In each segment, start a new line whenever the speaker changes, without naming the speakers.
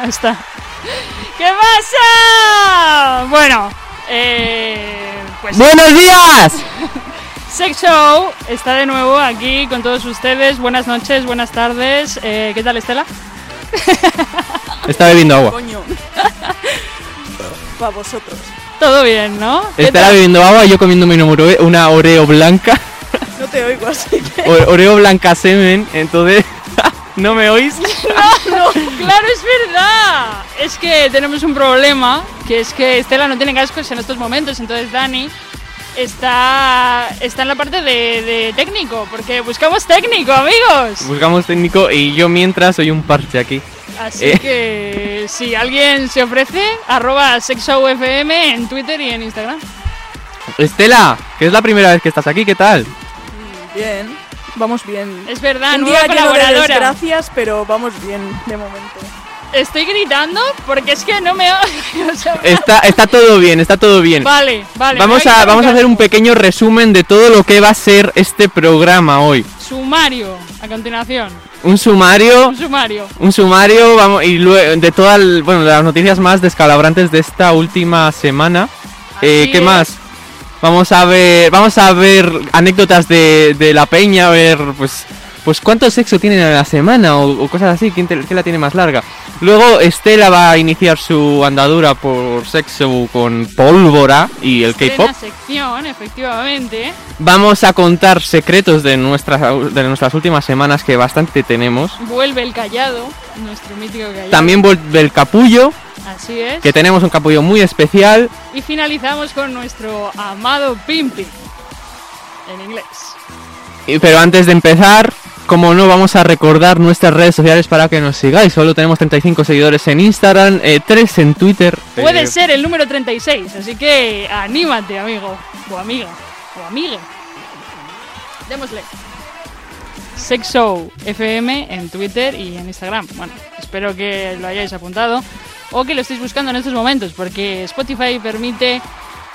Ahí está. ¿Qué pasa? Bueno, eh, pues
¡Buenos días!
Sex Show está de nuevo aquí con todos ustedes. Buenas noches, buenas tardes. Eh, ¿Qué tal, Estela?
Está bebiendo agua.
Coño. Para vosotros.
Todo bien, ¿no? ¿Qué
Estela
tal?
bebiendo agua y yo comiéndome una more- una oreo blanca.
No te oigo así que.
O- Oreo blanca semen, entonces. ¿No me oís?
Claro, es verdad. Es que tenemos un problema, que es que Estela no tiene cascos en estos momentos, entonces Dani está, está en la parte de, de técnico, porque buscamos técnico, amigos.
Buscamos técnico y yo mientras soy un parche aquí.
Así
Eh.
que si alguien se ofrece, arroba sexofm en Twitter y en Instagram.
Estela, que es la primera vez que estás aquí, ¿qué tal?
Bien. Vamos bien.
Es verdad,
Un
nueva
día lleno de
colaboradora.
desgracias, pero vamos bien de momento.
Estoy gritando porque es que no me... o sea,
Está, está todo bien, está todo bien.
vale, vale.
Eh, Vamos
me voy
a,
quitar
vamos a hacer un
casco.
pequeño resumen de todo lo que va a ser este programa hoy.
Sumario, a continuación.
Un sumario
Un sumario.
un sumario vamos y luego de todas el- bueno de las noticias más descalabrantes de esta última semana Eh,
Así
qué
es.
más vamos a ver vamos a ver anécdotas de, de la peña a ver pues pues cuánto sexo tienen a la semana o, o cosas así quién, te- quién la tiene más larga luego Estela va a iniciar su andadura por sexo con pólvora y el K-pop
Plena sección, efectivamente.
vamos a contar secretos de nuestras au- de nuestras últimas semanas que bastante tenemos
Vuelve el callado, nuestro mítico callado.
también vuelve el capullo
Así es.
que tenemos un capullo muy especial.
Y finalizamos con nuestro amado Pimpi. En inglés.
Y- Pero antes de empezar, como no, vamos a recordar nuestras redes sociales para que nos sigáis. Solo tenemos 35 seguidores en Instagram, 3 en Twitter.
Puede
Eh,
ser el número 36, así que anímate, amigo. O amiga. O amigue. Démosle. Sex Show FM en Twitter y en Instagram. Bueno, espero que lo hayáis apuntado o que lo estéis buscando en estos momentos, porque Spotify permite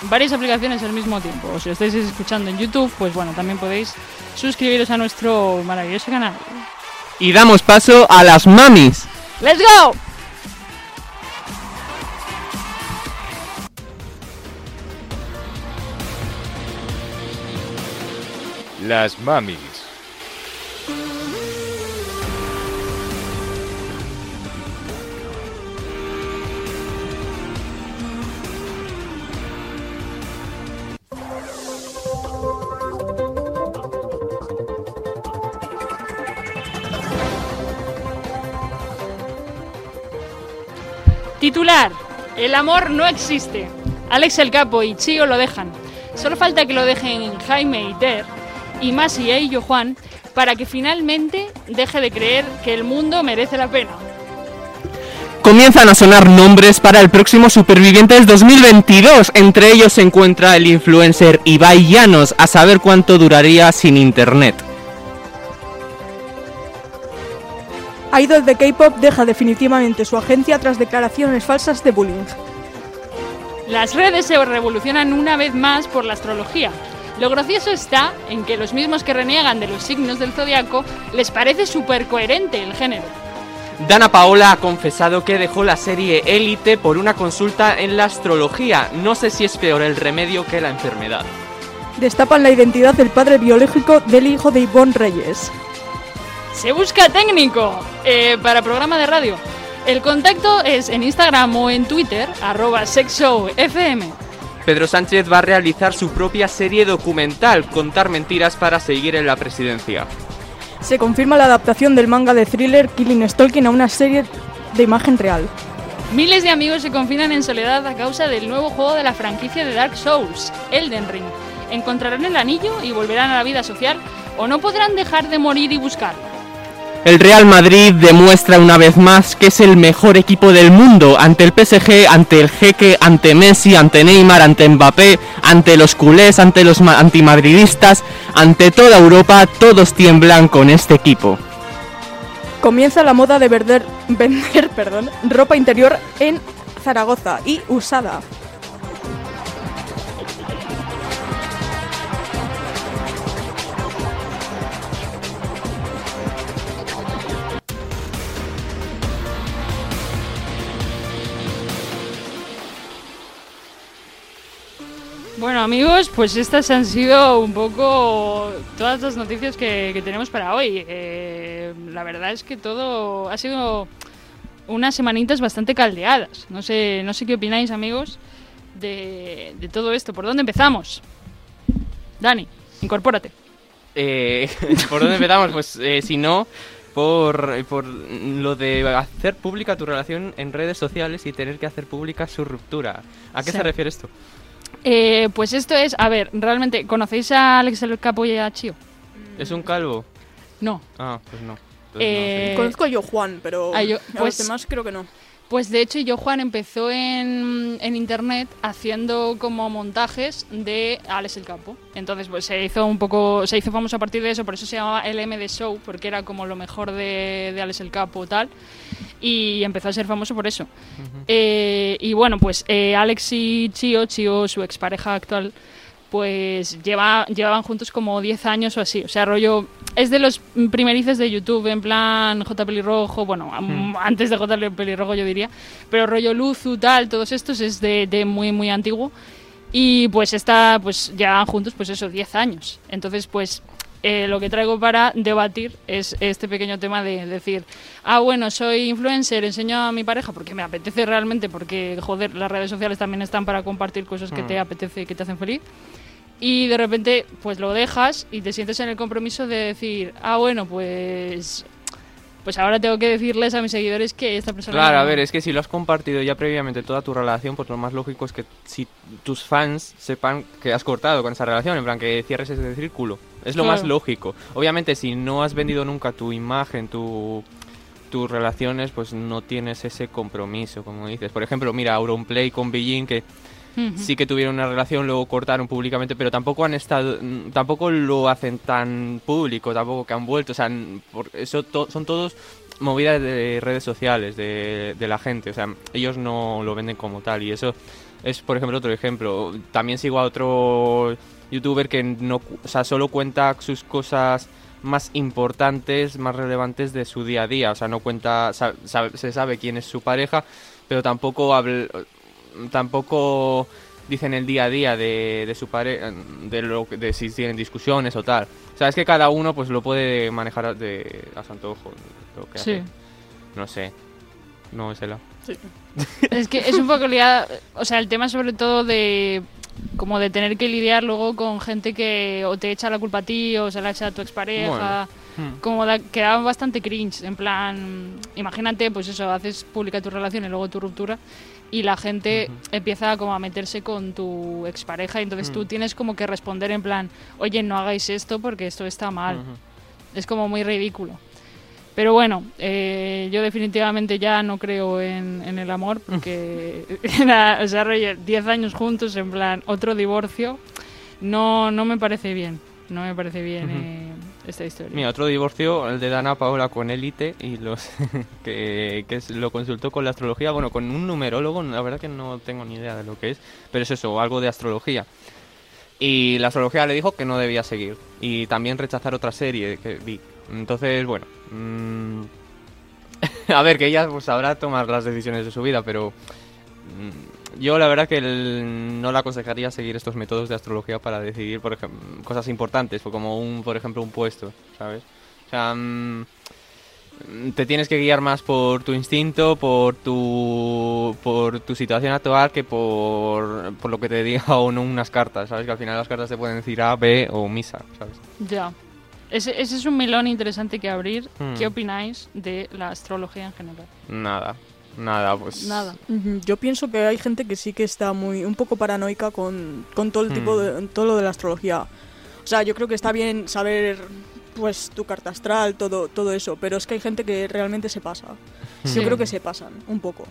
varias aplicaciones al mismo tiempo. O si lo estáis escuchando en YouTube, pues bueno, también podéis suscribiros a nuestro maravilloso canal.
Y damos paso a las mamis.
¡Let's go!
Las mamis.
Titular: El amor no existe. Alex el Capo y Chio lo dejan. Solo falta que lo dejen Jaime y Ter, y más y ello Juan, para que finalmente deje de creer que el mundo merece la pena.
Comienzan a sonar nombres para el próximo Supervivientes 2022. Entre ellos se encuentra el influencer Ibai Llanos, a saber cuánto duraría sin internet.
Idol de K-pop deja definitivamente su agencia tras declaraciones falsas de bullying.
Las redes se revolucionan una vez más por la astrología. Lo gracioso está en que los mismos que reniegan de los signos del zodiaco les parece súper coherente el género.
Dana Paola ha confesado que dejó la serie Élite por una consulta en la astrología. No sé si es peor el remedio que la enfermedad.
Destapan la identidad del padre biológico del hijo de Ivonne Reyes.
Se busca técnico eh, para programa de radio. El contacto es en Instagram o en Twitter, arroba sexshowfm.
Pedro Sánchez va a realizar su propia serie documental, Contar Mentiras para seguir en la presidencia.
Se confirma la adaptación del manga de thriller Killing Stalking a una serie de imagen real.
Miles de amigos se confinan en soledad a causa del nuevo juego de la franquicia de Dark Souls, Elden Ring. Encontrarán el anillo y volverán a la vida social o no podrán dejar de morir y buscarlo.
El Real Madrid demuestra una vez más que es el mejor equipo del mundo ante el PSG, ante el Jeque, ante Messi, ante Neymar, ante Mbappé, ante los culés, ante los ma- antimadridistas, ante toda Europa, todos tiemblan con este equipo.
Comienza la moda de vender, vender perdón, ropa interior en Zaragoza y usada.
Bueno amigos, pues estas han sido un poco todas las noticias que, que tenemos para hoy. Eh, la verdad es que todo ha sido unas semanitas bastante caldeadas. No sé, no sé qué opináis amigos de, de todo esto. ¿Por dónde empezamos? Dani, incorpórate.
Eh, ¿Por dónde empezamos? Pues eh, si no, por, por lo de hacer pública tu relación en redes sociales y tener que hacer pública su ruptura. ¿A qué
Sí.
se refiere esto?
Eh, pues esto es, a ver, realmente, ¿conocéis a Alex el Capo y a Chio?
¿Es un calvo?
No.
Ah, pues no. Entonces no
Eh,
sé.
Conozco a yo Juan, pero
a Yo-
a
pues-
los demás creo que no.
Pues de hecho, yo Juan empezó en, en internet haciendo como montajes de Alex el Capo. Entonces, pues se hizo un poco, se hizo famoso a partir de eso, por eso se llamaba LM de Show, porque era como lo mejor de, de Alex el Capo tal. Y empezó a ser famoso por eso. Eh, y bueno, pues eh, Alex y Chio, Chio, su expareja actual, pues lleva, llevaban juntos como 10 años o así. O sea, rollo. Es de los primerices de YouTube, en plan J Pelirrojo, bueno, am- antes de J Pelirrojo yo diría, pero rollo Luzu, tal, todos estos es de, de muy, muy antiguo. Y pues está, pues llevaban juntos, pues eso, 10 años. Entonces, pues. eh, lo que traigo para debatir es este pequeño tema de decir, ah, bueno, soy influencer, enseño a mi pareja porque me apetece realmente, porque, joder, las redes sociales también están para compartir cosas que te
Mm.
apetece y que te hacen feliz y de repente pues lo dejas y te sientes en el compromiso de decir, ah, bueno, pues pues ahora tengo que decirles a mis seguidores que esta persona
Claro,
no-
a ver, es que si lo has compartido ya previamente toda tu relación, pues lo más lógico es que si tus fans sepan que has cortado con esa relación, en plan que cierres ese círculo. Es lo más
Claro.
lógico. Obviamente, si no has vendido nunca tu imagen, tu, tus relaciones, pues no tienes ese compromiso, como dices. Por ejemplo, mira, Auronplay con Beijing, que
Ujú.
sí que tuvieron una relación, luego cortaron públicamente, pero tampoco han estado, mm, tampoco lo hacen tan público, tampoco que han vuelto, o sea, n- por- eso to- son todos movidas de redes sociales de, de la gente, o sea, ellos no lo venden como tal y eso es, por ejemplo, otro ejemplo. También sigo a otro youtuber que no, cu- o sea, solo cuenta sus cosas más importantes, más relevantes de su día a día, o sea, no cuenta, sa- sa- se sabe quién es su pareja, pero tampoco habla, tampoco dicen el día a día de, de su pareja, de, lo, que- de si tienen discusiones o tal. O sea, es que cada uno pues lo puede manejar a- de, a su antojo. Lo que
Sí.
hace. No sé. No, es el...
Es que es un poco liada, o sea, el tema sobre todo de como de tener que lidiar luego con gente que o te echa la culpa a ti o se la echa a tu expareja. Como da, que da bastante cringe, en plan, imagínate, pues eso, haces pública tu relación y luego tu ruptura y la gente empieza como a meterse con tu expareja y entonces tú
Ujú.
tienes como que responder en plan, oye, no hagáis esto porque esto está mal. Es como muy ridículo. Pero bueno, eh, yo definitivamente ya no creo en, en el amor porque, era, o sea, rollo, 10 años juntos, en plan, otro divorcio, no, no me parece bien. No me parece bien
Ujú.
eh, esta historia.
Mira, otro divorcio, el de Dana Paola con Élite y los que, que es- lo consultó con la astrología, bueno, con un numerólogo, la verdad que no tengo ni idea de lo que es, pero es eso, algo de astrología. Y la astrología le dijo que no debía seguir y también rechazar otra serie que vi. Entonces, bueno, mm, a ver, que ella pues, sabrá tomar las decisiones de su vida, pero mm, yo la verdad que el- no le aconsejaría seguir estos métodos de astrología para decidir, por ejemplo, cosas importantes, como un, por ejemplo, un puesto, ¿sabes? O sea, mm, Mm, te tienes que guiar más por tu instinto, por tu, por tu situación actual que por, por lo que te diga o no unas cartas, ¿sabes? Que al final las cartas te pueden decir A, B o misa, ¿sabes?
Ya. Ese, ese es un melón interesante que abrir.
Hmm.
¿Qué opináis de la astrología en general?
Nada, nada, pues...
Nada.
Mm, Yo pienso que hay gente que sí que está muy un poco paranoica con, con todo el tipo
Hmm.
de todo lo de la astrología. O sea, yo creo que está bien saber pues tu carta astral, todo, todo eso. Pero es que hay gente que realmente se pasa.
Hmm.
Sí.
Yo creo que se pasan, un poco.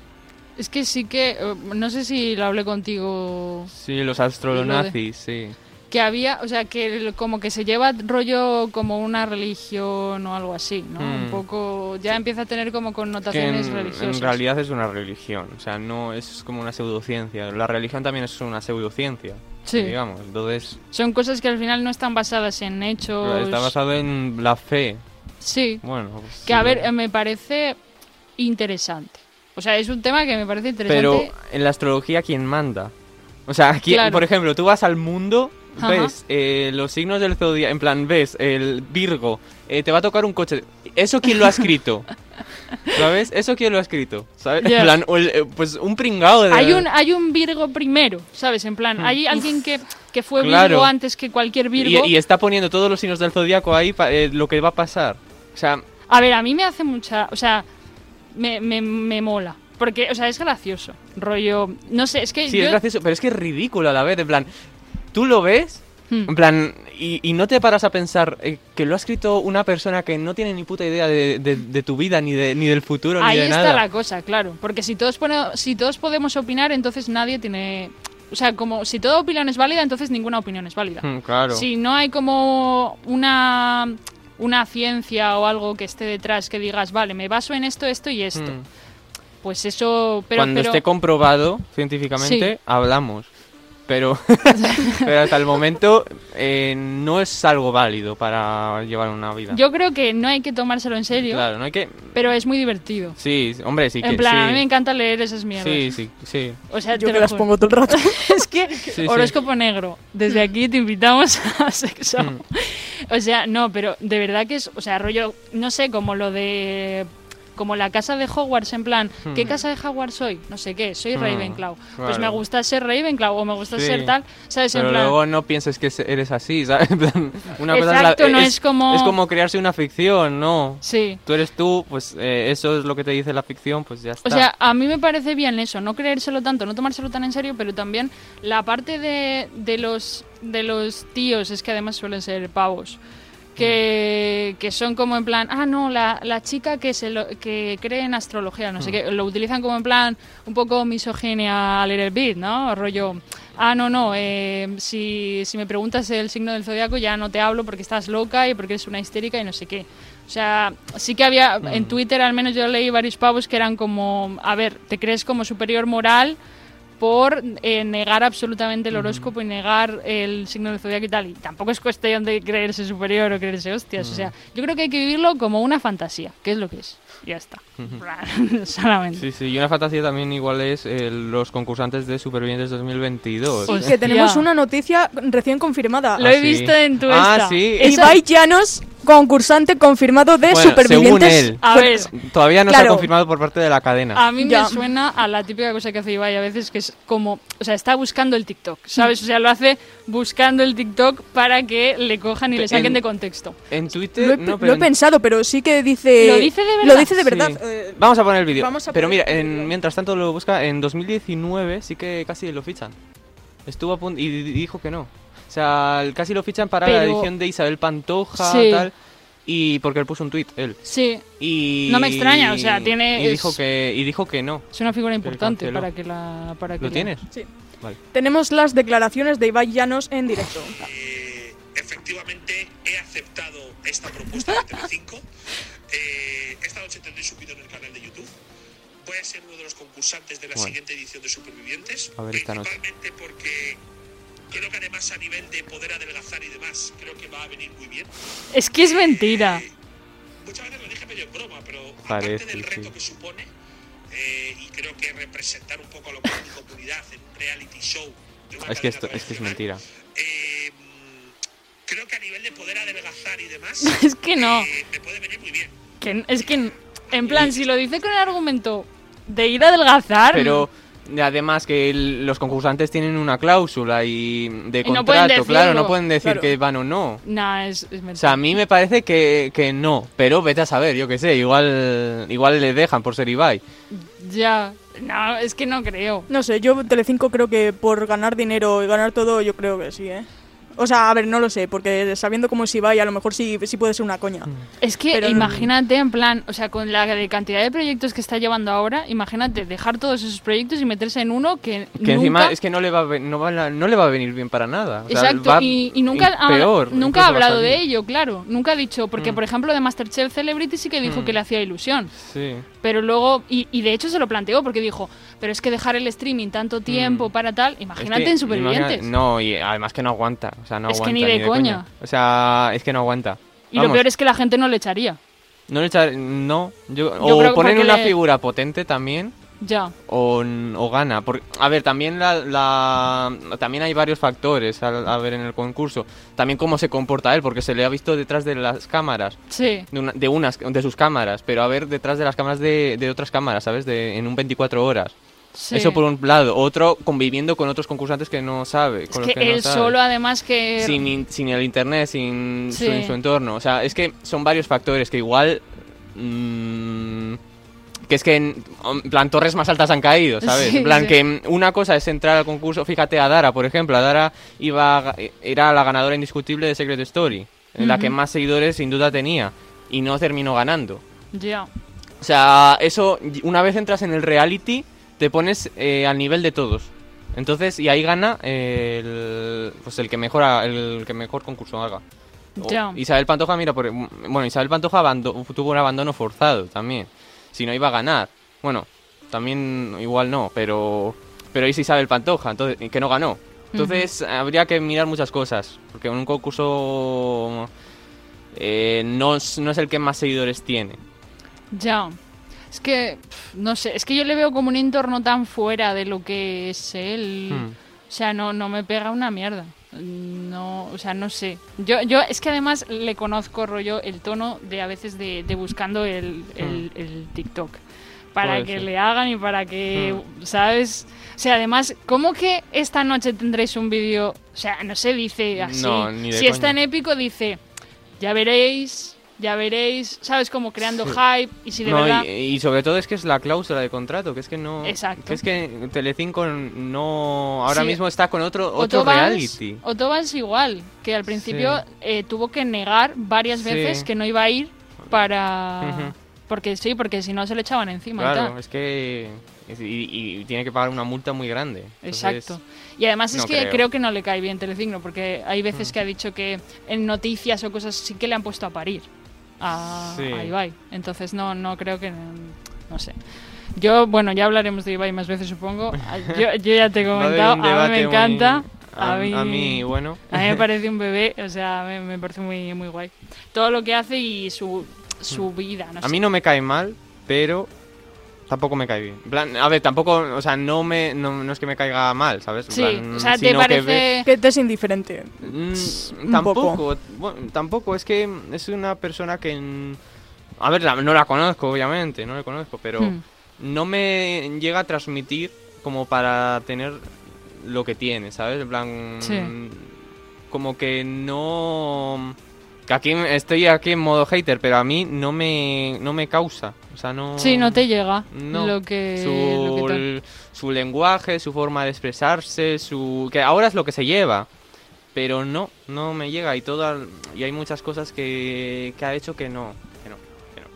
Es que sí que, eh, no sé si lo hablé contigo,
Sí, los astrolonazis, sí.
que había, o sea, que el- como que se lleva rollo como una religión o algo así, ¿no?
Mm.
Un poco, ya empieza a tener como
Que en,
connotaciones religiosas.
en realidad es una religión, o sea, no es como una pseudociencia. La religión también es una pseudociencia,
Sí.
digamos. Entonces,
Son cosas que al final no están basadas en hechos.
está basado en la fe.
Sí.
Bueno, pues,
Que a
sí.
ver, eh, me parece interesante. O sea, es un tema que me parece interesante.
Pero en la astrología, ¿quién manda? O sea, aquí,
Claro.
por ejemplo, tú vas al mundo,
Ajá.
ves eh, los signos del zodiaco, en plan, ves el Virgo, eh, te va a tocar un coche. ¿Eso quién lo ha escrito? ¿Sabes? ¿Eso quién lo ha escrito? ¿Sabes?
Ya.
En plan, o el- eh, pues un pringado de...
Hay un, hay un Virgo primero, ¿sabes? En plan, hay alguien que, que fue Virgo
Hmm. Claro.
antes que cualquier Virgo.
Y, y está poniendo todos los signos del zodiaco ahí, pa- eh, lo que va a pasar. O sea,
A ver, a mí me hace mucha. O sea, me, me, me mola. Porque, o sea, es gracioso. Rollo. No sé, es que.
sí,
yo-
es gracioso, pero es que es ridículo a la vez. En plan, tú lo ves
Hmm.
En plan, y, y no te paras a pensar eh, que lo ha escrito una persona que no tiene ni puta idea de, de- de tu vida, ni, de, ni del futuro,
Ahí
ni de
está
nada.
la cosa, claro. Porque si todos, pone- si todos podemos opinar, entonces nadie tiene. O sea, como si toda opinión es válida, entonces ninguna opinión es válida.
Mm, claro.
Si no hay como una, una ciencia o algo que esté detrás que digas, vale, me baso en esto, esto y esto.
Mm.
Pues eso. Pero,
Cuando
pero-
esté comprobado científicamente,
Sí.
hablamos. Pero, pero hasta el momento eh, no es algo válido para llevar una vida.
yo creo que no hay que tomárselo en serio,
Claro, no hay que...
pero es muy divertido.
Sí, sí, hombre, sí que...
en plan, a mí me
sí.
encanta leer esas mierdas.
Sí, sí, sí.
O sea,
Yo
te
que
lo
las
juro.
pongo todo el rato.
Es que
sí.
horóscopo negro. Desde aquí te invitamos a sexo.
Mm.
O sea, no, pero de verdad que es, o sea, rollo, no sé, como lo de como la casa de Hogwarts en plan,
Mm.
¿qué casa de Hogwarts soy? No sé qué, soy
Mm,
Ravenclaw. Pues
claro.
me gusta ser Ravenclaw o me gusta
Sí.
ser tal, ¿sabes?
Pero
en plan,
luego no pienses que se- eres así, ¿sabes? En plan, una cosa es la-
Exacto, no es como-
Es como crearse una ficción, ¿no?
sí.
Tú eres tú, pues eh, eso es lo que te dice la ficción, pues ya está.
O sea, a mí me parece bien eso, no creérselo tanto, no tomárselo tan en serio, pero también la parte de, de los, de los tíos, es que además suelen ser pavos, que, que son como en plan, ah, no, la, la chica que, se lo- que cree en astrología, no sé qué, lo utilizan como en plan un poco misoginia a Little Bit, ¿no? Rollo, ah, no, no, eh, si, si me preguntas el signo del zodiaco ya no te hablo porque estás loca y porque eres una histérica y no sé qué. O sea, sí que había, en Twitter al menos yo leí varios pavos que eran como, a ver, te crees como superior moral por eh, negar absolutamente el horóscopo y negar el signo del zodiaco y tal. Y tampoco es cuestión de creerse superior o creerse hostias. O sea, yo creo que hay que vivirlo como una fantasía, que es lo que es. Ya está. Solamente.
Sí, sí, y una fantasía también igual es eh, los concursantes de Supervivientes 2022.
Sí.
Y
Hostia.
que tenemos una noticia recién confirmada.
Pues, Lo
Ah,
he
sí.
visto en tu
Ah,
esta.
sí.
Eso-
Ibai Llanos, concursante confirmado de
Bueno,
supervivientes.
según él.
A ver,
Todavía no se ha
Claro.
confirmado por parte de la cadena.
A mí
Ya.
me suena a la típica cosa que hace Ibai a veces, que es como, o sea, está buscando el TikTok, ¿sabes? O sea, lo hace buscando el TikTok para que le cojan y
Te-
le saquen
en-
de contexto.
En
Lo he,
Twitter
pe-
no,
lo
pero
he
en-
pensado, pero sí que dice.
Lo dice de
Lo
verdad.
dice de verdad.
Sí.
eh,
Vamos a poner el vídeo.
vamos a
Pero
poner
mira,
el
en-
vídeo.
mientras tanto lo busca, en 2019 sí que casi lo fichan. Estuvo a punto y di- dijo que no. O sea, el- casi lo fichan para la
Pero-
edición de Isabel Pantoja
Sí.
tal. Y porque él puso un tweet, él.
Sí,
Y
No me extraña, o sea, tiene-
y
es-
dijo que y dijo que no.
es una figura importante
canceló.
para que la... Para que
¿Lo
la-
tienes?
sí.
Vale.
Tenemos las declaraciones de Ibai Llanos en directo.
Eh, efectivamente he aceptado esta propuesta de Telecinco. Eh, esta noche tendré subido en el canal de YouTube. Voy a ser uno de los concursantes de la
Bueno.
siguiente edición de Supervivientes.
A ver esta noche.
principalmente porque creo que además a nivel de poder adelgazar y demás, creo que va a venir muy bien.
Es que es mentira.
Eh, muchas veces lo dije medio en broma, pero
Parece,
aparte del reto
sí.
que supone, eh, y creo que representar un poco a lo que es mi comunidad en un reality show. de una
Es que
cadena
esto es que es
tradicional,
mentira.
eh, creo que a nivel de poder adelgazar y demás,
es que no.
eh, me puede venir muy bien.
Que- es que, en plan, si lo dice con el argumento de ir a adelgazar...
Pero además que el- los concursantes tienen una cláusula y de
Y no pueden
contrato, claro,
decirlo.
no pueden decir
Claro.
que van o no.
Nah, es, es mentira.
O sea, a mí me parece que, que no, pero vete a saber, yo qué sé, igual igual le dejan por ser Ibai.
Ya. No, es que no creo.
No sé, yo Telecinco creo que por ganar dinero y ganar todo, yo creo que sí, ¿eh? O sea, a ver, no lo sé, porque sabiendo cómo es Ibai, a lo mejor sí, sí puede ser una coña.
Mm.
Es que
Pero-
imagínate, en plan, o sea, con la de cantidad de proyectos que está llevando ahora, imagínate dejar todos esos proyectos y meterse en uno que, nunca...
Que encima es que no le va a, ve- no va a- no le va a venir bien para nada. O sea,
Exacto,
va-
y, y nunca, ha,
peor,
nunca ha
incluso va a
hablado de
salir.
ello, claro. Nunca ha dicho, porque
Mm.
por ejemplo de Masterchef Celebrity sí que dijo
Mm.
que le hacía ilusión.
Sí.
Pero luego, y, y de hecho se lo planteó porque dijo, pero es que dejar el streaming tanto tiempo
Mm.
para tal, imagínate
Es que,
en Supervivientes.
imagina- no, y además que no aguanta. O sea, no
Es que
aguanta.
ni de coña.
O sea, es que no aguanta.
y lo
Vamos,
peor es que la gente no le echaría.
No le echar- No. yo-
Yo creo
o
que
ponen
porque
una
le-
figura potente también.
Ya.
O, n- o gana. Porque, a ver, también la, la- también hay varios factores a, a ver en el concurso. También cómo se comporta él, porque se le ha visto detrás de las cámaras.
Sí.
De, una- de unas de sus cámaras, pero a ver detrás de las cámaras de, de otras cámaras, ¿sabes? De, en un 24 horas.
sí.
Eso por un lado. Otro conviviendo con otros concursantes que no sabe.
Es
con los
que,
no
él
sabe.
solo, además que...
Sin, in- sin el internet, sin su-
Sí.
su, entorno. O sea, es que son varios factores que igual. mm, que es que en en plan torres más altas han caído, ¿sabes?
Sí,
en plan
sí.
que mm, una cosa es entrar al concurso, fíjate a Dara, por ejemplo, a Dara iba a ga- era la ganadora indiscutible de Secret Story, en la
Ujú.
que más seguidores sin duda tenía y no terminó ganando.
Ya.
O sea, eso, y- una vez entras en el reality, te pones eh, al nivel de todos. Entonces, y ahí gana eh, el, pues el que mejor, ha- el que mejor concurso haga. O-
Ya.
Isabel Pantoja, mira, por, bueno, Isabel Pantoja abando- tuvo un abandono forzado también. Si no iba a ganar. Bueno, también igual no, pero pero es Isabel Pantoja, entonces que no ganó. Entonces habría que mirar muchas cosas, porque en un concurso eh, no, es- no es el que más seguidores tiene.
Ya. Es que, pf, no sé, es que yo le veo como un entorno tan fuera de lo que es él.
Hmm.
O sea, no, no me pega una mierda. No, o sea, no sé. Yo, yo es que además le conozco rollo el tono de a veces de, de buscando el, el- el TikTok. Para
Hmm. Puede
que
ser. Hmm.
le hagan y para que, ¿sabes? O sea, además, ¿cómo que esta noche tendréis un vídeo? O sea, no se dice así.
No, ni de
si está en
coña.
épico, dice, ya veréis, ya veréis, ¿sabes? Como creando
Sí.
hype y si de
No, y-
verdad...
y, sobre todo es que es la cláusula de contrato, que es que no...
Exacto.
Que es que Telecinco no... Ahora
Sí.
mismo está con otro, otro
Otto Valls-
reality.
Otto Valls igual, que al principio
Sí.
eh, tuvo que negar varias
Sí.
veces que no iba a ir para...
Ujú.
Porque sí, porque si no se le echaban encima. y
Claro,
tal.
es que... es- y, y tiene que pagar una multa muy grande. Entonces,
Exacto. Y además es
no
que creo.
creo.
que no le cae bien Telecinco, porque hay veces que ha dicho que en noticias o cosas sí que le han puesto a parir a,
Sí.
a Ibai. Entonces no, no creo que... No sé. Yo, bueno, ya hablaremos de Ibai más veces, supongo. Yo, yo ya te he
va a haber
comentado,
un
a mí me
debate muy-
encanta.
A, a mí, bueno...
A mí me parece un bebé, o sea, me, me parece muy, muy guay. Todo lo que hace y su, su vida, no
Mm.
sé.
A mí no me cae mal, pero tampoco me cae bien. En plan, a ver, tampoco, o sea, no me no, no es que me caiga mal, ¿sabes? En
Sí,
plan,
o sea, te
sino que ve-
parece...
Que te es indiferente.
Mm,
un
tampoco,
poco.
bueno, tampoco, es que es una persona que mm, a ver, la- no la conozco obviamente, no la conozco, pero
Hmm.
no me llega a transmitir como para tener lo que tiene, ¿sabes? En plan
Sí.
como que no que aquí estoy aquí en modo hater, pero a mí no me no me causa, o sea, no
Sí, no te llega
no.
lo que... lo que
su,
tal.
su lenguaje, su forma de expresarse, su que ahora es lo que se lleva, pero no, no me llega y toda y hay muchas cosas que, que ha hecho que no, que no, que no.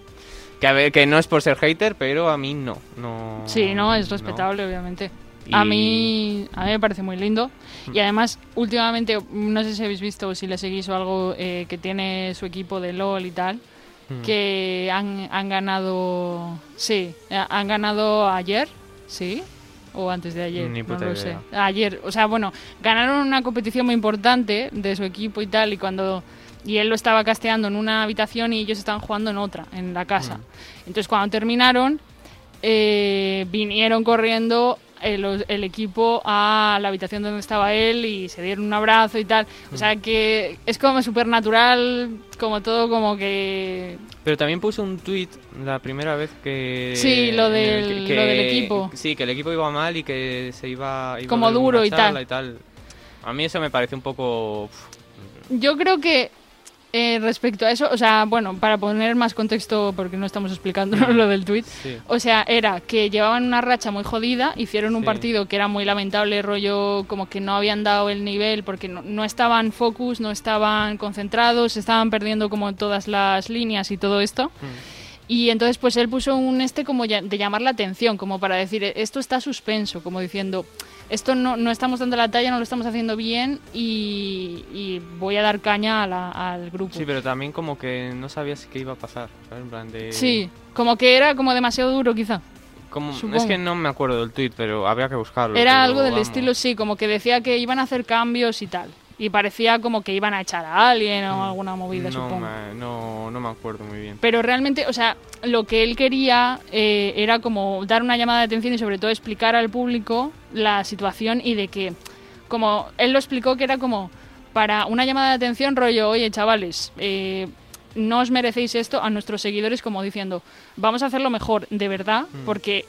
Que a ver, que no es por ser hater, pero a mí no, no.
Sí, no, es respetable, obviamente.
Y- Mm.
A mí, a mí me parece muy lindo. Y además, últimamente, no sé si habéis visto o si le seguís o algo eh, que tiene su equipo de LOL y tal,
Mm.
que han, han ganado. Sí, eh, han ganado ayer, ¿sí? O antes de ayer,
Ni puta
no lo
idea.
sé. Ayer, o sea, bueno, ganaron una competición muy importante de su equipo y tal, y cuando. Y él lo estaba casteando en una habitación y ellos estaban jugando en otra, en la casa.
Mm.
Entonces, cuando terminaron, eh, vinieron corriendo eh, el, el equipo a la habitación donde estaba él y se dieron un abrazo y tal. O sea que es como supernatural, como todo, como que...
Pero también puso un tweet la primera vez que
Sí, lo
en el
del- lo del equipo.
Sí, que el equipo iba mal y que se iba, iba a
Como
haber una
duro y tal.
charla y tal. A mí eso me parece un poco uf,
Yo creo que Eh, respecto a eso, o sea, bueno, para poner más contexto, porque no estamos explicando lo del tweet,
Sí.
o sea, era que llevaban una racha muy jodida, hicieron un
Sí.
partido que era muy lamentable, rollo como que no habían dado el nivel porque no, no estaban focus, no estaban concentrados, estaban perdiendo como todas las líneas y todo esto.
Mm.
Y entonces pues él puso un este como ya- de llamar la atención, como para decir, "E, esto está suspenso, como diciendo, esto no, no estamos dando la talla, no lo estamos haciendo bien y, y voy a dar caña a la- al grupo.
Sí, pero también como que no sabías qué iba a pasar. ¿sabes? En plan de...
Sí, como que era como demasiado duro quizá.
como- Es
supongo.
que no me acuerdo del tweet, pero habría que buscarlo. pero
Era algo del
vamos.
estilo, sí, como que decía que iban a hacer cambios y tal. Y parecía como que iban a echar a alguien o alguna movida,
Mm, no,
supongo.
Me, no, no me acuerdo muy bien.
Pero realmente, o sea, lo que él quería eh, era como dar una llamada de atención y sobre todo explicar al público la situación y de que, como él lo explicó, que era como para una llamada de atención rollo, oye chavales, eh, no os merecéis esto a nuestros seguidores como diciendo, vamos a hacerlo mejor, de verdad,
Mm.
porque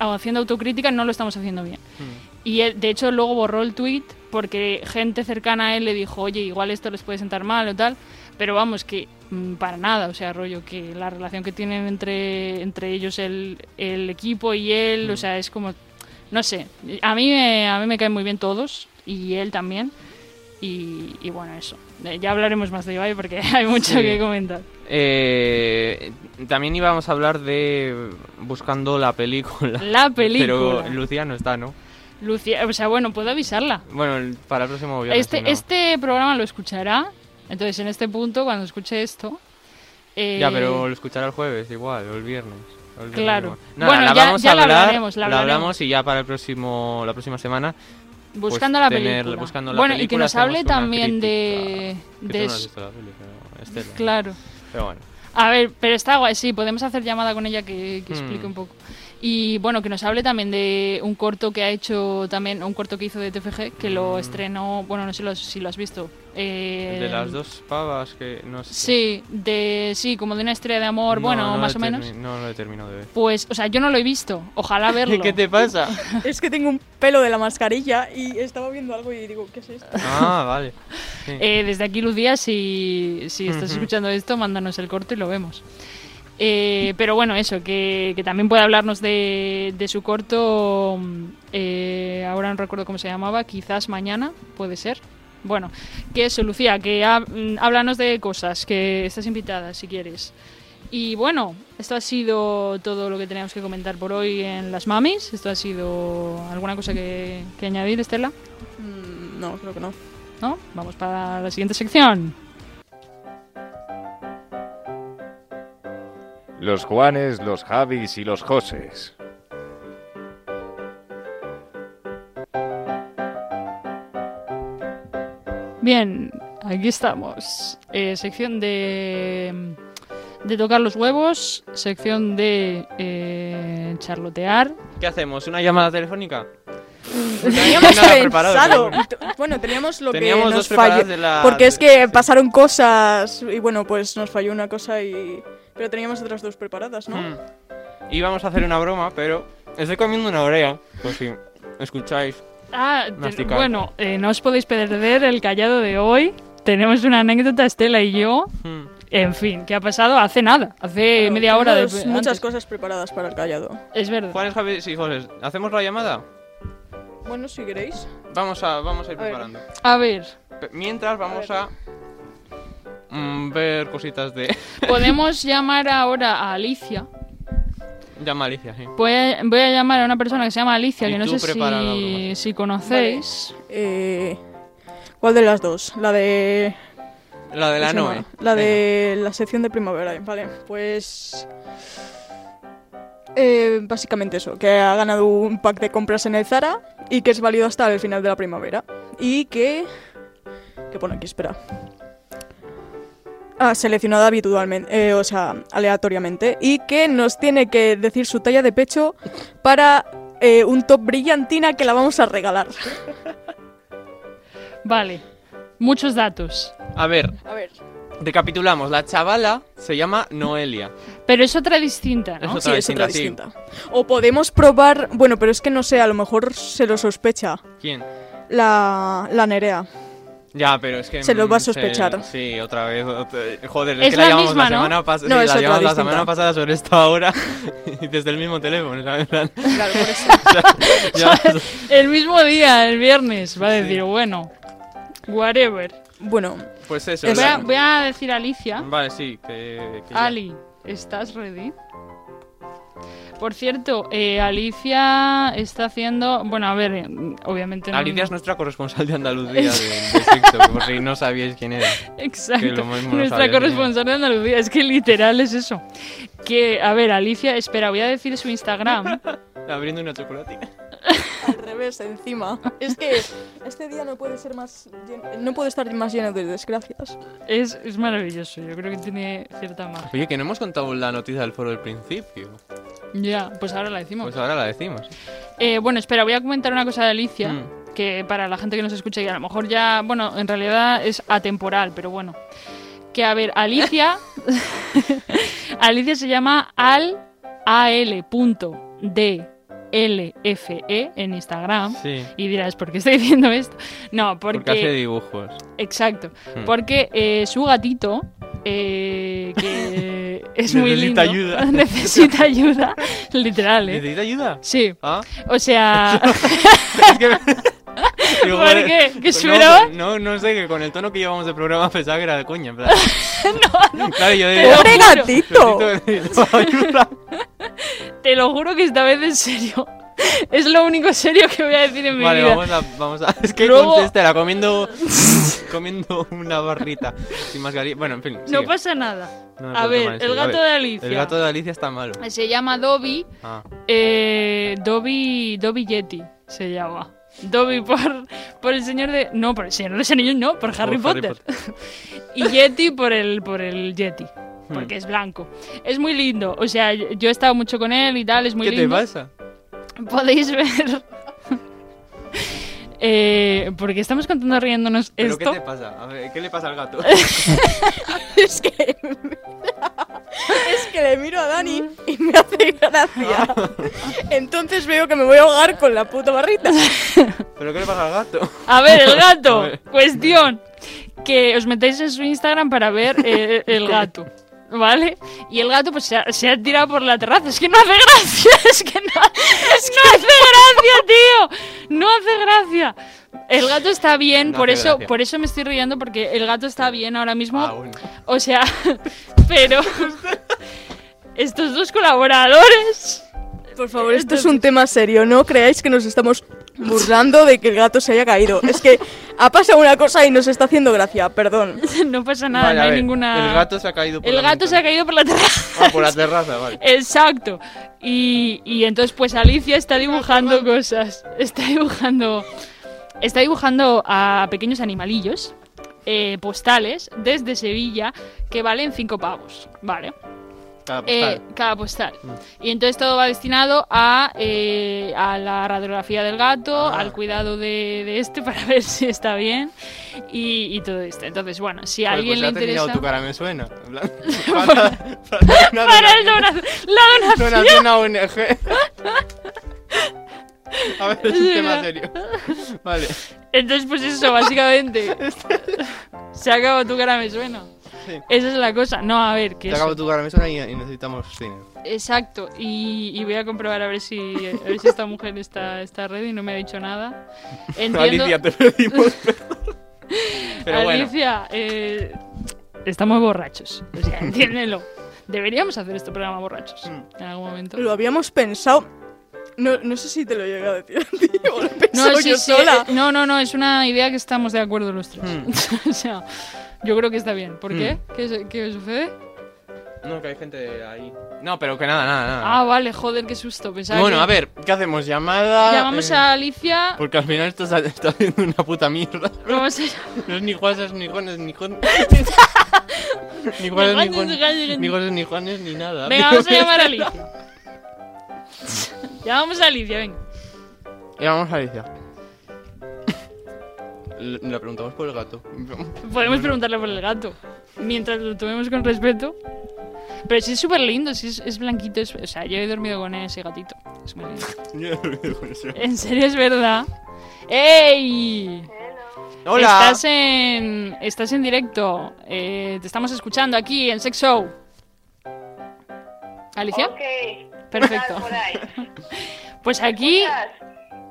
haciendo autocrítica no lo estamos haciendo bien.
Mm.
Y él, de hecho luego borró el tweet porque gente cercana a él le dijo, oye, igual esto les puede sentar mal o tal, pero vamos, que mm, para nada, o sea, rollo, que la relación que tienen entre, entre ellos el, el equipo y él, o sea, es como, no sé, a mí, me, a mí me caen muy bien todos y él también. Y, y bueno, eso. Eh, Ya hablaremos más de Ibai porque hay mucho
Sí.
que comentar.
Eh, también íbamos a hablar de buscando la película.
La película.
Pero Lucía no está, ¿no?
Lucía, o sea, bueno, puedo avisarla.
Bueno, el- para el próximo viernes. si no.
Este, este programa lo escuchará. Entonces, en este punto, cuando escuche esto. eh,
Ya, pero lo escuchará el jueves igual, o el viernes. o el viernes
Claro.
igual. Nada,
Bueno,
la
ya-
vamos
ya
a
la
hablar,
hablaremos, la hablaremos.
hablamos y ya para el próximo, la próxima semana.
Buscando
pues,
la
tener-
película.
buscando la
bueno, y que
película
nos hable
hacemos una
también de.
crítica, que tú
de
no
su-
has visto la peli, pero Estela.
Claro.
Pero bueno.
A ver, pero está guay, sí, podemos hacer llamada con ella que, que
Hmm.
explique un poco. Y bueno, que nos hable también de un corto que ha hecho también, un corto que hizo de TFG, que lo
Mm.
estrenó, bueno, no sé lo- si lo has visto.
El
eh,
de las dos pavas que no sé.
Sí, de, sí, como de una historia de amor,
No,
bueno,
no este
más
lo
o
he
menos.
termi- No lo he terminado de ver.
Pues, o sea, yo no lo he visto, ojalá verlo.
¿Qué te pasa?
Es que tengo un pelo de la mascarilla y estaba viendo algo y digo, ¿qué es esto?
ah, vale. Sí.
Eh, desde aquí, Lucía, si, si estás
Ujú.
escuchando esto, mándanos el corto y lo vemos. Eh, pero bueno, eso, que, que también puede hablarnos de, de su corto, mm, eh, ahora no recuerdo cómo se llamaba, quizás mañana, puede ser. Bueno, que eso, Lucía, que ha- mm, háblanos de cosas, que estás invitada si quieres. Y bueno, esto ha sido todo lo que teníamos que comentar por hoy en Las Mamis. Esto ha sido alguna cosa que- que añadir, Estela.
Mm, No, creo que no.
¿no? Vamos para la siguiente sección.
Los Juanes, los Javis y los Joses.
Bien, aquí estamos. Eh, sección de, de tocar los huevos, sección de eh, charlotear.
¿Qué hacemos? ¿Una llamada telefónica?
Pues Teníamos
nada preparado,
pensado.
pero
Bueno, teníamos lo
Teníamos
que nos
dos preparadas
falló.
de la-
Porque es que
sí.
pasaron cosas y bueno, pues nos falló una cosa y. Pero teníamos otras dos preparadas, ¿no?
Mm. Íbamos a hacer una broma, pero estoy comiendo una orea. Pues si escucháis.
Ah, te-
Masticar.
bueno, eh, no os podéis perder el callado de hoy. Tenemos una anécdota, Estela y yo.
Mm.
En fin, que ha pasado hace nada, hace
Claro,
Eh, media hora. de-
teníamos muchas
antes.
cosas preparadas para el callado.
Es verdad.
Juanes, Javi y José, ¿hacemos la llamada?
Bueno, si queréis.
Vamos a, vamos a ir
A ver.
preparando.
A ver,
Pe- Mientras vamos a,
A
mm, ver cositas de...
podemos llamar ahora a Alicia.
ya malicia, sí.
Voy a, voy a llamar a una persona que se llama Alicia,
Y
que no
tú
sé
prepara la
si,
broma.
si conocéis.
Eh, ¿Cuál de las dos? La de.
La de la
¿cómo se
Noe.
llama? Pues La de la sección de primavera. Vale, pues. eh, básicamente eso, que ha ganado un pack de compras en el Zara y que es válido hasta el final de la primavera. Y que. ¿Qué pone aquí? Espera. Ah, seleccionada habitualmente, eh, o sea, aleatoriamente. Y que nos tiene que decir su talla de pecho para eh, un top brillantina que la vamos a regalar.
Vale, muchos datos.
Venga. A ver,
A ver.
recapitulamos. La chavala se llama Noelia.
Pero es otra distinta, ¿no?
Eso-
Sí,
Otra
es otra
distinta,
distinta. O podemos probar. Bueno, pero es que no sé, a lo mejor se lo sospecha.
¿Quién?
La, la Nerea.
Ya, pero es que.
Se lo va a
mm,
sospechar.
sí, otra vez. otra- Joder,
Es
es que la,
la
llamamos
misma,
la
¿no?
semana pasada.
No, es
la
otra
llamamos la
distinta.
semana pasada sobre esto ahora. y desde el mismo teléfono, ¿sabes? En plan,
Claro, por eso.
ya-
El mismo día, el viernes, va a decir, bueno, whatever.
Bueno,
pues eso.
Voy
Eso.
a,
la-
voy a decir a Alicia.
Vale, sí. Que, que Mm, ya.
Ali, ¿estás ready? Por cierto, eh, Alicia está haciendo. Bueno, a ver, eh, obviamente. no-
Alicia es nuestra corresponsal de Andalucía de, de TikTok, por si no sabíais quién era. que
Exacto.
lo mismo no
Nuestra
sabía
corresponsal de Andalucía. Es que literal es eso. Que, a ver, Alicia, espera, voy a decir su Instagram.
Abriendo una chocolatina.
al revés, encima. Es que este día no puede ser más. llen- No puede estar más lleno de desgracias.
Es, es maravilloso. Yo creo que tiene cierta magia.
Oye, que no hemos contado la noticia del foro al principio.
Ya, pues ahora la decimos.
Pues ahora la decimos.
Eh, bueno, espera, voy a comentar una cosa de Alicia.
Mm.
Que para la gente que nos escucha, y a lo mejor ya. Bueno, en realidad es atemporal, pero bueno. Que a ver, Alicia. Alicia se llama al. al punto D L F E en Instagram.
Sí.
Y dirás, ¿por qué estoy diciendo esto? No, porque.
Porque, hace dibujos.
Exacto.
Hmm.
Porque eh, su gatito, eh, que es muy lindo.
Necesita ayuda.
necesita ayuda. Literal, ¿eh?
¿Necesita ayuda?
Sí.
Ah,
O sea.
es que. Digo, pues
¿Por qué? ¿Que
no,
esperabas?
No, no sé, que con el tono que llevamos de programa pensaba que era de coña, en plan. no, no. Claro, yo digo.
¡Pobre gatito!
eh. necesito- necesito ayuda.
Te lo juro que esta vez en serio. Es lo único serio que voy a decir en mi
Vale,
vida.
vamos a, vamos a. Es que
Luego-
contestará comiendo. comiendo una barrita. Sin mascarilla. Bueno, en fin.
No
sigue.
pasa nada.
No me
a
puedo
ver,
tomar en
el
serio. A
gato
ver,
de Alicia.
El gato de Alicia está malo.
Se llama Dobby.
Ah,
Eh, Dobby, Dobby Yeti se llama.
Oh.
Dobby por, por el señor de... No, por el señor de los anillos no, por Harry
Harry
Potter. y Yeti por el, por el Yeti,
Hmm.
porque es blanco. Es muy lindo, o sea, yo yo he estado mucho con él y tal, es muy
¿Qué te
lindo.
pasa?
Podéis ver... eh, porque estamos contando riéndonos
¿Pero
esto.
qué te pasa? A ver, ¿qué le pasa al gato?
Es que. Es que le miro a Dani y me hace gracia. Entonces veo que me voy a ahogar con la puta barrita.
¿Pero qué le pasa al gato?
A ver, el gato.
A ver.
Cuestión. Que os metáis en su Instagram para ver eh, el gato. ¿Vale? Y el gato pues se ha, se ha tirado por la terraza. Es que no hace gracia. Es que no, es que no hace gracia, tío. No hace gracia. El gato está bien,
No
por
hace
eso,
gracia.
por eso me estoy riendo, porque el gato está bien ahora mismo.
Ah, bueno.
O sea, pero estos dos colaboradores.
Por favor, esto es un tema serio. No creáis que nos estamos burlando de que el gato se haya caído. Es que ha pasado una cosa y nos está haciendo gracia. Perdón.
No pasa nada,
Vale,
no
a
hay
ver,
ninguna.
El gato se ha caído por
El
la
gato se ha caído por la terraza.
caído. Ah, por la terraza, vale.
Exacto. Y, y entonces pues Alicia está dibujando cosas. Está dibujando. Está dibujando a pequeños animalillos eh, postales desde Sevilla que valen 5 pavos, ¿vale?
Cada
Eh,
postal. Mm.
cada postal. Y entonces todo va destinado a, eh, a la radiografía del gato,
Ah.
al cuidado de, de este para ver si está bien y, y todo esto. Entonces, bueno, si a
Joder,
alguien
pues
le
ha terminado
interesa...
tu cara, me suena. En plan, Para, para una
Para el
donación.
donazo- la donación.
Donación a ONG. A ver, es un
Sí,
tema
no.
serio. Vale.
Entonces, pues eso, básicamente. se acabó tu cara, me suena.
Este Sí.
Esa es la cosa. No, a ver, que
Te acabo
eso-
tu cara, me suena y, y necesitamos cine.
Exacto. Y, y voy a comprobar a ver si, a ver si esta mujer está, está ready. No me ha dicho nada. Entiendo.
Alicia, te perdimos. Pero bueno.
Alicia, eh, estamos borrachos. O sea, entiéndelo. Deberíamos hacer este programa borrachos
Mm.
en algún momento.
Lo habíamos pensado. No, no sé si te lo llegué a decir a ti o lo he pensado
sí,
yo
sí,
sola.
eh, no, no, no, es una idea que estamos de acuerdo los tres.
Mm.
o sea, yo creo que está bien. ¿Por qué? ¿Qué, su- qué sucede?
No, que hay gente ahí. No, pero que nada, nada, nada.
Ah, vale, joder, qué susto. Pensaba
bueno,
que-
a ver, ¿qué hacemos? Llamada.
Llamamos
Eh,
a Alicia.
Porque al final esto está, está haciendo una puta mierda.
¿Cómo se llama?
No es ni Juanes, ni Juanes, ni Juanes. ni Juanes, ni Juanes. Ni Juanes, ni Juanes, ni nada.
Venga, vamos a llamar a Alicia. Llamamos a Alicia, venga.
Llamamos a Alicia. Le la preguntamos por el gato.
Podemos preguntarle por el gato. Mientras lo tomemos con respeto. Pero sí es súper lindo, sí es, es blanquito. es- o sea, yo he dormido con ese gatito. Es muy lindo.
Yo he dormido con eso.
En serio, es verdad. ¡Ey!
Hola.
Estás en, estás en directo. Eh, te estamos escuchando aquí en Sex Show. Alicia,
Ok.
perfecto.
Tal por ahí.
Pues aquí
Chas,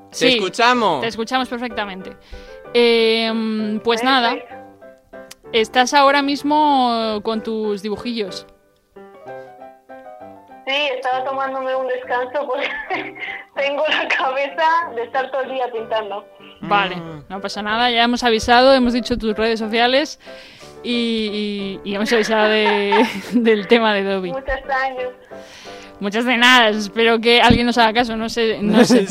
Te
sí,
escuchamos.
te escuchamos perfectamente. Eh, pues nada,
perfecto.
estás ahora mismo con tus dibujillos.
Sí, estaba tomándome un descanso porque tengo la cabeza de estar todo el día pintando.
Vale,
Mm.
no pasa nada, ya hemos avisado, hemos dicho tus redes sociales y, y- y hemos avisado de- del tema de Dobby.
Muchos años.
Muchas de nada, espero que alguien nos haga caso, no sé, no sé,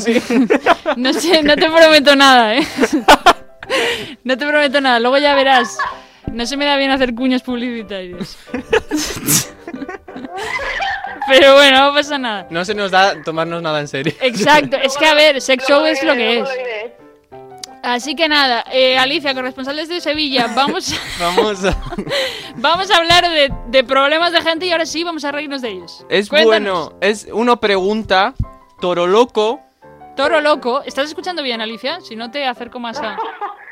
no sé, no te prometo nada, ¿eh? No te prometo nada, luego ya verás. No se me da bien hacer cuños publicitarios. Pero bueno, no pasa nada.
No se nos da tomarnos nada en serio.
Exacto, es que a ver, sex show es lo que es.
Luego lo diré.
Así que nada, eh, Alicia, corresponsales de Sevilla, vamos,
Vamos a...
vamos a hablar de, de problemas de gente y ahora sí vamos a reírnos de ellos.
Es
Cuéntanos.
bueno. Es uno pregunta. Toro loco.
Toro loco, ¿estás escuchando bien, Alicia? Si no te acerco más a...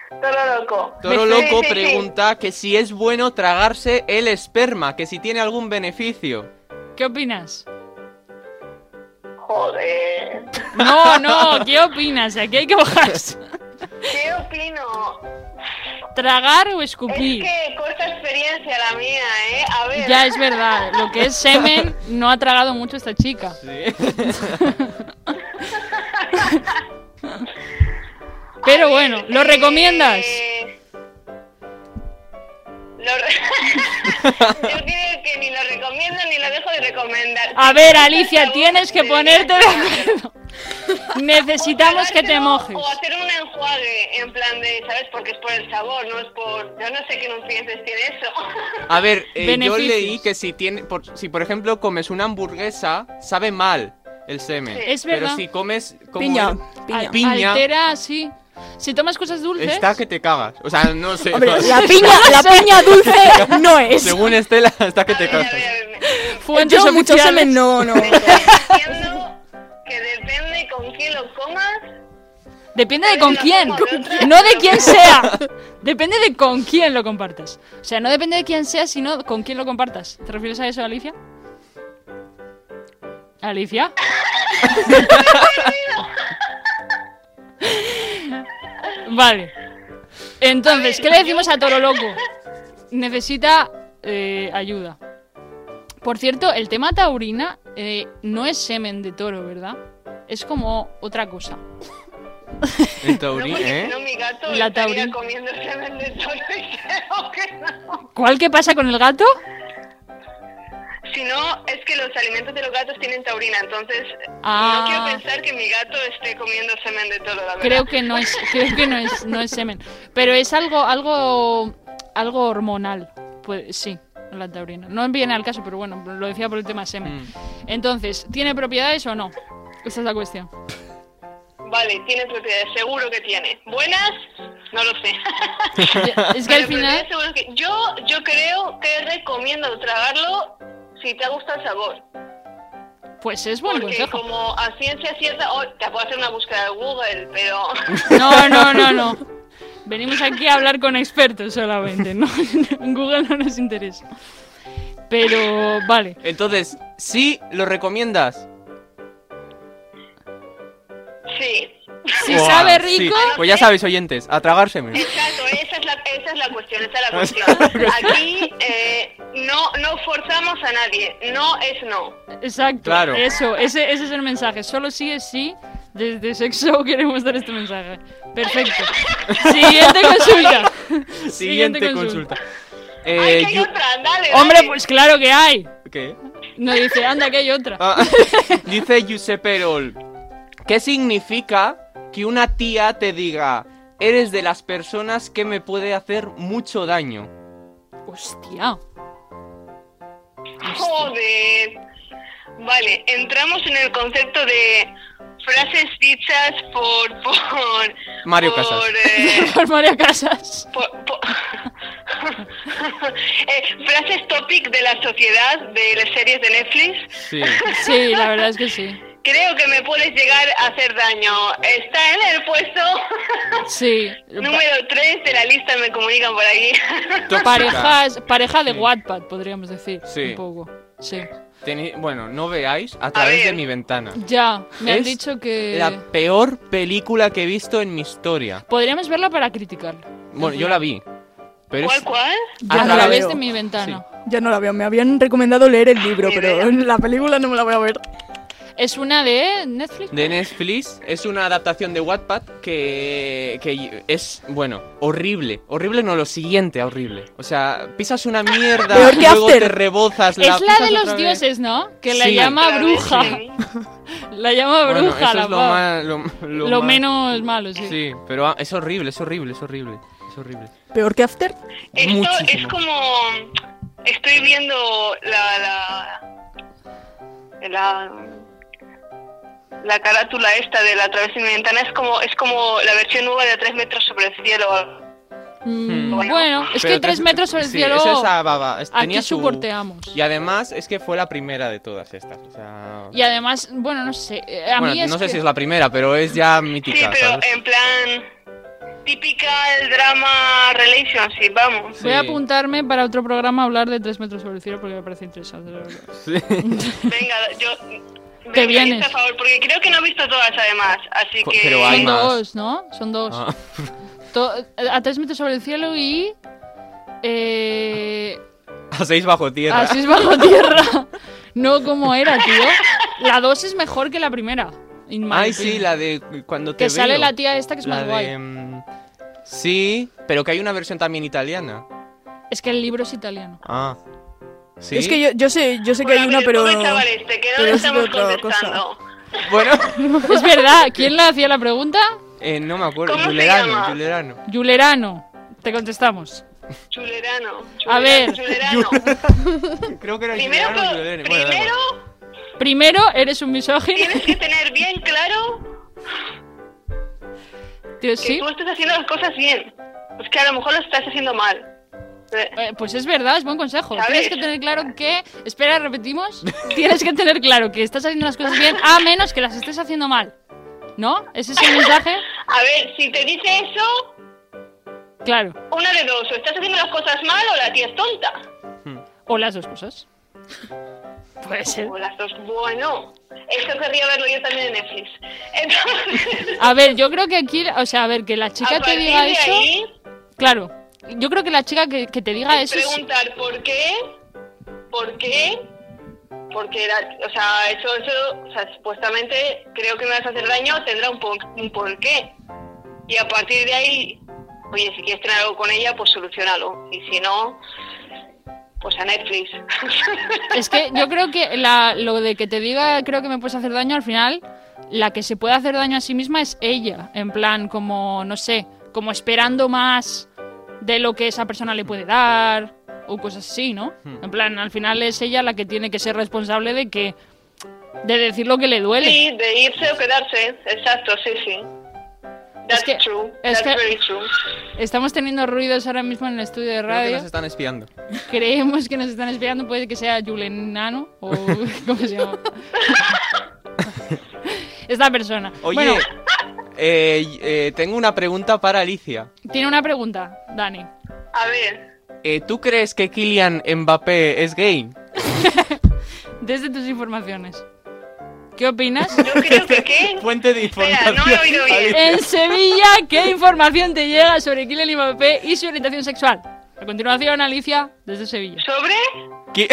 Todo loco.
Toro
Sí,
loco
sí, sí.
pregunta que si es bueno tragarse el esperma, que si tiene algún beneficio.
¿Qué opinas?
Joder.
No, no, ¿qué opinas? Aquí hay que bajarse.
¿Qué opino?
Tragar o
Es
escupir.
que corta experiencia la mía, ¿eh? A ver.
Ya es verdad, lo que es semen no ha tragado mucho esta chica. Pero bueno, ¿lo
Eh,
recomiendas?
lo re- Yo creo que ni lo recomiendo ni lo dejo de recomendar.
A ver, Alicia, tienes que
Sí.
ponerte de acuerdo. Necesitamos que te
Tragártelo
mojes.
O hacer un enjuague en plan de, ¿sabes? Porque es por el sabor, no es por. Yo no sé qué nutrientes tiene eso.
A ver, eh, yo
Beneficios.
leí que si tiene, por- si por ejemplo comes una hamburguesa, sabe mal el semen.
Sí.
Es
Pero
verdad.
si comes como
Piña,
era-
Al-
piña.
Pi- Piña.
Altera, sí. Si tomas cosas dulces.
está que te cagas. O sea, no sé.
Hombre,
o sea,
la piña, la piña dulce no es.
Según Estela, está que
A
te
ver, a
cagas.
ver, a ver, me-
Fuentes
Yo mucho
oficiales.
semen no, no.
me estás diciendo que depende con quién lo comas.
Depende de con
Pero
quién.
no, con otra.
No de quién sea. Depende de con quién lo compartas. O sea, no depende de quién sea, sino con quién lo compartas. ¿Te refieres a eso, Alicia? Alicia. vale. Entonces, ¿qué le decimos a Toro Loco? Necesita eh, ayuda. Por cierto, el tema taurina eh, no es semen de toro, ¿verdad? Es como otra cosa.
El
No,
taurí,
porque si no,
¿eh?
mi gato
La
estaría
taurín.
comiendo semen de toro y creo que no.
¿Cuál que pasa con el gato?
Si no, es que los alimentos de los gatos tienen taurina, entonces
Ah.
no quiero pensar que mi gato esté comiendo semen de toro, la verdad.
Creo que no es, creo que no es, no es semen. Pero es algo, algo, algo hormonal. Pues sí, la taurina. No viene al caso, pero bueno, lo decía por el tema semen.
Mm.
Entonces, ¿tiene propiedades o no? Esa es la cuestión.
Vale, tiene propiedades, seguro que tiene. ¿Buenas? No lo sé.
Ya, Es que al
Pero
final,
propiedades seguro que- Yo, yo creo que recomiendo tragarlo si te gusta el sabor.
pues es buen
Porque
consejo.
como a ciencia cierta, oh, te puedo hacer una búsqueda de Google, pero...
No, no, no, no. Venimos aquí a hablar con expertos solamente, ¿no? Google no nos interesa. Pero vale.
Entonces, sí, lo recomiendas.
Sí,
Si
Buah,
sabe
sí.
rico,
Pues ya sabéis, oyentes, a tragárseme.
Exacto, esa es la, esa es la cuestión, esa es la cuestión. Aquí eh, no, no forzamos a nadie, no es no.
Exacto.
Claro.
Eso, ese, ese es el mensaje. Solo sí es sí. Desde Sex Show queremos dar este mensaje. Perfecto. Siguiente consulta.
Siguiente consulta. Eh,
Ay, que hay
yo-
otra, dale.
Hombre,
dale.
pues claro que hay.
¿Qué?
No dice, anda, que hay otra.
Ah, dice Giuseppe Erol, ¿qué significa que una tía te diga, eres de las personas que me puede hacer mucho daño?
Hostia.
Joder. Vale, entramos en el concepto de frases dichas por... por
Mario
por,
Casas.
eh,
Por María Casas.
por- por- Eh, frases topic de la sociedad de las series de Netflix.
Sí.
Sí, la verdad es que sí.
Creo que me puedes llegar a hacer daño. Está en el puesto
Sí.
número 3 de la lista, me comunican por aquí.
Tóxica.
Parejas, pareja de Wattpad, podríamos decir.
Sí.
Un poco. Sí.
Teni- Bueno, no veáis a través
ver.
de mi ventana.
Ya, me han
Es
dicho que.
La peor película que he visto en mi historia.
Podríamos verla para criticarla.
Bueno, yo la vi. Pero
¿Cuál,
es
cuál?
A
no la
través
veo.
de mi ventana.
Ya no la veo, me habían recomendado leer el libro,
Ni
pero la película no me la voy a ver.
Es una de Netflix.
de Netflix. Es una adaptación de Wattpad que, que es, bueno, horrible. Horrible no, lo siguiente a horrible. O sea, pisas una mierda,
Peor que
luego
After.
te rebozas.
es la
pisas
de
otra
los
vez.
dioses, ¿no? Que la
Sí.
llama
Otra vez,
bruja.
sí.
La llama
Bueno,
bruja,
eso
la
es lo,
pava.
ma- lo, lo
Lo
ma-
menos malo, sí.
Sí, pero ah, es horrible, es horrible, es horrible. Es horrible.
¿Peor que After?
Esto es
Muchísimo.
como. Estoy viendo la. la. la la carátula esta de la través de mi ventana es como es como la versión nueva de 3 metros sobre el cielo
Mm,
Hmm.
Bueno, es que tres
Pero tres-
metros sobre el
sí,
cielo.
es esa baba, es-
Aquí
tenía su-
soporteamos.
Y además es que fue la primera de todas estas. o sea-
Y además, bueno, no sé. eh, A
Bueno,
mí es
no sé
que-
si es la primera, pero es ya
Sí,
mítica.
pero eh,
¿sabes?
en plan típica el drama relationship, vamos.
Voy a
Sí.
apuntarme para otro programa a hablar de tres metros sobre el cielo porque me parece interesante, la verdad.
Venga, yo
Te
venga,
vienes.
por favor, porque creo que no he visto todas además, así
Co-
que
pero hay
Son
más.
dos, ¿no? Son dos.
Ah,
To- eh, a tres metros sobre el cielo y. Eh,
a seis bajo tierra.
así es bajo tierra. No, como era, tío? La dos es mejor que la primera. in my
Ay, sí,
opinion.
la de cuando te
Que sale
veo.
la tía esta que es
La
más
de,
guay.
mm, Sí, pero que hay una versión también italiana.
Es que el libro es italiano.
Ah. Sí.
Es que yo, yo sé, yo sé que
Bueno,
hay una,
pero
pero.
pobre chaval este, que no
pero
le
es de
estamos
otra cosa.
contestando.
Bueno,
Es verdad, ¿quién le hacía la pregunta?
eh, no me acuerdo.
¿Cómo se
Julerano,
llama?
Julerano.
Yulerano. Te contestamos.
Chulerano,
A
chulerano,
ver.
chulerano.
Creo que era
Primero,
Julerano,
co-
Julerano. Bueno, da igual.
primero
Primero, eres un misógino.
tienes que tener bien claro
Tío,
que
sí.
tú estás haciendo las cosas bien. Es que a lo mejor lo estás haciendo mal. Eh,
Eh, Pues es verdad, es buen consejo.
¿Sabes?
Tienes que tener claro que. Espera, repetimos. Tienes que tener claro que estás haciendo las cosas bien, a menos que las estés haciendo mal. ¿No? ¿Ese es el mensaje?
A ver, si te dice eso,
Claro.
Una de dos, o estás haciendo las cosas mal o la tía es tonta.
O las dos cosas. Puede ser.
O las dos, bueno. Esto querría verlo yo también en Netflix. Entonces,
A ver, yo creo que aquí. O sea, a ver, que la
a
chica te
partir
diga
de
eso.
ahí,
Claro. Yo creo que la chica que, que te diga Ah, eso. es-
preguntar por qué, por qué, porque era, o sea, eso, eso, o sea, supuestamente creo que me vas a hacer daño, tendrá un, por, un porqué. Y a partir de ahí, oye, si quieres tener algo con ella, pues solucionalo. Y si no, pues a Netflix.
Es que yo creo que la- lo de que te diga creo que me puedes hacer daño, al final la que se puede hacer daño a sí misma es ella. En plan, como, no sé, como esperando más de lo que esa persona le puede dar o cosas así, ¿no?
Hmm.
En plan, al final es ella la que tiene que ser responsable de que... de decir lo que le duele.
Sí, de irse o quedarse, exacto, sí, sí. That's
Es que-
true,
es
that's
que-
very true.
Estamos teniendo ruidos ahora mismo en el estudio de
Creo que
radio.
nos están espiando.
Creemos que nos están espiando, puede que sea Julenano o cómo se llama. Esta persona.
Oye,
Bueno,
eh, eh, tengo una pregunta para Alicia.
Tiene una pregunta, Dani.
A ver,
Eh, ¿Tú crees que Kylian Mbappé es gay?
Desde tus informaciones. ¿Qué opinas?
yo creo que qué.
Fuente de
Espera, no he oído bien.
en Sevilla, ¿qué información te llega sobre Kylian Mbappé y su orientación sexual? A continuación, Alicia, desde Sevilla.
¿Sobre?
Ki-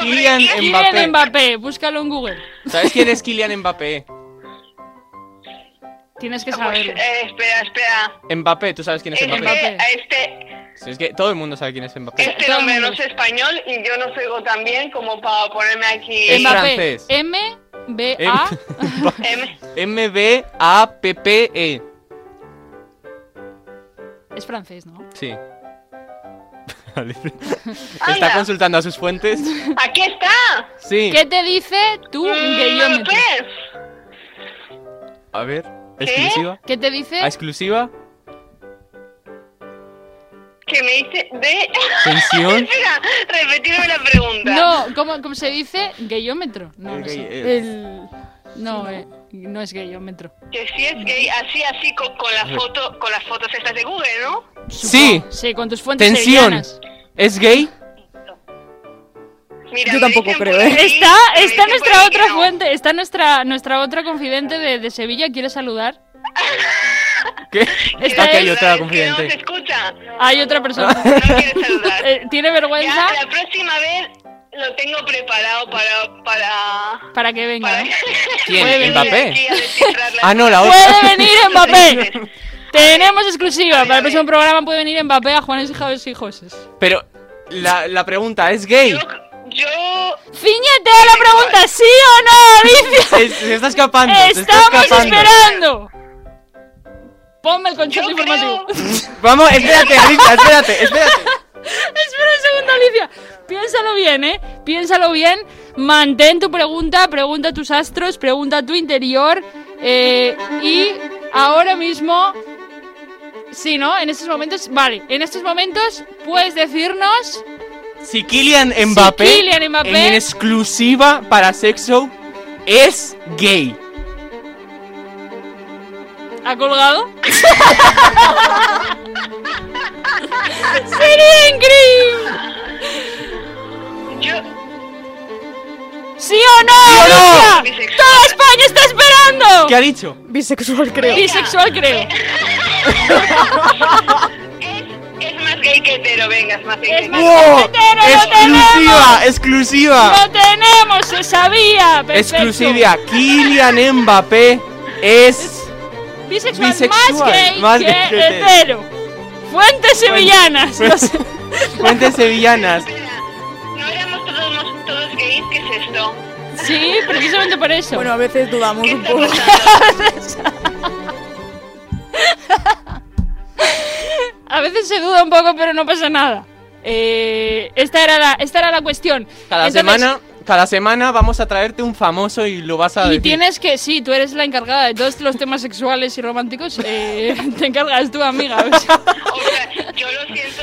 Kylian Mbappé.
Kylian Mbappé, búscalo en Google.
¿Sabes quién es Kylian Mbappé?
Tienes que
Pues,
saberlo.
eh, espera, espera.
Mbappé, tú sabes quién es
Es
Mbappé.
que a este,
Si es que todo el mundo sabe quién es Mbappé.
todo el
este nombre
mundo.
no es español y yo no oigo tan bien como para ponerme aquí.
Es
Mbappé.
francés.
M B A
Em,
M B A P P E.
es francés, ¿no?
Sí. Alicia.
Anda.
Está consultando a sus fuentes.
¡Aquí está! Mm,
Sí.
¿Qué te dice
Mm,
tu gayómetro?
¡Mbappé!
A ver, exclusiva.
¿Qué te dice?
¿A exclusiva?
que me hice de...
Tensión.
Espera, repetirme la pregunta.
No, ¿cómo, cómo se dice? Gayómetro. No,
El
no,
gay-
sé.
eh,
El...
no, eh, no es gayómetro.
Que si es gay, así, así, con, con, la foto, con las fotos estas de Google, ¿no?
Sí,
Sí, con tus fuentes
tensión.
sevillanas.
¿Es gay?
Mira,
Yo
me
tampoco
dicen
creo,
por
¿eh?
Está,
ahí- me
está
dicen por
nuestra
ahí
otra
que no.
fuente, está nuestra nuestra otra confidente de, de Sevilla, ¿quiere saludar?
¿Qué?
Esta
Ah, que hay
es-
otra
Es que no se
confidente.
escucha.
Hay otra persona.
No quiere saludar.
Eh, ¿Tiene vergüenza?
Ya, la próxima vez lo tengo preparado para... para...
Para que venga. ¿eh?
para...
¿no?
¿Quién?
Puede venir
¿Mbappé?
aquí a descifrar las
Ah, no, la otra.
¡Puede venir Mbappé! Tenemos exclusiva. Para el próximo programa puede venir Mbappé a Juanes y Javes y Joses.
Pero la, la pregunta, ¿es gay?
Yo, yo
¡Ciñete a la pregunta! ¿Sí o no, Alicia?
Se, se está escapando. se está
¡Estamos
escapando.
esperando! Ponme el
Yo
concepto informativo.
creo,
Vamos, espérate, Alicia, espérate, espérate.
Espera un segundo, Alicia. Piénsalo bien, ¿eh? Piénsalo bien. Mantén tu pregunta, pregunta a tus astros, pregunta a tu interior. eh, y ahora mismo... Sí, ¿no? En estos momentos... Vale, en estos momentos puedes decirnos...
Si Kylian Mbappé,
Si Kylian Mbappé-
en exclusiva para sexo es gay.
¿Ha colgado? ¡Sería increíble!
yo,
¿Sí o no,
¿Sí o no?
Alicia? ¡Toda España está esperando!
¿Qué ha dicho?
Bisexual, creo.
Bisexual, creo.
es, es más gay que hetero, venga, es más gay
Es
que
más-
hetero.
¡Lo tenemos, lo tenemos!
¡Exclusiva! ¡Exclusiva!
¡Lo tenemos! ¡Se sabía! Perfecto.
¡Exclusiva! Kylian Mbappé es.
Bisexual, más
bisexual,
gay
más
que
gay que hetero.
hetero. Fuentes sevillanas. no sé.
Fuentes sevillanas.
Espera, ¿No éramos todos, todos gays? ¿Qué es esto?
Sí, precisamente por eso.
Bueno, a veces dudamos
¿Qué
un
está
poco.
pasando?
A veces se duda un poco, pero no pasa nada. Eh, esta, era la, esta era la cuestión.
Cada
Entonces,
semana. Cada semana vamos a traerte un famoso y lo vas a
Y
decir.
tienes que, sí, tú eres la encargada de todos los temas sexuales y románticos. eh, te encargas tú, amiga. o sea.
O sea, yo lo siento,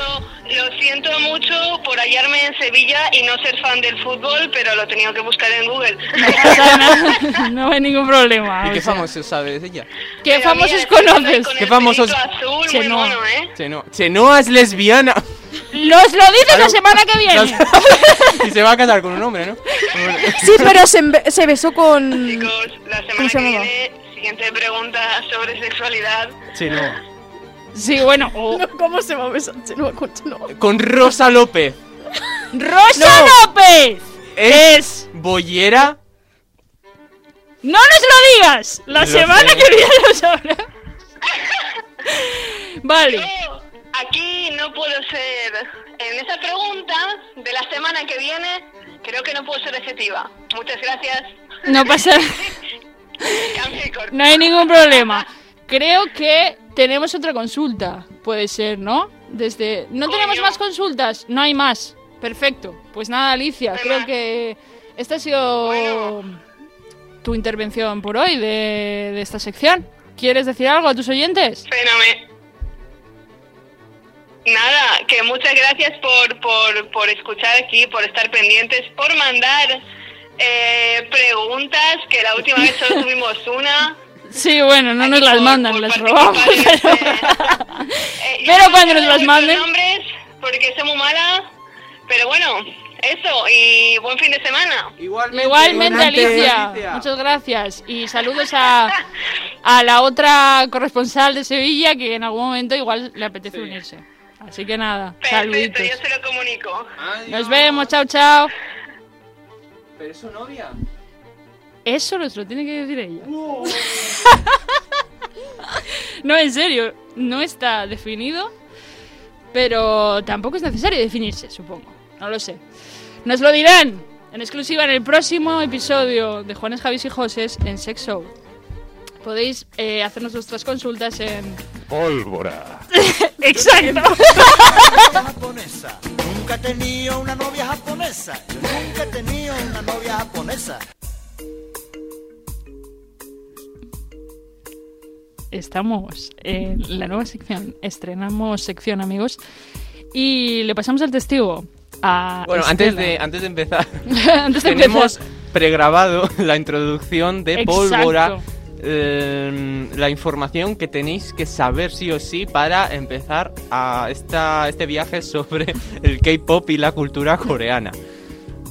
lo siento mucho por hallarme en Sevilla y no ser fan del fútbol, pero lo he tenido que buscar en Google.
O sea, no, no hay ningún problema.
¿Y
o
qué
sea.
famoso sabes ella?
¿Qué
Pero
famosos
mira, estoy
conoces?
con
¿Qué
el
famosos?
pelito Azul, muy
Chenoa.
mono, ¿eh?
Chenoa. Chenoa es lesbiana.
Los lo dices la
Claro.
semana que viene.
y se va a casar con un hombre, ¿no?
Sí, pero se, embe- se besó con...
Chicos, la
¿Cómo
semana
se
que
llamaba?
viene, siguiente pregunta sobre sexualidad.
Chenoa.
Sí, bueno. o-
No, ¿Cómo se va a besar Chenoa con Chenoa?
Con Rosa López.
¡Rosa López!
Es. Bollera.
¡No nos lo digas! La
Lo
semana
sé.
que viene lo sabrás. vale.
Yo aquí no puedo ser, en esa pregunta de la semana que viene, creo que no puedo ser efectiva. Muchas gracias.
No pasa
Cambio y corto.
No hay ningún problema. Creo que tenemos otra consulta. Puede ser, ¿no? Desde. ¿No tenemos
Coño.
más consultas? No hay más. Perfecto. Pues nada, Alicia.
No hay
Creo
más.
que. Esta ha sido.
Bueno.
Tu intervención por hoy de, de esta sección. ¿Quieres decir algo a tus oyentes?
Fenome- Nada, que muchas gracias por, por, por escuchar aquí, por estar pendientes, por mandar eh, preguntas, que la última vez solo tuvimos una.
Sí, bueno, no
Aquí
nos las
por-
mandan,
por
las
participar
robamos.
en este- Eh, yo
Pero
no
cuando nos
sé
las
vuestros
manden.
nombres, porque soy muy mala. Pero bueno, eso, y buen fin de semana.
Igualmente,
Igualmente, Alicia. Muchas gracias. Y saludos a, a la otra corresponsal de Sevilla que en algún momento igual le apetece unirse. Así que nada,
Perfecto,
saluditos.
yo se lo comunico.
Nos vemos, chao, chao.
Pero es su novia.
Eso nos lo tiene que decir ella. No, en serio, no está definido, pero tampoco es necesario definirse, supongo. No lo sé. Nos lo dirán en exclusiva en el próximo episodio de Juanes, Javis y Joses en Sex Show. Podéis eh, hacernos vuestras consultas en...
Pólvora.
¡Exacto!
japonesa. Nunca he tenido una novia japonesa. Yo nunca he tenido una novia japonesa.
Estamos en la nueva sección. Estrenamos sección, amigos. Y le pasamos el testigo a.
Bueno, antes
Estela.
de, antes de empezar,
antes de
tenemos
empezar.
pregrabado la introducción de
Exacto.
Pólvora. eh, la información que tenéis que saber sí o sí para empezar a esta, este viaje sobre el K-pop y la cultura coreana.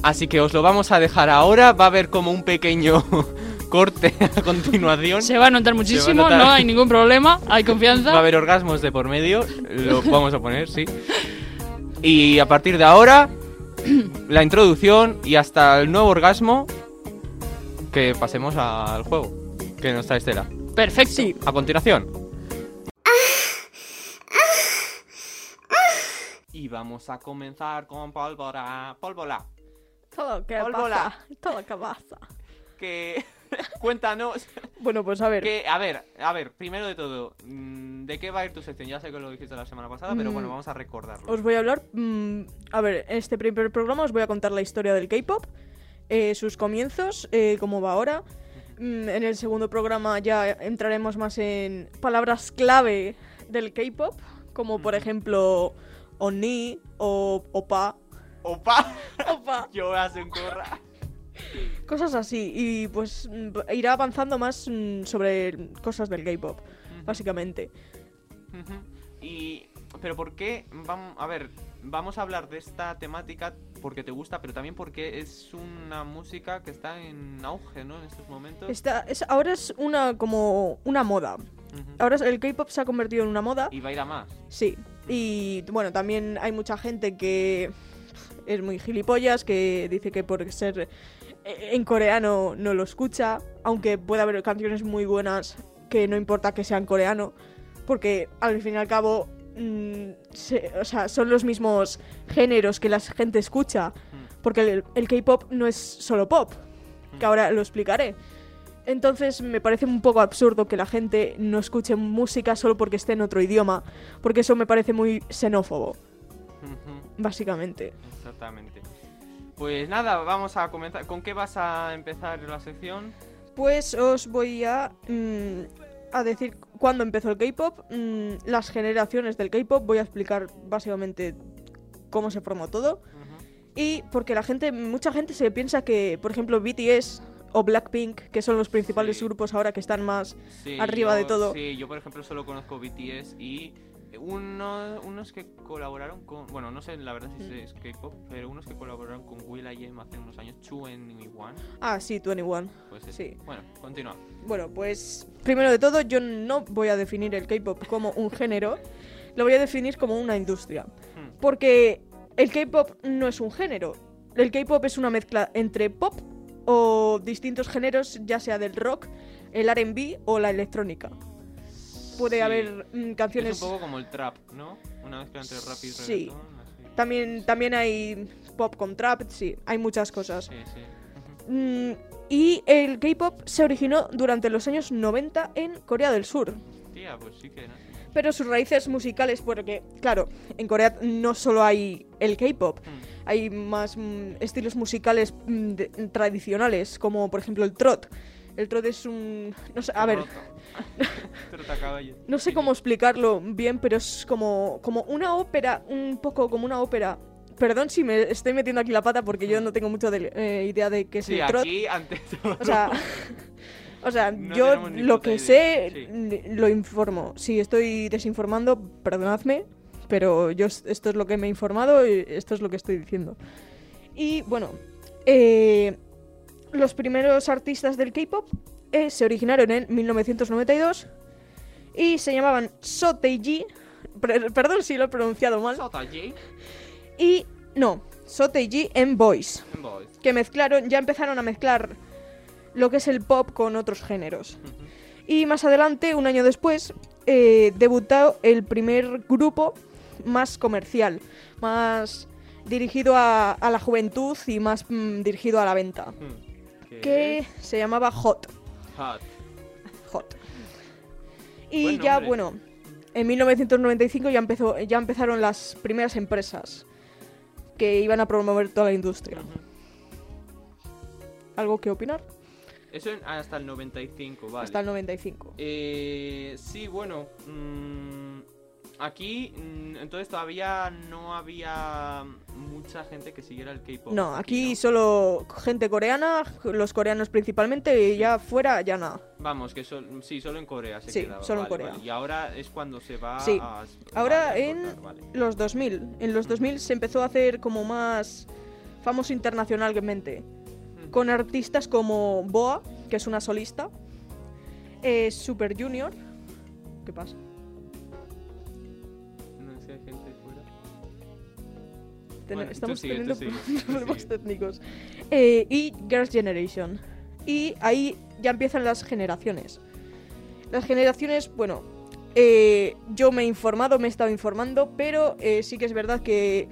Así que os lo vamos a dejar ahora. Va a haber como un pequeño corte a continuación.
Se va a notar muchísimo,
notar.
no hay ningún problema, hay confianza.
Va a haber orgasmos de por medio, lo vamos a poner, sí. Y a partir de ahora, la introducción y hasta el nuevo orgasmo, que pasemos al juego, que nos trae Estela.
Perfecto.
Sí.
A continuación. Y vamos a comenzar con pólvora, pólvora,
Todo que
Pólvora.
pasa. Todo que pasa.
que cuéntanos
Bueno, pues a ver.
que, a ver, a ver, primero de todo, mm, ¿de qué va a ir tu sección? Ya sé que lo dijiste la semana pasada, pero bueno,
Mm.
vamos a recordarlo.
Os voy a hablar. mm, a ver, en este primer programa os voy a contar la historia del K-pop, eh, sus comienzos, eh, cómo va ahora. Mm, en el segundo programa ya entraremos más en palabras clave del K-pop, como por ejemplo Oni o Opa.
¡Opa!
Opa.
Yo hace un corra.
Cosas así. Y pues mm, irá avanzando más mm, sobre cosas del K-pop, Pues- básicamente.
Y. Pero ¿por qué? Vam- a ver, vamos a hablar de esta temática porque te gusta, pero también porque es una música que está en auge, ¿no? En estos momentos.
Esta, es, ahora es una como una moda.
Ujú.
Ahora es- el K-pop se ha convertido en una moda.
Y va a ir a más.
Sí, y bueno, también hay mucha gente que es muy gilipollas, que dice que por ser eh, en coreano no lo escucha, aunque puede haber canciones muy buenas que no importa que sean coreano, porque al fin y al cabo mm, se- o sea, son los mismos géneros que la gente escucha, porque el, el K-pop no es solo pop, que ahora lo explicaré. Entonces me parece un poco absurdo que la gente no escuche música solo porque esté en otro idioma, porque eso me parece muy xenófobo,
Ujú,
básicamente.
Exactamente. Pues nada, vamos a comenzar. ¿Con qué vas a empezar la sección?
Pues os voy a, mm, a decir cuándo empezó el K-pop, mm, las generaciones del K-pop, voy a explicar básicamente cómo se formó todo. Y porque la gente, mucha gente se piensa que, por ejemplo, BTS o Blackpink, que son los principales
Sí.
grupos ahora que están más
Sí,
Arriba
yo-
de todo.
Sí, yo por ejemplo solo conozco BTS y uno- unos que colaboraron con. Bueno, no sé la verdad
Mm.
si es K-pop, pero unos que colaboraron con Will.i.am hace unos años, 2NE1.
Ah, sí, 21.
Pues
Sí.
sí. Bueno, continúa.
Bueno, pues primero de todo, yo no voy a definir el K-pop como un género, lo voy a definir como una industria.
Hmm.
Porque el K-pop no es un género. El K-pop es una mezcla entre pop o distintos géneros, ya sea del rock, el RB o la electrónica. Puede
Sí.
haber mm, canciones.
Es un poco como el trap, ¿no? Una mezcla entre rap y
Sí.
reggaetón, así.
También, también hay pop con trap, sí, hay muchas cosas.
Sí, sí. Ujú.
Mm, y el K-pop se originó durante los años 90 en Corea del Sur.
Tía, pues sí que no. sé.
Pero sus raíces musicales, porque, claro, en Corea no solo hay el K-pop,
Hmm.
hay más mm, estilos musicales mm, de- tradicionales, como por ejemplo el trot. El trot es un. No sé, a ver,
Roto. Trota caballo.
no sé
Sí,
cómo explicarlo bien, pero es como, como una ópera, un poco como una ópera. Perdón si me estoy metiendo aquí la pata porque yo no tengo mucha de- eh, idea de qué es
Mm. Sí,
el trot.
aquí ante todo.
O sea, o sea
No
yo
tenemos ni
lo
puta
que
idea,
sé
sí.
n- lo informo. Si estoy desinformando, perdonadme, pero yo es- esto es lo que me he informado y esto es lo que estoy diciendo. Y bueno, eh, los primeros artistas del K-pop eh, se originaron en 1992 y se llamaban Soteiji. Per- Perdón si lo he pronunciado mal.
Sota J.
Y no, Soteiji en Boys
Boys.
que mezclaron, ya empezaron a mezclar lo que es el pop con otros géneros.
Ujú.
Y más adelante, un año después, eh, debutó el primer grupo más comercial, más dirigido a, a la juventud y más mm, dirigido a la venta,
Hmm. ¿Qué
que se llamaba Hot.
es? Hot.
Hot. Y
Buen
ya,
nombre.
bueno, en 1995 ya, empezó, ya empezaron las primeras empresas que iban a promover toda la industria. ¿Algo que opinar?
Eso en- hasta el 95, vale.
Hasta el 95.
Eh, sí, bueno. mm, Aquí, mm, entonces todavía no había mucha gente que siguiera el K-pop.
No, aquí
¿no?
solo gente coreana, los coreanos principalmente, y ya fuera ya nada.
Vamos, que sol- sí, solo en Corea se
Sí,
quedaba,
solo en
vale,
Corea.
vale. Y ahora es cuando se va
Sí.
a...
Ahora
vale, a
en-
cortar, vale.
Los 2000. En los 2000 se empezó a hacer como más famoso internacionalmente. Con artistas como Boa, que es una solista. eh, Super Junior. ¿Qué pasa?
No sé si hay gente fuera.
Ten-
Bueno, tú
estamos
sigue, tú
teniendo
sigue, tú
problemas
sigue.
técnicos. Eh, y Girls' Generation. Y ahí ya empiezan las generaciones. Las generaciones, bueno, eh, yo me he informado, me he estado informando, pero eh, sí que es verdad que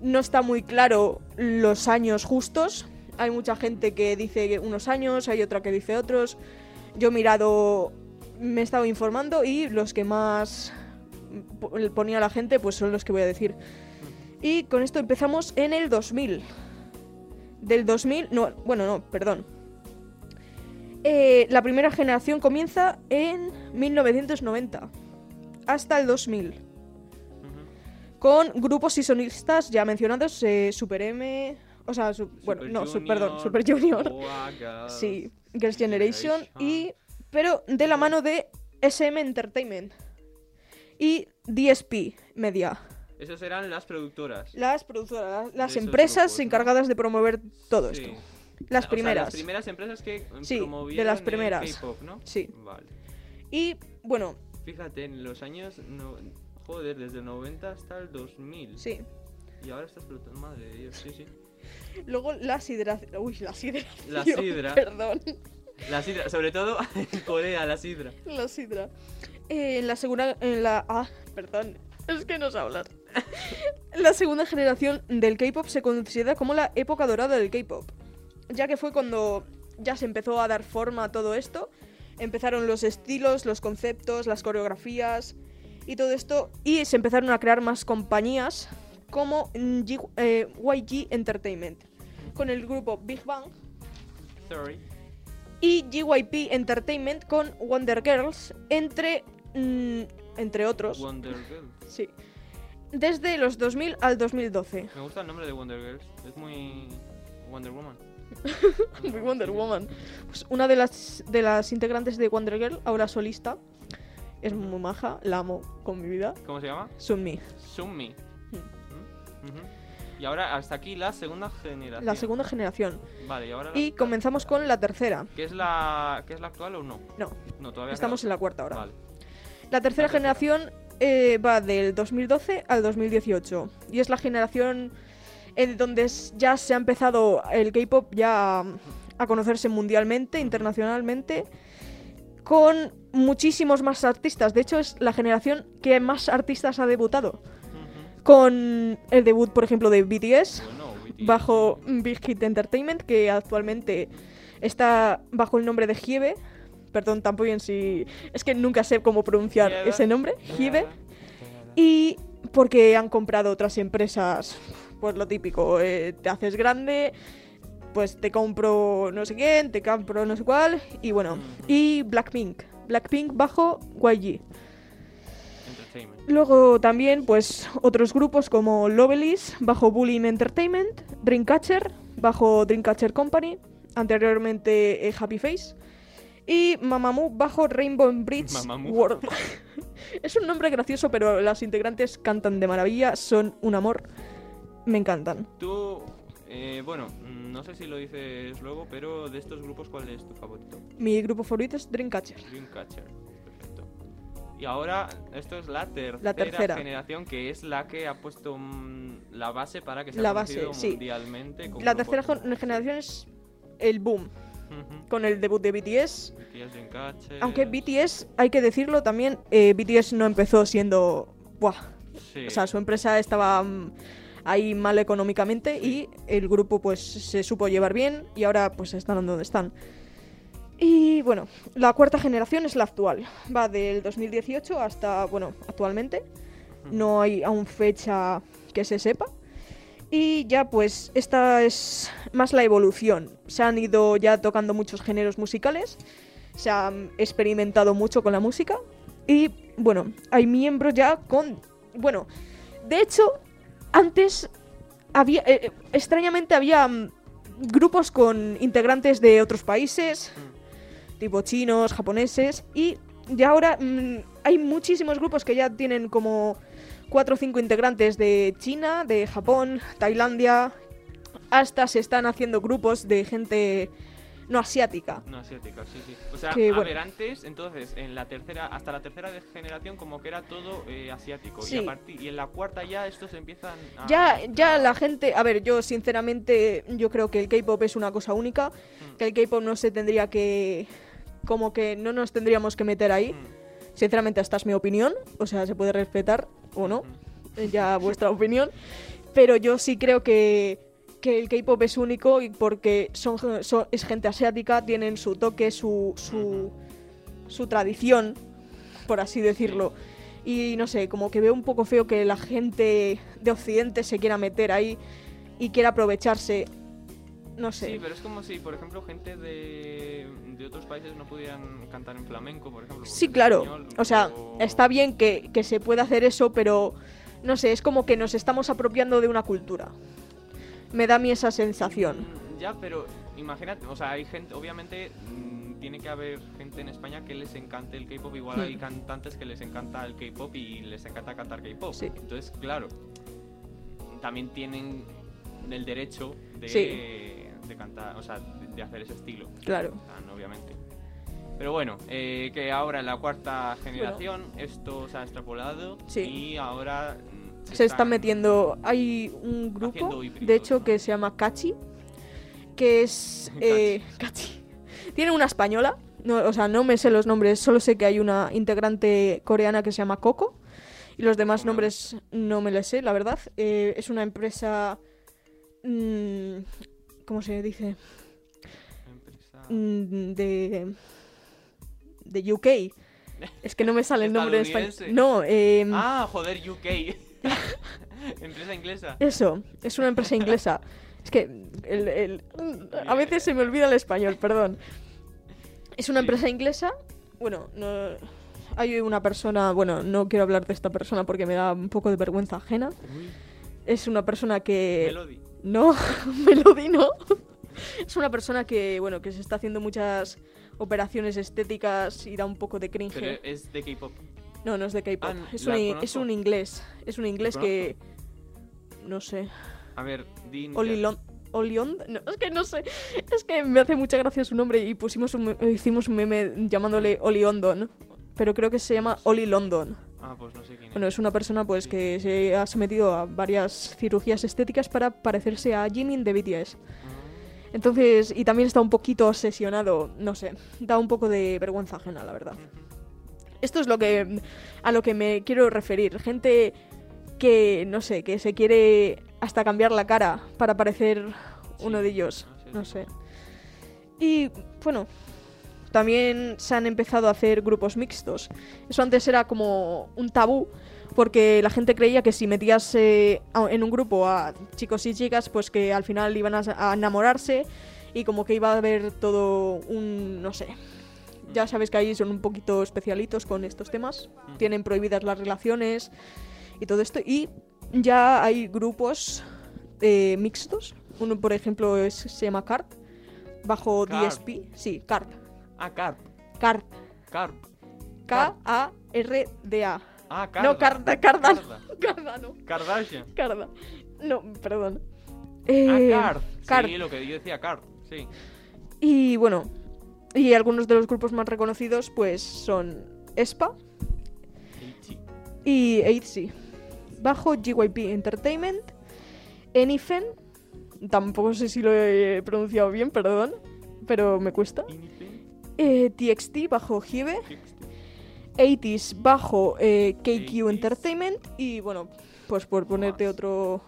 no está muy claro los años justos. Hay mucha gente que dice unos años, hay otra que dice otros. Yo he mirado, me he estado informando y los que más po- ponía la gente pues son los que voy a decir. Y con esto empezamos en el 2000. Del 2000, no, bueno, no, perdón. Eh, la primera generación comienza en 1990 hasta el 2000. Con grupos y sonistas ya mencionados, eh, Super M, o sea, su- bueno,
Super
no, su-
Junior,
perdón, Super Junior.
Boa, Girls.
Sí, Girls' Generation
Generation.
y pero de la mano de SM Entertainment y DSP Media.
Esas eran las productoras.
Las productoras, las- las
esos
empresas
grupos, ¿no?
encargadas de promover todo
Sí.
esto.
O
Las
sea,
primeras.
las primeras empresas que eh,
Sí, de las
promovieron el
primeras.
K-pop, ¿no?
Sí.
Vale.
Y bueno,
Fíjate, en los años. no- Joder, desde el 90 hasta el 2000.
sí.
Y ahora está explotando. Madre de Dios, sí, sí.
Luego la sidración. Uy, la sidración.
La sidra.
Perdón,
La sidra, sobre todo en Corea, la sidra.
la sidra. Eh, en la segunda. En la. Ah, perdón. Es que no sé hablar. la segunda generación del K-pop se considera como la época dorada del K-pop. Ya que fue cuando ya se empezó a dar forma a todo esto. Empezaron los estilos, los conceptos, las coreografías y todo esto. Y se empezaron a crear más compañías como mm, G- eh, YG Entertainment. Con el grupo Big Bang.
Sorry.
y GYP Entertainment con Wonder Girls, entre, mm, entre otros.
Wonder Girls.
Sí. Desde los 2000 al 2012.
Me gusta el nombre de Wonder Girls. Es muy. Wonder Woman. Ah,
Muy Wonder Woman. Pues una de las, de las integrantes de Wonder Girl, ahora solista, es muy maja, la amo con mi vida.
¿Cómo se llama?
Sunmi.
Summi.
Hmm.
Mm, ujú. Y ahora hasta aquí la segunda generación.
La segunda generación.
Vale, y ahora. la-
Y comenzamos con la tercera.
¿Qué es la, qué es la actual o no?
No,
No, todavía
estamos en
queda
la cuarta
otra.
ahora.
Vale.
La tercera
La tercera.
generación eh, va del 2012 al 2018 y es la generación en donde s- ya se ha empezado el K-pop ya a, a conocerse mundialmente, internacionalmente, con muchísimos más artistas. De hecho, es la generación que más artistas ha debutado.
Ujú.
Con el debut, por ejemplo, de BTS
Bueno, BTS.
bajo Big Hit Entertainment, que actualmente está bajo el nombre de E Hiebe. Perdón, tampoco bien si... Es que nunca sé cómo pronunciar
Hiebe.
ese nombre, Hiebe. Y porque han comprado otras empresas, pues lo típico, eh, te haces grande, pues te compro no sé quién, te compro no sé cuál, y bueno.
Ujú.
Y Blackpink, Blackpink bajo YG.
Entertainment.
Luego también, pues, otros grupos como Lovelis, bajo Bullying Entertainment, Dreamcatcher, bajo Dreamcatcher Company, anteriormente eh, Happy Face, y Mamamoo, bajo Rainbow Bridge
Mamamoo.
World. es un nombre gracioso, pero las integrantes cantan de maravilla, son un amor, me encantan.
Tú, eh, bueno, mm, no sé si lo dices luego, pero de estos grupos, ¿cuál es tu favorito?
Mi grupo favorito es Dreamcatcher.
Dreamcatcher. Perfecto. Y ahora, esto es la tercera,
tercera.
generación, que es la que ha puesto mm, la base para que sea
La
conocido
base, sí.
mundialmente. como
La
grupo
tercera
famoso.
gen- generación es el boom,
Ujú.
con el debut de BTS,
BTS, Dreamcatcher.
Aunque BTS, hay que decirlo también, eh, BTS no empezó siendo... Buah.
Sí.
O sea, su empresa estaba mm, ahí mal económicamente
Sí.
y el grupo pues se supo llevar bien y ahora pues están donde están. Y bueno, la cuarta generación es la actual. Va del 2018 hasta, bueno, actualmente. No hay aún fecha que se sepa. Y ya pues esta es más la evolución. Se han ido ya tocando muchos géneros musicales, se han experimentado mucho con la música y bueno, hay miembros ya con... Bueno, de hecho, antes había... eh, eh, extrañamente había mm, grupos con integrantes de otros países, tipo chinos, japoneses, y ya ahora mm, hay muchísimos grupos que ya tienen como cuatro o cinco integrantes de China, de Japón, Tailandia, hasta se están haciendo grupos de gente no asiática.
No, asiática, sí, sí. O sea,
Que,
a
bueno.
ver, antes, entonces, en la tercera, hasta la tercera de- generación como que era todo eh, asiático. Y,
Sí.
a partir, y en la cuarta ya estos empiezan a...
Ya, ya la gente, a ver, yo sinceramente yo creo que el K-pop es una cosa única, que el K-pop no se tendría que, como que no nos tendríamos que meter ahí. Sinceramente esta es mi opinión, o sea, se puede respetar o
Mm.
no, eh, ya vuestra opinión, pero yo sí creo que, que el K-pop es único y porque son, son- es gente asiática, tienen su toque, su, su, su tradición, por así decirlo. Y no sé, como que veo un poco feo que la gente de Occidente se quiera meter ahí y quiera aprovecharse. No sé.
Sí, pero es como si, por ejemplo, gente de, de otros países no pudieran cantar en flamenco, por ejemplo. porque
Sí,
es
claro.
español,
O sea,
o-
está bien que, que se pueda hacer eso, pero no sé, es como que nos estamos apropiando de una cultura. Me da a mí esa sensación.
Mm, Ya, pero imagínate, o sea, hay gente, obviamente mm, tiene que haber gente en España que les encante el K-pop, igual
Hmm.
hay cantantes que les encanta el K-pop y les encanta cantar K-pop.
Sí.
Entonces, claro, también tienen el derecho de, de cantar, o sea, de, de hacer ese estilo,
Claro.
tan obviamente. Pero bueno, eh, que ahora en la cuarta generación esto se ha extrapolado
Sí.
y ahora mm,
Se están metiendo. Hay un grupo,
haciendo híbridos,
de hecho,
¿no?
que se llama Cachi, que es. eh, Cachi. Tiene una española. No, o sea, no me sé los nombres, solo sé que hay una integrante coreana que se llama Coco. Y los demás
Coco.
nombres no me les sé, la verdad. Eh, es una empresa. mm, ¿Cómo se dice?
Empresa
Mm, de de UK. Es que no me sale el nombre en
Estadounidense.
español. No, eh,
Ah, joder, UK. Empresa inglesa.
eso, es una empresa inglesa. Es que el- el- a veces se me olvida el español, perdón. Es una
Sí.
empresa inglesa. Bueno, no, hay una persona, bueno, no quiero hablar de esta persona porque me da un poco de vergüenza ajena. Es una persona que...
Melody.
No, Melody no. Es una persona que, bueno, que se está haciendo muchas operaciones estéticas y da un poco de cringe.
Pero es de K-pop.
No, no es de K-pop.
Ah,
es,
la
un,
conozco.
es un inglés. Es un inglés
La
que... No sé.
A ver, Dean.
Oli Lon- Oli Ond- No, es que no sé. Es que me hace mucha gracia su nombre y pusimos un, me- hicimos un meme llamándole Oli Ondon. Pero creo que se llama Oli London.
Ah, pues no sé quién es.
Bueno, es una persona pues
Sí.
que se ha sometido a varias cirugías estéticas para parecerse a Jimin de BTS. Entonces, y también está un poquito obsesionado, no sé, da un poco de vergüenza ajena, la verdad. Esto es lo que a lo que me quiero referir, gente que no sé, que se quiere hasta cambiar la cara para parecer uno
Sí,
de ellos,
no sé,
no
sí.
sé. Y bueno, también se han empezado a hacer grupos mixtos. Eso antes era como un tabú, porque la gente creía que si metías eh, a- en un grupo a chicos y chicas, pues que al final iban a, a enamorarse y como que iba a haber todo un, no sé. Ya sabes que ahí son un poquito especialitos con estos temas. Tienen prohibidas las relaciones y todo esto. Y ya hay grupos eh, mixtos. Uno, por ejemplo, es- se llama CART, bajo
Carp.
DSP. Sí, CART.
Ah, Carp.
CART.
Carp.
K-A-R-D-A.
Ah, Carda.
No, Carda, Carda. Carda, no.
Kardashian.
Carda. No, perdón.
Ah,
Eh,
Card.
Card.
Sí, lo que yo decía, Card. Sí.
Y bueno, y algunos de los grupos más reconocidos pues son ESPA
Eichi.
y Eitzy. Bajo GYP Entertainment, Enifen, tampoco sé si lo he pronunciado bien, perdón, pero me cuesta.
Inipen.
Eh, TXT bajo Hive,
Kixte.
80s bajo eh, KQ
80s.
Entertainment y bueno, pues por ponerte
Más.
otro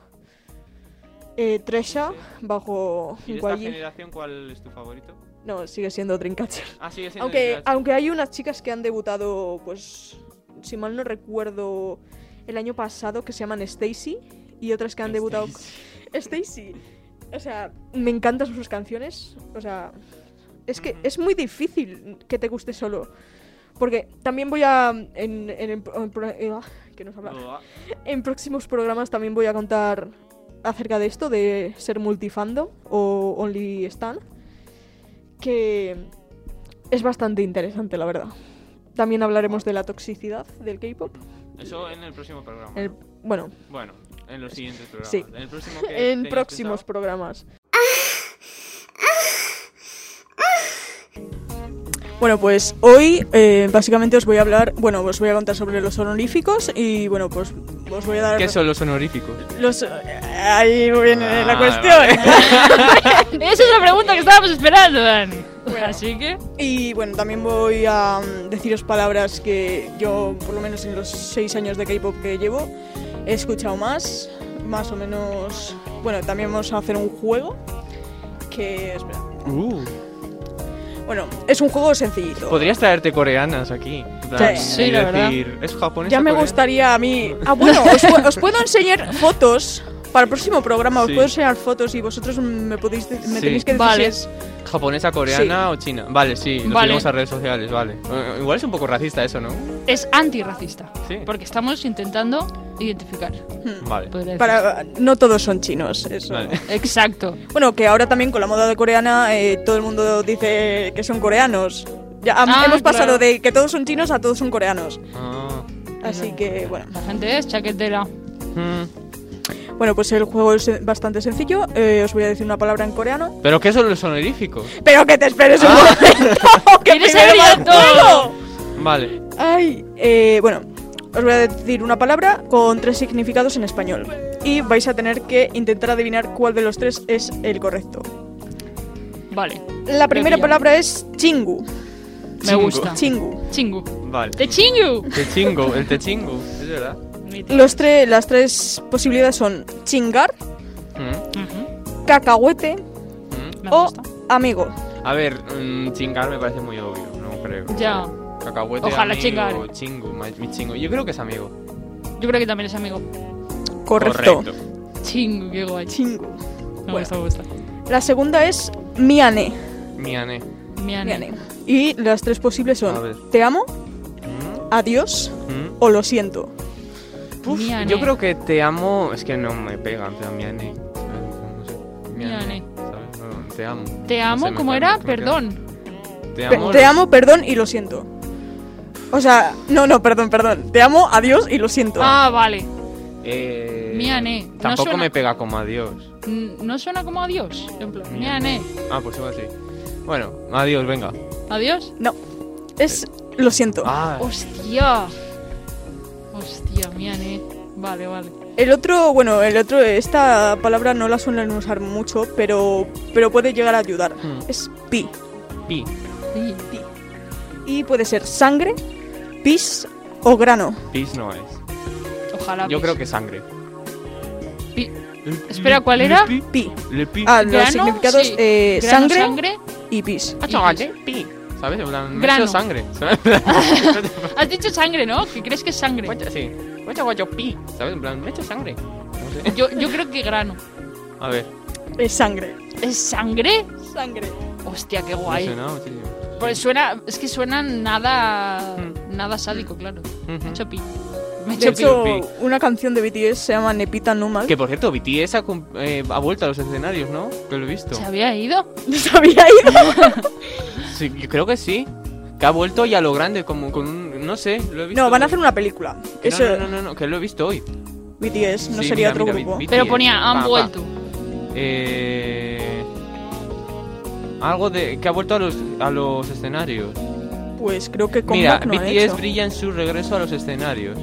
eh, Tresha
Sí,
bajo
¿Y de esta
YG.
generación cuál es tu favorito?
No, sigue siendo Dreamcatcher.
Ah, sigue siendo.
Aunque,
Dreamcatcher.
aunque hay unas chicas que han debutado, pues, si mal no recuerdo, el año pasado que se llaman Stacy y otras que han debutado... Stacy. O sea, me encantan sus canciones. O sea, es que es muy difícil que te guste solo. Porque también voy a. En, en, el pro- en pro- eh, ah, que nos habla. En próximos programas también voy a contar acerca de esto, de ser multifando o only stand. Que es bastante interesante, la verdad. También hablaremos de la toxicidad del K-pop.
Eso en el próximo programa.
El- Bueno,
Bueno, en los siguientes programas.
Sí.
En, el próximo que
en
tengas
próximos
pensado.
programas. Bueno, pues hoy eh, básicamente os voy a hablar, bueno, os voy a contar sobre los honoríficos y bueno, pues os voy a dar
¿Qué son los honoríficos?
los... eh, Ahí viene la
Ah,
cuestión.
Esa es la pregunta que estábamos esperando, Dani. Así que.
Y bueno, también voy a mm, deciros palabras que yo, por lo menos en los seis años de K-pop que llevo, he escuchado más. Más o menos. Bueno, también vamos a hacer un juego. Que. Espera.
Uh,
Bueno, es un juego sencillito.
podrías traerte coreanas aquí. Dan,
Sí,
y
la verdad.
decir, Es japonés.
ya me gustaría a mí. Ah, bueno, os, pu- os puedo enseñar fotos. Para el próximo programa os
Sí.
puedo enseñar fotos y vosotros me podéis de- me
Sí.
tenéis que decir
Vale.
si es-
Japonesa, coreana o china. Vale, sí, lo
Vale.
subimos a redes sociales, vale. Eh, Igual es un poco racista eso, ¿no?
Es antirracista.
Sí.
Porque estamos intentando identificar.
Vale.
podría decirse.
Para, no todos son chinos, eso.
Vale.
Exacto.
Bueno, que ahora también con la moda de coreana eh, todo el mundo dice que son coreanos. Ya, am-
Ah,
hemos
claro.
pasado de que todos son chinos a todos son coreanos.
Ah.
Así que bueno.
La gente es chaquetera.
Hmm.
Bueno, pues el juego es eh, bastante sencillo. Eh, os voy a decir una palabra en coreano.
¿Pero qué son los honoríficos?
Pero que te esperes un momento. que
¡Quieres
primero va el
abrir Ah. el
juego!
Vale.
Ay, eh, bueno, os voy a decir una palabra con tres significados en español. Y vais a tener que intentar adivinar cuál de los tres es el correcto.
Vale.
La primera
pilla.
palabra es chingu.
Me
Chingo.
gusta.
Chingu.
Chingu.
Vale.
¡Te chingu!
Te chingo, el te chingo, es verdad.
Los tres, las tres posibilidades son chingar,
Mm,
Ujú,
cacahuete
mm.
me
o
gusta.
amigo.
A ver, mm, chingar me parece muy obvio, no creo.
Ya.
Cacahuete,
Ojalá
amigo,
chingar.
Chingo, ma- mi chingo. Yo creo que es amigo.
Yo creo que también es amigo.
Correcto.
Chingu, qué guay.
Chingu.
Me
Bueno.
gusta, me gusta.
La segunda es miane.
Miane.
Miane.
miane. Y las tres posibles
A
son
ver.
te amo,
Mm,
adiós
mm.
o lo siento.
Puf,
Miane.
yo creo que te amo. Es que no me pega, en plan, Miane. No sé,
Miane.
¿sabes? No, te amo.
Te
No
amo,
sé, me
¿cómo
queda-
era?
me queda-
Perdón.
Te
Pe-
amo.
te amo, perdón y lo siento. O sea, no, no, perdón, perdón. Te amo, adiós y lo siento.
Ah, vale.
Eh,
Miane. No
Tampoco
suena-
me pega como adiós.
Mm, No suena como adiós. En plan, miane.
Ah, pues igual sí. Bueno, adiós, venga.
Adiós.
No, es lo siento.
Ah,
Hostia. Hostia, miane. Vale, vale.
El otro, bueno, el otro, esta palabra no la suelen usar mucho, pero, pero puede llegar a ayudar.
Hmm.
Es pi.
pi.
Sí.
Y puede ser sangre, pis o grano.
Pis no es.
Ojalá.
Yo
Ah, pis.
creo que sangre.
Pi- Espera, ¿cuál era?
Le pi.
Pi.
Le pi.
Ah, los
Grano,
significados
sí.
eh,
Grano,
sangre,
sangre.
y pis.
y pis.
Ah, pi. ¿Sabes? En plan, me
Grano.
he hecho sangre.
Has dicho sangre, ¿no? Que crees que es sangre.
Guacha, sí. Guacha, guacho, pi. ¿Sabes? En plan, me he hecho sangre. No sé.
Yo, yo creo que grano.
A ver.
Es sangre.
¿Es sangre?
Sangre.
Hostia, qué
Me
guay.
suena muchísimo.
Pues suena, es que suena nada,
Mm.
nada sádico, claro. Me he
Ujú.
hecho pi. Me he
De
hecho pi.
hecho,
pi.
una canción de BTS se llama Nepita Numal.
Que por cierto, BTS ha, cum- eh, ha vuelto a los escenarios, ¿no? Que lo he visto.
¿Se había ido?
¿Se había ido?
Sí, yo creo que sí. Que ha vuelto y a lo grande, como con un. No sé, lo he visto.
No, van a hacer una película.
Que
Eso,
No, no, no, no, no, que lo he visto hoy.
BTS, no
Sí,
sería
mira,
otro
mira,
grupo.
vi- vi-
Pero
Sí,
ponía,
va,
han
va.
vuelto.
Eh, algo de que ha vuelto a los, a los escenarios.
Pues creo que con
Mira,
Black no han
BTS
hecho.
brilla en su regreso a los escenarios.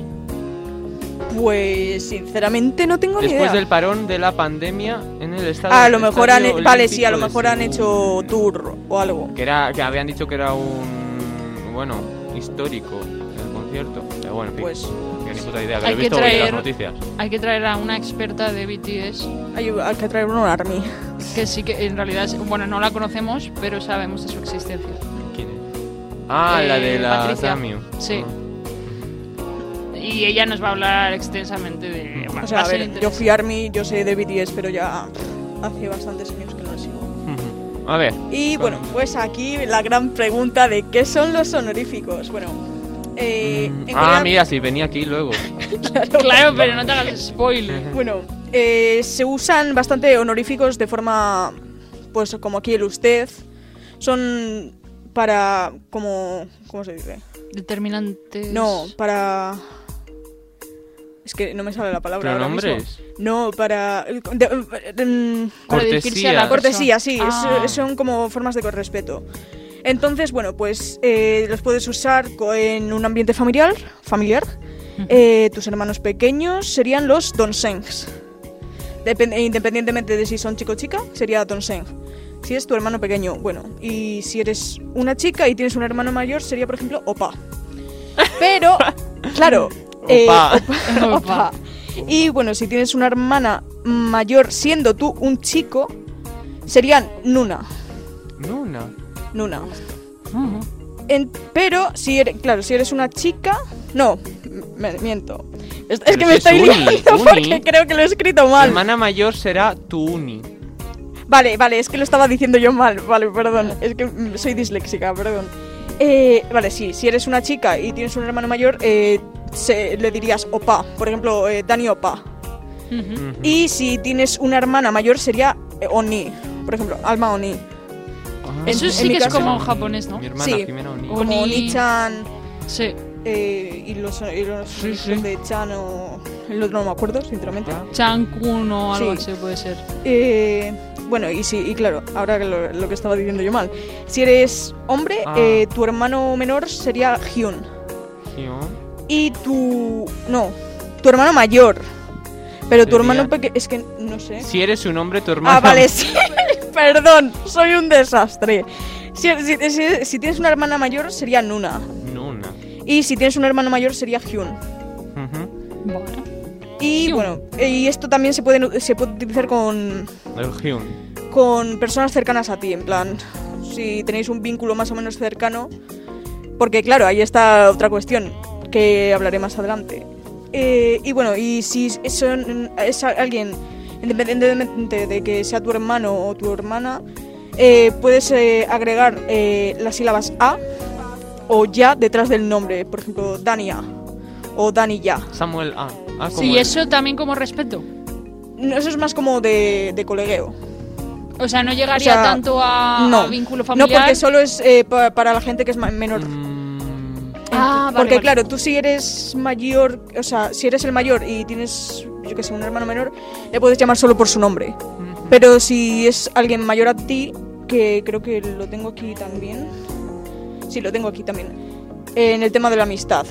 Pues sinceramente no tengo ni
Después
idea. Ah,
del parón de la pandemia en el estado.
A lo mejor han, e-
estadio
vale, sí, a lo
olímpico de
mejor han hecho
Seúl.
tour o algo.
Que era, que habían dicho que era un bueno histórico el concierto. Pero bueno, en fin,
Pues
que ni puta idea. Que
Hay
lo he
que
visto hoy en
traer-
las noticias.
Hay que traer a una experta de BTS,
hay, hay que traer un army.
que sí que en realidad, es- bueno, no la conocemos, pero sabemos de su existencia.
¿Quién es? Ah, la de
Eh,
la
Patricia.
Samyu.
Sí.
Ah.
Y ella nos va a hablar extensamente de...
O
bueno,
sea,
va
a
ser
ver, yo
interesante.
fui army, yo sé de BTS, pero ya pff, hace bastantes años que no lo sigo.
Ujú. Mm. A ver.
Y bueno, pues aquí la gran pregunta de qué son los honoríficos. Bueno, eh,
Mm,
en
Ah,
Corea-
mira, si venía aquí luego.
Claro, pero no te hagas spoiler.
Bueno, eh, se usan bastante honoríficos de forma, pues como aquí el usted. Son para, como, ¿cómo se dice?
Determinantes.
No, para... Es que no me sale la palabra. ahora mismo.
Pronombres.
No, para... de- de- mm,
Para dirigirse a la
Cortesía.
cortesía, sí. es-
Ah.
son como formas de respeto. Entonces, bueno, pues eh, los puedes usar co- en un ambiente familiar. familiar. Eh, tus hermanos pequeños serían los donsengs. Depen- eh, independientemente de si son chico o chica, sería donseng. Si es tu hermano pequeño, bueno. Y si eres una chica y tienes un hermano mayor, sería, por ejemplo, opa. Pero, claro. eh,
Opa.
Opa.
Opa. Y bueno, si tienes una hermana mayor siendo tú un chico, serían Nuna.
Nuna.
Nuna.
Ujú.
En- pero si eres, claro, si eres una chica, no, me miento. Es, es que
Pero
me
si
estoy
es uni,
liando
uni.
porque creo que lo he escrito
Tu
mal.
hermana mayor será tu uni.
Vale, vale, es que lo estaba diciendo yo mal, vale, perdón, es que mm, soy disléxica, perdón. Eh, vale, sí, si eres una chica y tienes un hermano mayor, eh, se- le dirías opa, por ejemplo, eh, Dani opa.
Ujú.
Ujú.
Y si tienes una hermana mayor sería eh, Oni, por ejemplo, Alma Oni.
Ah,
Eso
en-
sí
en mi
que es
caso-
como japonés, ¿no?
Mi hermana
Sí.
Jimena Uni.
Uni.
Como Oni-chan
Sí.
eh, y los, y los
Sí, sí.
de Chan o... El otro no me acuerdo, sinceramente.
Ah.
Chankun o algo
Sí.
así puede ser.
Eh, bueno, y sí, y claro, ahora que lo, lo que estaba diciendo yo mal. Si eres hombre,
Ah.
eh, tu hermano menor sería Hyun.
Yo.
Y tu. No, tu hermano mayor. Pero tu
Sería-
hermano pequeño. Es que no sé.
Si eres un hombre, tu hermana.
Ah, vale, sí. Perdón, soy un desastre. Si, si- si- si tienes una hermana mayor, sería Nuna.
Nuna.
Y si tienes un hermano mayor, sería Hyun.
Ujú.
Bueno.
Y
Hyun.
bueno, y esto también se puede, se puede utilizar con,
El Hyun.
con personas cercanas a ti, en plan, si tenéis un vínculo más o menos cercano, porque claro, ahí está otra cuestión que hablaré más adelante. Eh, y bueno, y si son- es alguien, independientemente de que sea tu hermano o tu hermana, eh, puedes eh, agregar eh, las sílabas A o ya detrás del nombre, por ejemplo, Dania o Dani ya.
Samuel A. Ah, como
Sí,
el-
eso también como respeto.
No, Eso es más como de, de colegueo.
O sea, no llegaría
O sea,
tanto a,
no.
a vínculo
No,
familiar.
porque solo es eh, pa- para la gente que es ma- menor.
Mm,
Ah, vale,
Porque
vale.
claro, tú si eres mayor, o sea, si eres el mayor y tienes, yo que sé, un hermano menor, le puedes llamar solo por su nombre. Pero si es alguien mayor a ti, que creo que lo tengo aquí también. Sí, lo tengo aquí también. En el tema de la amistad.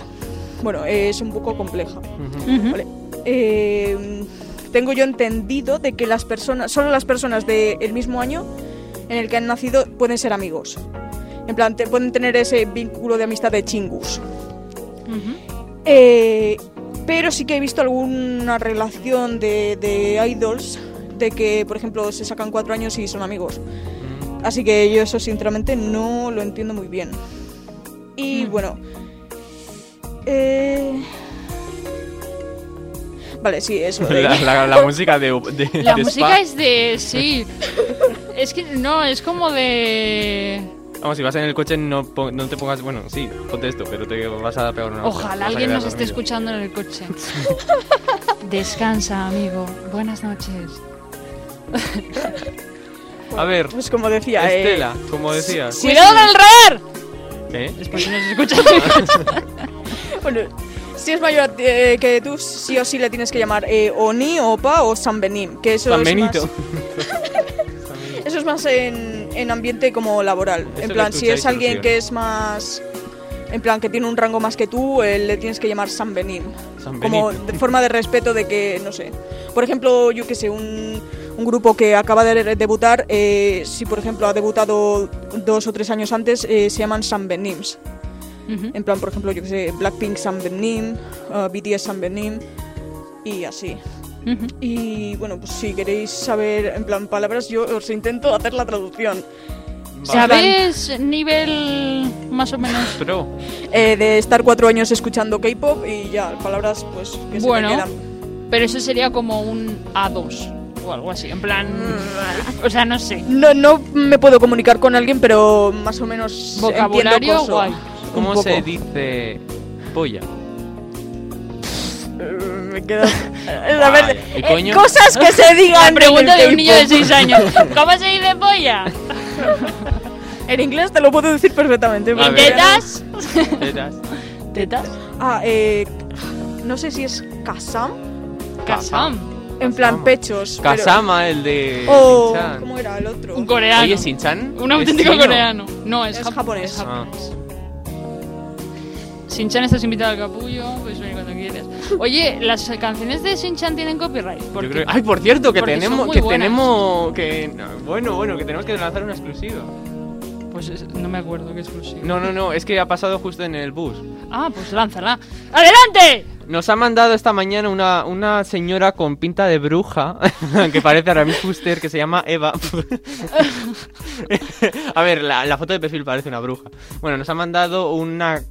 Bueno, eh, es un poco compleja.
ujú.
Ujú.
Vale. Eh, tengo yo entendido de que las personas, solo las personas del mismo año en el que han nacido pueden ser amigos. En plan, te- pueden tener ese vínculo de amistad de chingus.
Ujú.
Eh, pero sí que he visto alguna relación de, de idols de que, por ejemplo, se sacan cuatro años y son amigos. Así que yo eso sinceramente no lo entiendo muy bien. Y
Mm.
bueno. eh, Vale, sí, eso. eh, de-
La, la- la música de. de-
La
de
música
Spa.
es de. Sí. es que no, es como de.
Vamos, si vas en el coche, no, po- no te pongas. Bueno, sí, ponte esto, pero te vas a pegar una. vas
Ojalá
a
alguien
quedar
nos esté
pues,
escuchando
dormido.
en el coche. Descansa, amigo. Buenas noches.
A ver,
Pues como decía, eh,
Estela, como decías.
Sí,
¡Cuidado
sí.
con el radar!
¿eh?
Es por si nos escuchan.
bueno, Pues, eh, si es mayor eh, que tú, sí o sí le tienes que llamar eh, Oni, Opa o San Benim. Que eso
San
es más-
Benito.
Eso es más en, en ambiente como laboral.
Eso
en
lo
plan, si
escucháis
es alguien
solución.
que es más. En plan, que tiene un rango más que tú, eh, le tienes que llamar San Benín.
San
Como
Benito.
de forma de respeto de que, no sé. Por ejemplo, yo que sé, un, un grupo que acaba de re- debutar, eh, si por ejemplo ha debutado dos o tres años antes, eh, se llaman San Benims.
Ujú.
En plan, por ejemplo, yo que sé, Blackpink San Benim, eh, BTS San Benim y así.
Ujú.
Y bueno, pues si queréis saber en plan palabras, yo os intento hacer la traducción.
¿Sabes nivel más o menos?
Pro.
Eh, de estar cuatro años escuchando K-pop y ya, palabras pues que se
Bueno.
me quedan.
Pero eso sería como un A2. o algo así. En plan. O sea, no sé.
No, no me puedo comunicar con alguien, pero más o menos
Vocabulario
entiendo
guay.
¿Cómo
dice?
se dice polla?
Eh, Me quedo... A ver, eh,
Vale. ¿Y coño?
cosas que se digan.
La pregunta
en
de
el
un niño de
K-pop.
6 años. ¿Cómo se dice polla?
En inglés te lo puedo decir perfectamente.
A
porque-
ver.
¿Tetas?
Tetas.
¿Tetas?
Ah, eh. No sé si es Kasam.
Kasam.
En plan pechos. pero-
Kasama, el de
O.
Shin-chan.
¿Cómo era el otro?
Un coreano.
Oye, Shin-chan.
Oh, Un
¿es
auténtico
chino?
coreano. No, es,
Es
jap-
japonés.
es
Ah.
japonés. Shin-chan, estás invitado al capullo. Puedes venir cuando quieras. Oye, las canciones de Shin-chan tienen copyright.
Yo
Porque
creo- Ay, por cierto, que
porque son
tenemos,
muy
que
buenas.
tenemos, que no, bueno, bueno, que tenemos que lanzar una exclusiva.
Pues es- no me acuerdo qué exclusivo.
No, no, no, es que ha pasado justo en el bus.
Ah, pues lánzala. ¡Adelante!
Nos ha mandado esta mañana una, una señora con pinta de bruja, que parece ahora mismo usted, que se llama Eva. A ver, la, la foto de perfil parece una bruja. Bueno, nos ha mandado una,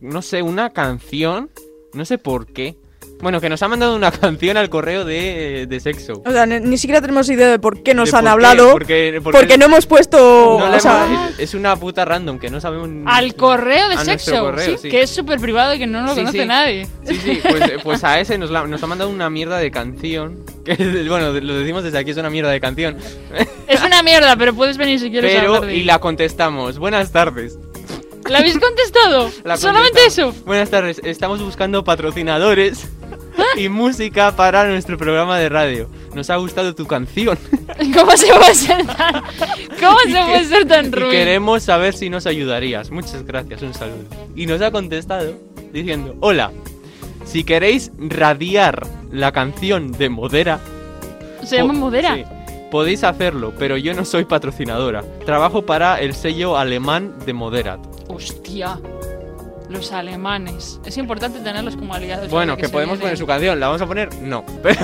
no sé, una canción, no sé por qué. Bueno, que nos ha mandado una canción al correo de, de sexo.
O sea, ni, ni siquiera tenemos idea de por qué nos
De
han
por qué,
hablado.
porque, porque-
porque no hemos puesto.
no
o
le
sea,
hemos- es- es una puta random que no sabemos ni-
Al correo de
A Ah, nuestro
sexo.
correo,
sí,
sí.
Que es súper privado y que no lo
Sí,
conoce
sí.
nadie.
Sí, sí, pues, pues a ese nos, la- nos ha mandado una mierda de canción. Que, bueno, lo decimos desde aquí, es una mierda de canción.
Es una mierda, pero puedes venir si quieres. a hablar
Pero,
de
y
ello.
la contestamos. Buenas tardes.
¿La habéis contestado?
La
Solamente eso.
contestamos. Buenas tardes, estamos buscando patrocinadores y música para nuestro programa de radio. Nos ha gustado tu canción
¿Cómo se puede ser tan, ¿Cómo se puede ser tan
y
ruin?
queremos saber si nos ayudarías. Muchas gracias, un saludo. Y nos ha contestado diciendo, hola, si queréis radiar la canción de Modera,
Se llama
Po-
Modera.
sí. Podéis hacerlo, pero yo no soy patrocinadora. Trabajo para el sello alemán de Moderat.
Hostia. Los alemanes. Es importante tenerlos como aliados.
bueno,
ahora
que,
se
podemos
vienen.
poner su canción. ¿La vamos a poner? No. Pero,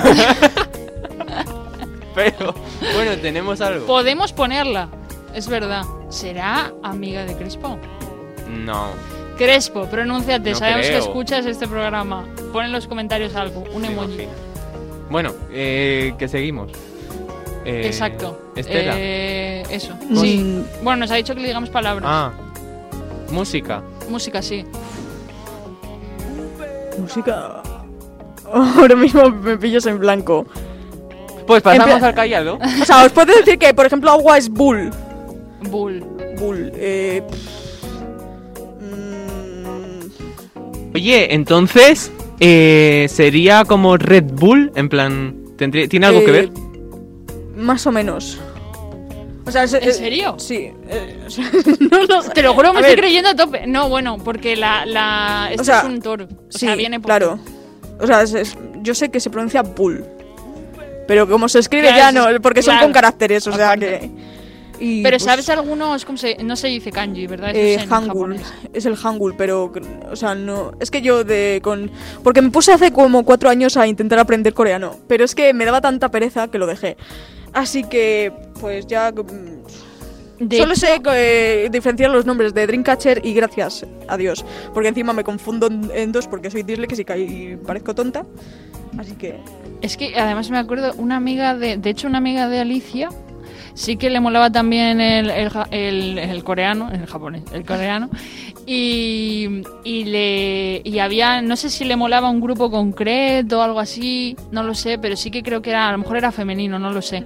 pero, bueno, tenemos algo.
Podemos ponerla. Es verdad. ¿Será amiga de Crespo?
No.
Crespo, pronúnciate.
No
Sabemos que
creo.
escuchas este programa. Pon en los comentarios algo. Un
me
emoji.
imagino. Bueno, eh, que seguimos. Eh,
Exacto.
Estela.
Eh, eso.
Mm.
Sí. Bueno, nos ha dicho que le digamos palabras.
Ah. Música.
Música, sí.
Música. Ahora mismo me pillas en blanco.
Pues pasamos
Empe-
al callado.
O sea, os puedo decir que, por ejemplo, agua es bull.
Bull.
Bull. Eh. pff, mm,
Oye, entonces, eh, sería como Red Bull, en plan, tendría- ¿tiene algo
eh,
que ver?
Más o menos. O sea, es-
¿En
eh,
serio?
Sí. eh, o sea, no lo sé.
Te lo juro, me
A
estoy
ver,
creyendo a tope. No, bueno, porque la. la esto
sea,
es un toro. O
Sí,
sea, viene por.
claro. O sea, es- es- yo sé que se pronuncia bull. Pero como se escribe
Claro,
ya
es-
no, porque son
claro.
con caracteres, o sea
Aparte.
que. y,
Pero
pues,
sabes algunos. ¿cómo se- no se dice kanji, ¿verdad? Eso
eh,
es en
hangul.
japonés.
Es el hangul, pero. O sea, no. Es que yo de. con Porque me puse hace como cuatro años a intentar aprender coreano. Pero es que me daba tanta pereza que lo dejé. Así que. Pues ya. mm,
De-
Solo sé eh, diferenciar los nombres de Dreamcatcher y gracias a Dios. Porque encima me confundo en, en dos porque soy disléxica y parezco tonta. Así que.
Es que además me acuerdo, una amiga de. De hecho, una amiga de Alicia. Sí que le molaba también el, el, ja- el- el coreano, el japonés, el coreano. Y, y le y había, no sé si le molaba un grupo concreto o algo así, no lo sé, pero sí que creo que era, a lo mejor era femenino, no lo sé.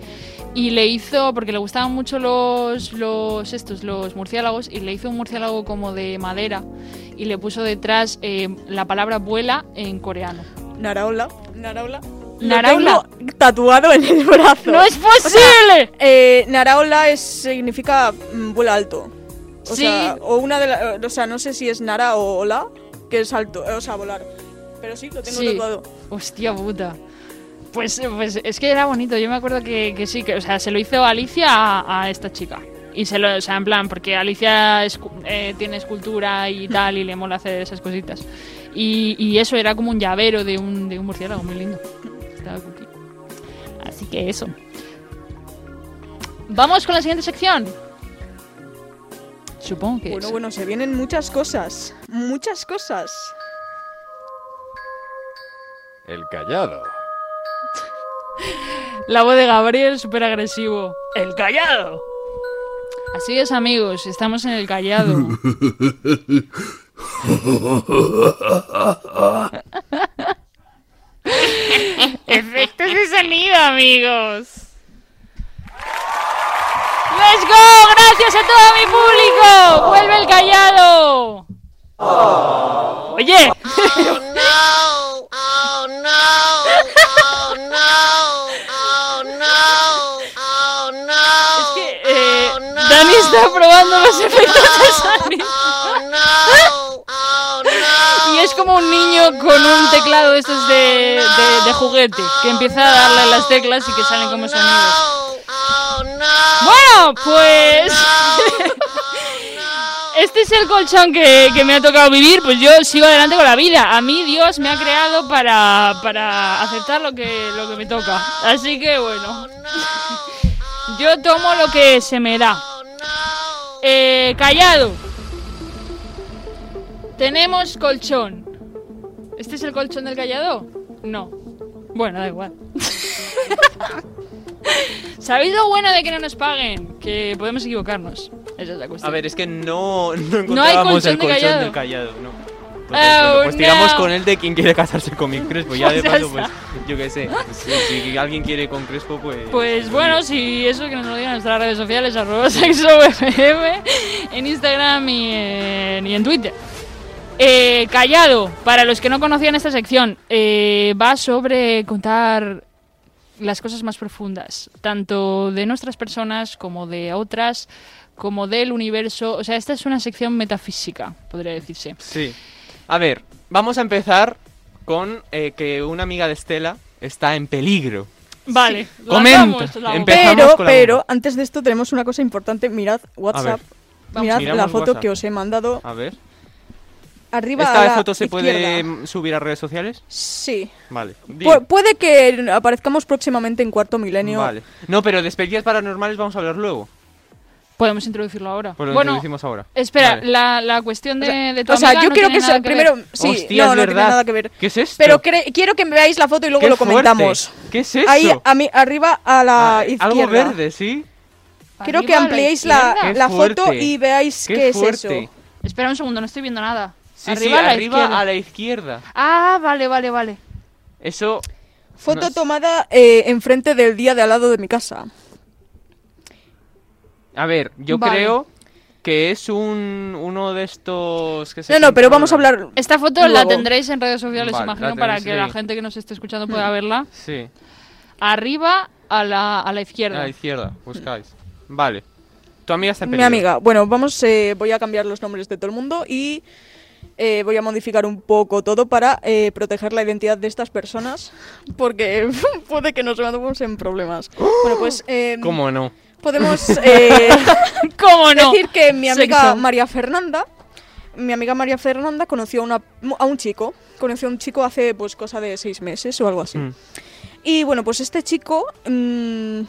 Y le hizo, porque le gustaban mucho los, los estos, los murciélagos, y le hizo un murciélago como de madera y le puso detrás eh, la palabra vuela en coreano.
Naraola. Naraola. Lo
Naraola.
tengo tatuado en el brazo.
¡No es posible!
Eh, Naraola es, significa mm, vuela alto. O
Sí.
sea, o una de la- o sea, no sé si es Nara o Ola, que es alto, eh, o sea, volar. Pero sí, lo tengo
Sí.
tatuado.
Hostia puta. Pues, eh, pues es que era bonito. Yo me acuerdo que, que sí, que o sea, se lo hizo Alicia a, a esta chica. Y se lo, o sea, en plan, porque Alicia es cu- eh, tiene escultura y tal, y le mola hacer esas cositas. Y, y eso era como un llavero de un, de un murciélago, muy lindo. Estaba cookie. Así que eso. Vamos con la siguiente sección. Supongo que.
Bueno,
es.
bueno, se vienen muchas cosas. Muchas cosas.
El callado.
La voz de Gabriel, súper agresivo. ¡El callado! Así es, amigos, estamos en el callado. Efectos de sonido, amigos. ¡Let's go! ¡Gracias a todo mi público! ¡Vuelve el callado! Oye, es que eh, Dani está probando los efectos de sonido. Y es como un niño con un teclado de estos de, de- de juguete, que empieza a darle a las teclas y que salen como sonidos. Bueno, pues... Este es el colchón que, que me ha tocado vivir, pues yo sigo adelante con la vida. A mí Dios me ha creado para, para aceptar lo que, lo que me toca. Así que bueno, yo tomo lo que se me da. Eh, callado. Tenemos colchón. ¿Este es el colchón del callado? No. Bueno, da igual. ¿Sabéis lo bueno de que no nos paguen? Que podemos equivocarnos. Esa es la cuestión.
A ver, es que no, no
No hay
encontrábamos
colchón
el
de
colchón
callado.
del callado, no. Pues,
Oh,
pues tiramos
no.
con el de quien quiere casarse con mi Crespo. Ya de
Pues ya
paso, pues
está.
yo qué sé. pues, si, si alguien quiere con Crespo, pues.
Pues bueno, si eso que nos lo digan en nuestras redes sociales, arroba sexofm, en Instagram y en, y en Twitter. Eh, callado, para los que no conocían esta sección, eh, va sobre contar las cosas más profundas, tanto de nuestras personas como de otras, como del universo. O sea, esta es una sección metafísica, podría decirse.
Sí. A ver, vamos a empezar con eh, que una amiga de Estela está en peligro.
Vale,
Comenta.
lanzamos la bomba.
Empe- Empezamos
pero,
con la
pero, antes de esto tenemos una cosa importante. Mirad WhatsApp.
Vamos.
Mirad la
Miramos
foto
WhatsApp.
que os he mandado.
A ver.
Arriba
¿Esta
a la
foto se puede
izquierda.
mm, subir a redes sociales?
Sí.
Vale. di.
Pu- puede que aparezcamos próximamente en Cuarto Milenio.
Vale. No, pero de experiencias paranormales vamos a hablar luego.
Podemos introducirlo ahora.
Pues lo
bueno,
introducimos ahora.
Espera,
Vale.
la, la cuestión de,
O sea,
de tu
o sea,
amiga
yo
no
quiero
tiene
que
nada
sea-
ver.
primero sí,
Hostia,
no,
es
no tiene
verdad.
nada que ver.
¿Qué es esto?
Pero cre- quiero que veáis la foto y luego
¡Qué
lo
fuerte!
comentamos.
¿Qué es eso?
Ahí a mí arriba a la
Ah,
izquierda.
algo verde, ¿sí?
Quiero que
Arriba a la
ampliéis
izquierda.
la,
Qué
la foto
fuerte.
y veáis qué, es eso.
fuerte.
Espera un segundo, no estoy viendo nada.
Sí,
arriba
sí,
a la
arriba
izquierda.
a la izquierda.
Ah, vale, vale, vale.
Eso.
Foto
No sé.
tomada eh, enfrente del día de al lado de mi casa.
A ver, yo
Vale.
creo que es un uno de estos que se
No, no, pero vamos a
controlan.
hablar.
Esta foto la
Luego.
tendréis en redes sociales,
Vale,
imagino,
la tendréis,
para que
sí.
la gente que nos esté escuchando pueda verla.
Sí,
Arriba a la, a la
a
izquierda.
la izquierda, buscáis. Vale. Tu amiga está en
Mi
peligro.
amiga. Bueno, vamos. eh, voy a cambiar los nombres de todo el mundo y eh, voy a modificar un poco todo para eh, proteger la identidad de estas personas, porque puede que nos metamos en problemas. Bueno, pues eh,
¿Cómo no?
podemos eh,
¿Cómo no?
decir que mi amiga
Sexo.
María Fernanda, mi amiga María Fernanda conoció a, una- a un chico, conoció a un chico hace pues cosa de seis meses o algo así.
Mm.
Y bueno, pues este chico, mm,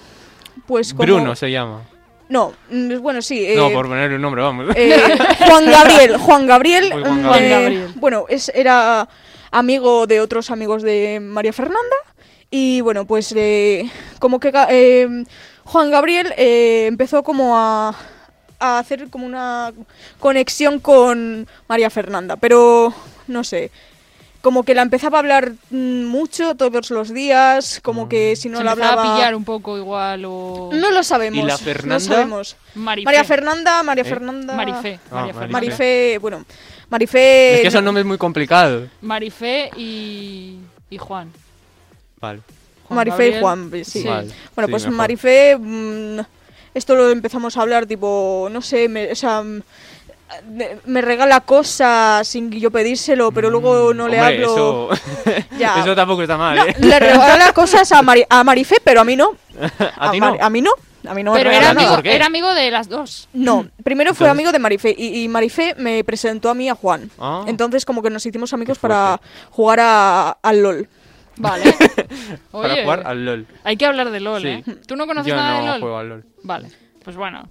pues como...
Bruno se llama.
No, mm, bueno, sí. eh,
No, por ponerle un nombre, vamos.
eh, Juan Gabriel, Juan Gabriel.
Uy, Juan
mm,
Gabriel.
Juan Gabriel.
Bueno, es, era amigo de otros amigos de María Fernanda. Y bueno, pues eh, como que ga- eh, Juan Gabriel eh, empezó como a, a hacer como una conexión con María Fernanda. Pero no sé. Como que la empezaba a hablar mm, mucho todos los días, como que si no
Se
la
empezaba a
hablaba...
pillar un poco igual o...
No lo sabemos.
Mm. ¿Y la
no
Fernanda?
sabemos.
Marifé.
María Fernanda, María
¿Eh?
Fernanda.
Marifé.
Ah,
María Fernanda.
Marifé.
Marifé, bueno, Marifé.
es que son nombres muy complicados.
Marifé y, y Juan.
Vale.
Juan
Marifé
Gabriel.
y Juan, eh, sí.
Sí.
Vale,
Bueno,
sí,
pues
mejor.
Marifé. mm, esto lo empezamos a hablar, tipo, no sé, me, o sea, mm, de- me regala cosas sin que yo pedírselo, pero luego no le
Mm, Hombre,
hablo.
Eso...
Ya.
eso tampoco está mal,
No,
¿eh?
le regala cosas a, Mari- a Marifé, pero a mí no. ah,
A ti no.
Mari- a mí no. A mí no me
Pero
regala
era
¿a ti
nada.
amigo,
por qué?
era amigo de las dos.
No, primero fue
Entonces-
amigo de Marifé y, y Marifé me presentó a mí y a Juan.
Ah.
Entonces como que nos hicimos amigos
Qué
para jugar a- al LOL.
Vale. Oye,
Para jugar al LOL.
hay que hablar de LOL,
Sí.
¿eh? ¿Tú no conoces
Yo
nada
no
de LOL?
juego al LOL.
Vale, pues bueno.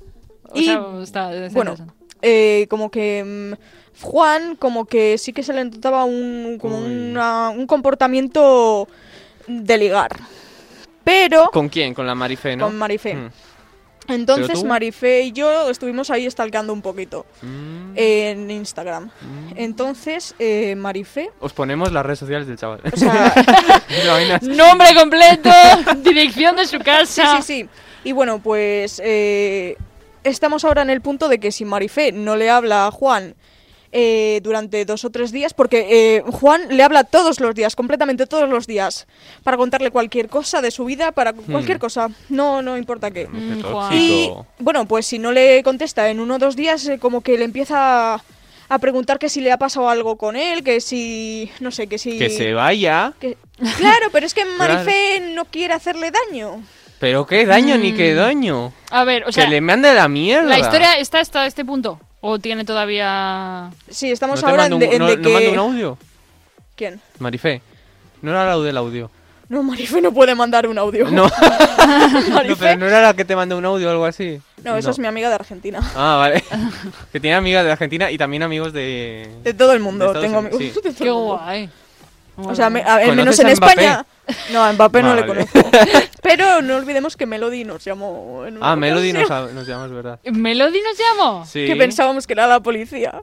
O
Y,
sea, está, está
Bueno,
interesante.
eh, como que mm, Juan como que sí que se le notaba un, como
Uy.
una- un comportamiento de ligar. Pero
¿Con quién? Con la Marife, ¿no?
con Marifé.
Mm. ¿Pero
Entonces
tú?
Marifé y yo estuvimos ahí stalkeando un poquito
Mm.
en Instagram.
Mm.
Entonces eh, Marifé,
Os ponemos las redes sociales del chaval.
o sea,
Esa vaina es-
Nombre completo, dirección de su
sí,
casa.
sí, sí. Y bueno, pues eh, estamos ahora en el punto de que si Marifé no le habla a Juan eh, durante dos o tres días, porque eh, Juan le habla todos los días, completamente todos los días, para contarle cualquier cosa de su vida, para cualquier
Hmm.
cosa, no, no importa qué.
Mm,
Qué
Juan.
Y
tóxico.
bueno, pues si no le contesta en uno o dos días, eh, como que le empieza a preguntar que si le ha pasado algo con él, que si, no sé, que si...
Que se vaya.
que- Claro, pero es que Marifé no quiere hacerle daño.
Pero qué daño ni qué
Mm.
daño.
A ver, o sea,
que le mande a la mierda.
la historia está hasta este punto. ¿O tiene todavía...?
Sí, estamos
¿No te
ahora en
mando un-
de, en
no-
de
no
que...
mando un audio?
¿Quién?
Marifé. No era la del audio.
No, Marifé no puede mandar un audio.
No. no,
Marifé-
pero no era la que te mandó un audio o algo así.
No, esa es mi amiga de Argentina.
Ah, vale. que tiene amigas de Argentina y también amigos de.
De todo el
De
mundo.
Estados
Tengo
Unidos,
amigos.
sí.
de todo
¡Qué
el mundo.
guay!
O sea, me- a- al
¿Conoces
menos en
a Mbappé?
España. No, a Mbappé no le
Vale.
conozco. Pero no olvidemos que Melody nos llamó. En una
Ah, Melody
ocasión,
nos, ha- nos llamas, ¿verdad?
¿Melody nos llamó?
Sí.
Que pensábamos que era la policía.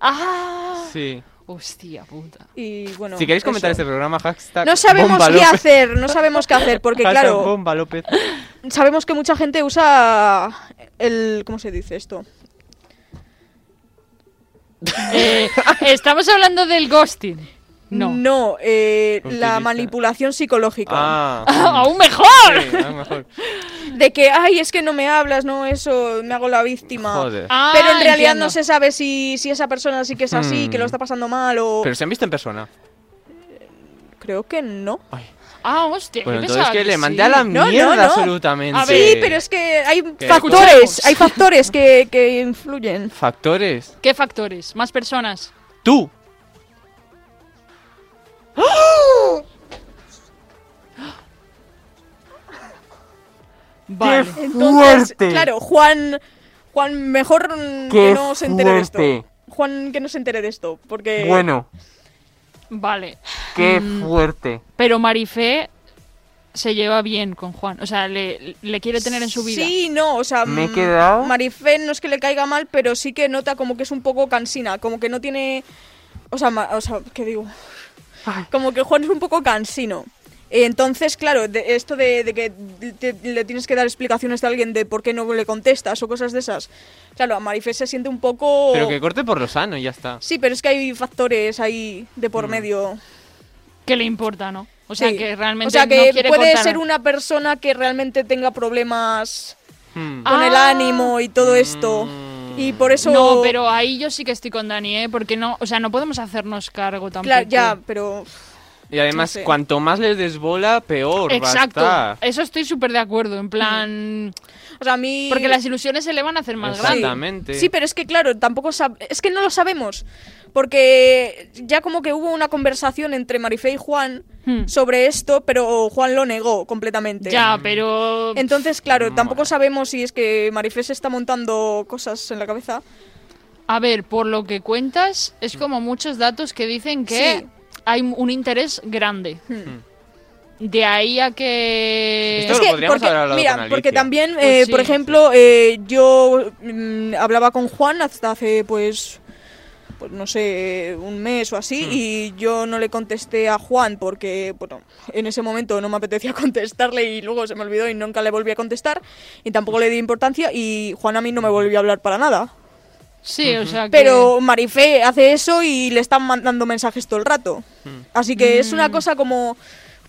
¡Ah!
Sí.
Hostia puta.
Y bueno.
si queréis comentar
eso.
este programa, hashtag.
No sabemos
Bomba
qué
López.
hacer, no sabemos qué hacer, porque
Hashtag
claro,
Bomba López.
sabemos que mucha gente usa el. ¿Cómo se dice esto?
Eh, estamos hablando del ghosting. No.
No, eh, la
Utilista.
manipulación psicológica.
Ah.
¡Aún mejor!
sí, a lo mejor.
De que, ay, es que no me hablas, no, eso, me hago la víctima.
Joder.
Ah,
Pero en realidad
entiendo.
no se sabe si, si esa persona sí que es así,
Hmm.
que lo está pasando mal o...
Pero se han visto en persona.
Creo que no.
Ah, hostia.
Bueno,
yo
entonces
pensaba
que le
sí.
mandé a la
No, no,
mierda
no.
absolutamente.
A ver.
Sí, pero es que hay
¿Qué
factores,
cosas?
hay factores que, que influyen.
Factores.
¿Qué factores? ¿Más personas?
Tú.
Vale.
Entonces,
fuerte!
claro, Juan, Juan, mejor mm,
¡Qué
que no se entere de esto.
fuerte!
Juan, que no se entere de esto, porque...
Bueno,
Vale.
qué
Eh, Mm.
fuerte.
Pero Marifé se lleva bien con Juan. O sea, le, le quiere tener en su vida.
Sí, no, o sea,
Me he
mm,
quedado-
Marifé no es que le caiga mal, pero sí que nota como que es un poco cansina, como que no tiene, o sea, ma- o sea, ¿qué digo? Como que Juan es un poco cansino. Eh, Entonces, claro, de- esto de, de que te- le tienes que dar explicaciones a alguien de por qué no le contestas o cosas de esas, claro, a Marifé se siente un poco...
Pero que corte por lo sano y ya está.
Sí, pero es que hay factores ahí de por
Mm.
medio.
Que le importa, ¿no? O sea,
Sí.
que realmente
O sea, que
no quiere
puede
cortar-
ser una persona que realmente tenga problemas
Hmm.
Ah.
con el ánimo y todo esto.
Mm.
Y por eso.
No, pero ahí yo sí que estoy con Dani, ¿eh? Porque no, o sea, no podemos hacernos cargo tampoco.
Claro, ya, pero.
Y además,
no sé.
cuanto más les desbola, peor. va
Ah,
a
Exacto.
estar.
Eso estoy súper de acuerdo. En plan.
O sea, a mí.
Porque las ilusiones se le van a hacer más
Exacto.
grandes.
Exactamente.
Sí, pero es que, claro, tampoco sab- Es que no lo sabemos. Porque ya como que hubo una conversación entre Marifé y Juan
Hmm.
sobre esto, pero Juan lo negó completamente.
Ya, pero.
Entonces, claro, tampoco sabemos si es que Marifé se está montando cosas en la cabeza.
A ver, por lo que cuentas, es como muchos datos que dicen que hay un interés grande.
Hmm.
De ahí a que.
Esto- lo podríamos haber hablado
mira,
con Alicia.
porque también,
Pues
eh,
sí.
por ejemplo, eh, yo mm, hablaba con Juan hasta hace, pues, pues no sé, un mes o así, y yo no le contesté a Juan porque, bueno, en ese momento no me apetecía contestarle y luego se me olvidó y nunca le volví a contestar y tampoco le di importancia y Juan a mí no me volvió a hablar para nada.
Sí, o sea. que-
Pero Marifé hace eso y le están mandando mensajes todo el rato. Así que es una cosa como...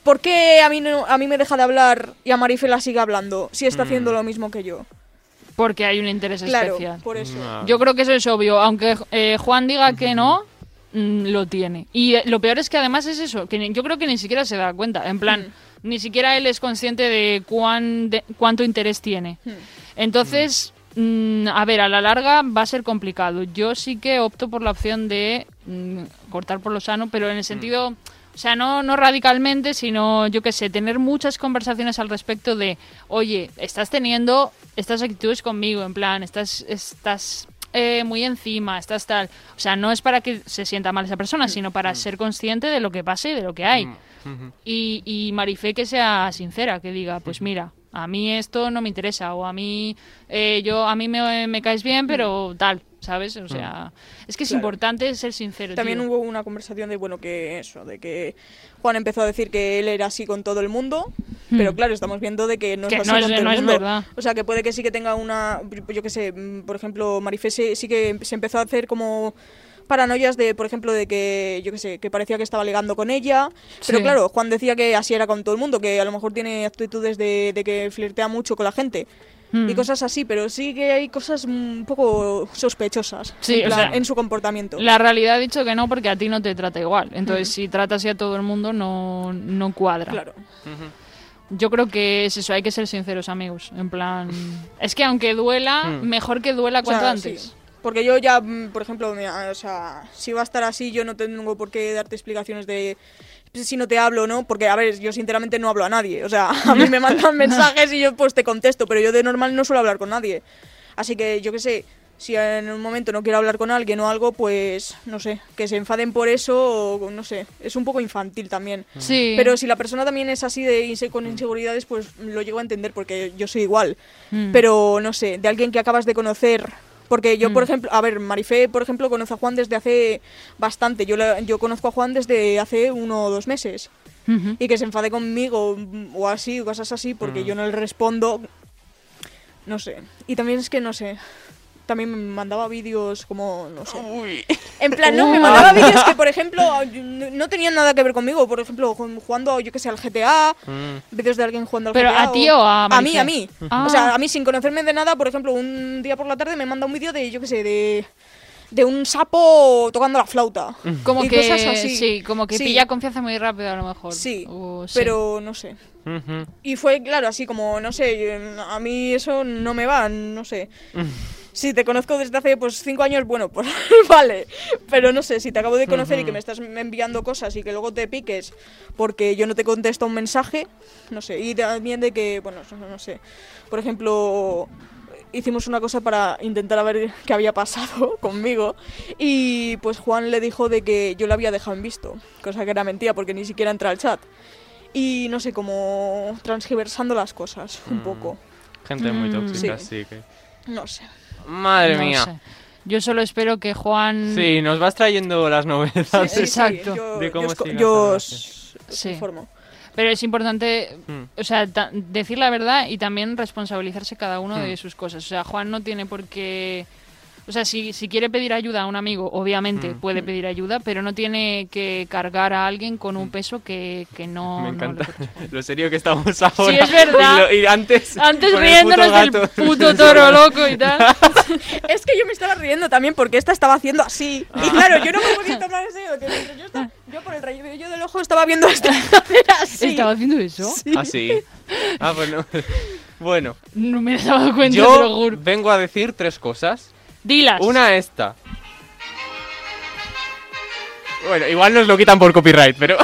¿Por qué a mí, no, a mí me deja de hablar y a Marifé la sigue hablando si está haciendo lo mismo que yo?
Porque hay un interés
Claro,
especial.
por eso.
Ah.
Yo creo que eso es obvio. Aunque eh, Juan diga que no, mm, lo tiene. Y eh, lo peor es que además es eso, que ni- yo creo que ni siquiera se da cuenta. En plan,
Mm.
ni siquiera él es consciente de, cuán de- cuánto interés tiene.
Mm.
Entonces, mm, a ver, a la larga va a ser complicado. Yo sí que opto por la opción de mm, cortar por lo sano, pero en el sentido... O sea, no, no radicalmente, sino, yo qué sé, tener muchas conversaciones al respecto de, oye, estás teniendo estas actitudes conmigo, en plan, estás, estás eh, muy encima, estás tal. O sea, no es para que se sienta mal esa persona, sino para ser consciente de lo que pasa y de lo que hay. Y, y Marifé que sea sincera, que diga, pues mira, a mí esto no me interesa o a mí eh, yo a mí me, me caes bien, pero tal, ¿sabes? O sea, es que es
Claro.
importante ser sincero.
También
tío.
hubo una conversación de, bueno, que eso, de que Juan empezó a decir que él era así con todo el mundo,
Hmm.
pero claro, estamos viendo de que no
Que
es así
no es-
con todo
no
el
es
mundo.
verdad.
O sea, que puede que sí que tenga una, yo que sé, mm, por ejemplo, Marifé se- sí que se empezó a hacer como paranoias de, por ejemplo, de que, yo que sé, que parecía que estaba ligando con ella, pero
Sí.
claro, Juan decía que así era con todo el mundo, que a lo mejor tiene actitudes de, de que flirtea mucho con la gente.
Hmm.
Y cosas así, pero sí que hay cosas un poco sospechosas
Sí,
en,
o
plan,
sea,
en su comportamiento.
La realidad ha dicho que no porque a ti no te trata igual. Entonces, si tratas así a todo el mundo, no, no cuadra.
Claro.
Yo creo que es eso, hay que ser sinceros, amigos. En plan. Es que aunque duela,
Hmm.
mejor que duela
O sea,
cuanto antes.
sí. Porque yo ya, mm, por ejemplo, me- o sea, si va a estar así, yo no tengo por qué darte explicaciones de si no te hablo o no, porque a ver, yo sinceramente no hablo a nadie, o sea, a mí me mandan mensajes y yo pues te contesto, pero yo de normal no suelo hablar con nadie. Así que yo qué sé, si en un momento no quiero hablar con alguien o algo, pues no sé, que se enfaden por eso o no sé, es un poco infantil también.
Hmm.
Sí.
Pero si la persona también es así de inse- con inseguridades, pues lo llego a entender porque yo soy igual.
Mm.
Pero no sé, de alguien que acabas de conocer. Porque yo,
Mm.
por ejemplo, a ver, Marifé, por ejemplo, conoce a Juan desde hace bastante. Yo, la- yo conozco a Juan desde hace uno o dos meses.
Ujú.
Y que se enfade conmigo mm, o así, o cosas así, porque yo no le respondo. No sé. Y también es que no sé. También me mandaba vídeos como, no sé. En plan, no, me mandaba vídeos que, por ejemplo, no no tenían nada que ver conmigo. Por ejemplo, ju- jugando, yo que sé, al GTA, vídeos de alguien jugando al
Pero
GTA.
a ti o a
A mí,
Maricel.
a mí.
Ah.
O sea, a mí sin conocerme de nada, por ejemplo, un día por la tarde me manda un vídeo de, yo que sé, de... De un sapo tocando la flauta.
Como
Y
que,
cosas así.
sí, como que
Sí.
pilla confianza muy rápido a lo mejor.
Sí,
O- sí.
pero no sé. Y fue, claro, así como, no sé, yo- a mí eso no me va, no sé. Si te conozco desde hace pues cinco años, bueno, pues vale. Pero no sé, si te acabo de conocer y que me estás enviando cosas y que luego te piques porque yo no te contesto un mensaje, no sé. Y también de que, bueno, no- no sé. Por ejemplo, hicimos una cosa para intentar a ver qué había pasado conmigo y pues Juan le dijo de que yo lo había dejado en visto, cosa que era mentira porque ni siquiera entra al chat. Y no sé, como transgiversando las cosas
Mm.
un poco.
Gente muy
Mm.
tóxica,
Sí.
sí. que-
No sé.
Madre
No
mía.
sé. Yo solo espero que Juan.
Sí, nos vas trayendo las
Ah,
novedades.
sí, Exacto.
yo,
De cómo
yo os co-
sigue la
yo
relación.
os, os
Sí.
informo.
Pero es importante,
Mm.
o sea, ta- decir la verdad y también responsabilizarse cada uno
Hmm.
de sus cosas. O sea, Juan no tiene por qué. O sea, si, si quiere pedir ayuda a un amigo, obviamente
Hmm.
puede pedir ayuda, pero no tiene que cargar a alguien con un peso que, que no.
Hmm. Me
no le
encanta
corresponde.
lo serio que estamos ahora.
es verdad.
Y, lo- y antes.
Antes
con el
riéndonos
puto
del
gato.
puto toro loco y tal.
Es que yo me estaba riendo también porque esta estaba haciendo así.
Ah.
Y claro, yo no me podía tomar ese tío, mientras Yo, estaba- yo por el rayo del ojo estaba viendo a esta hacer así.
¿Estaba haciendo eso?
Ah, sí. Ah, pues no. Bueno,
No me he dado cuenta, te lo
yo
juro.
vengo a decir tres cosas.
Dilas.
Una esta. Bueno, igual nos lo quitan por copyright, pero.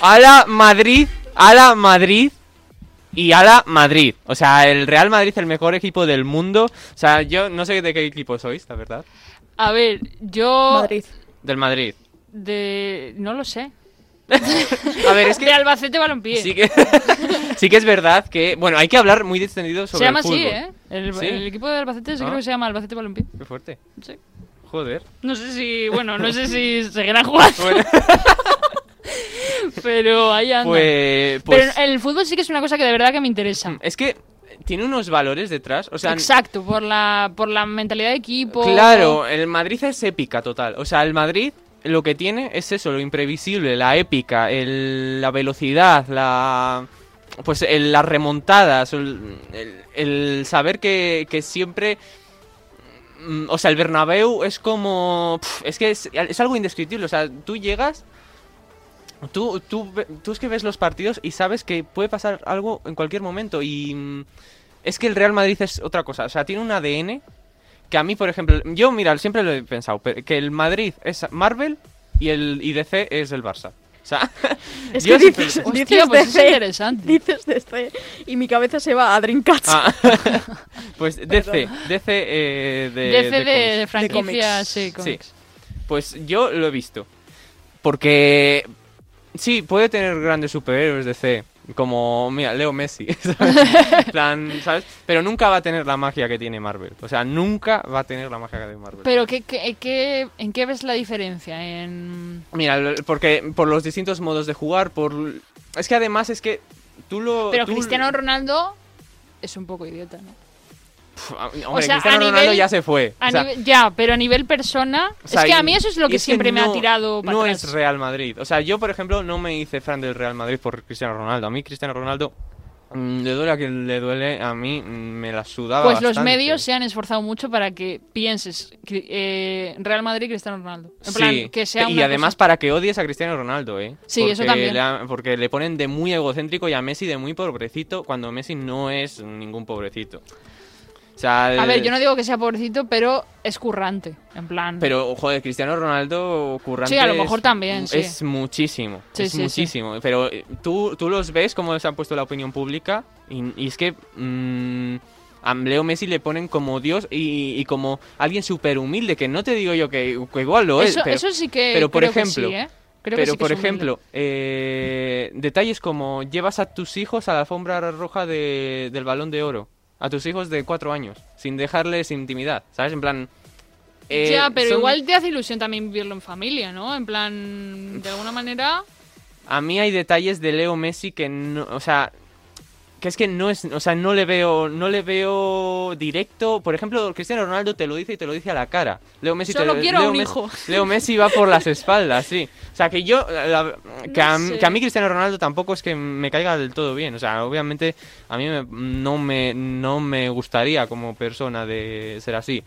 ala Madrid, ala Madrid y ala Madrid. O sea, el Real Madrid, el mejor equipo del mundo. O sea, yo no sé de qué equipo sois, la verdad.
A ver, yo.
Madrid.
Del Madrid.
De. No lo sé.
A ver, es
De
que.
Albacete Balompié.
Sí que, sí que es verdad que. Bueno, hay que hablar muy extendido sobre
se llama
el fútbol.
así, ¿eh? El,
Sí.
el equipo de Albacete se
Ah.
creo que se llama Albacete Balompié.
Qué fuerte.
Sí.
Joder.
No sé si, bueno, no sé si seguirán jugando. Pero ahí anda.
Pues. pues Mm,
Pero el fútbol sí que es una cosa que de verdad que me interesa.
Es que tiene unos valores detrás. O sea,
Exacto, por la, por la mentalidad de equipo.
Claro, el Madrid es épica total. O sea, el Madrid lo que tiene es eso, lo imprevisible, la épica, el- la velocidad, la pues el- las remontadas, el, el- el saber que, que siempre... mm, O sea, el Bernabéu es como... pf, Es que es, es algo indescriptible. O sea, tú llegas... Tú, tú, ve- tú es que ves los partidos y sabes que puede pasar algo en cualquier momento. Y mm, es que el Real Madrid es otra cosa. O sea, tiene un ADN que a mí, por ejemplo, yo mira, siempre lo he pensado, pero que el Madrid es Marvel y el y DC es el Barça. O sea,
Es
yo
que
siempre-
dices,
Hostia,
dices
pues es
DC,
interesante.
Dices DC y mi cabeza se va a Dreamcatch.
Ah, Pues DC, DC eh, de,
DC de,
de cómics.
de franquicias,
cómics.
sí, cómics.
Pues yo lo he visto. Porque sí, puede tener grandes superhéroes DC. Como, mira, Leo Messi. ¿sabes? En plan, ¿sabes? Pero nunca va a tener la magia que tiene Marvel. O sea, nunca va a tener la magia que tiene Marvel.
Pero ¿qué, qué, qué- en qué ves la diferencia? En...
Mira, lo- porque por los distintos modos de jugar, por... Es que además es que tú lo...
Pero
tú-
Cristiano Ronaldo es un poco idiota, ¿no?
Pf, ah, hombre,
sea,
Cristiano
a
Ronaldo
nivel-
ya se fue.
A
O sea,
nivel- ya, pero a nivel persona...
O sea,
es que
y-
a mí eso es lo
y
que siempre me ha
no-
tirado para
No
atrás.
es Real Madrid. O sea, yo, por ejemplo, no me hice fan del Real Madrid por Cristiano Ronaldo. A mí Cristiano Ronaldo mm, le duele a quien le duele, a mí mm, me la sudaba
Pues los
bastante.
medios se han esforzado mucho para que pienses que, eh, Real Madrid Cristiano Ronaldo. En
Sí,
plan, que sea
y
una
además
cosa-
para que odies a Cristiano Ronaldo, ¿eh?
Sí, eso también.
Le ha- porque le ponen de muy egocéntrico y a Messi de muy pobrecito cuando Messi no es ningún pobrecito. O sea,
A ver, yo no
el-
digo que sea pobrecito, pero es currante. En plan.
Pero, joder, Cristiano Ronaldo currante
Sí, a lo
es-
mejor también, sí.
Es muchísimo.
Sí,
es
sí, sí.
muchísimo. Pero eh, tú, tú los ves cómo se han puesto la opinión pública. Y, y es que mm, a Leo Messi le ponen como Dios y, y como alguien súper humilde. Que no te digo yo que, que igual lo
eso,
es. Pero,
eso sí que.
pero por
creo que
ejemplo,
sí, ¿eh? Creo que
pero
sí que
por
es humilde.
ejemplo, eh, detalles como llevas a tus hijos a la alfombra roja de- del balón de oro. A tus hijos de cuatro años. Sin dejarles intimidad. ¿Sabes? En plan. eh,
ya, pero
son-
igual te hace ilusión también vivirlo en familia, ¿no? En plan, de alguna manera.
A mí hay detalles de Leo Messi que no, o sea, que es que no es, o sea, no le veo, no le veo directo. Por ejemplo, Cristiano Ronaldo te lo dice y te lo dice a la cara. Leo Messi te
Solo
lo-
quiero a
Leo
un
Messi-
hijo.
Leo Messi va por las espaldas, sí. O sea, que yo, la- que, a,
No sé.
que a mí Cristiano Ronaldo tampoco es que me caiga del todo bien. O sea, obviamente a mí me- no me, no me gustaría como persona de ser así.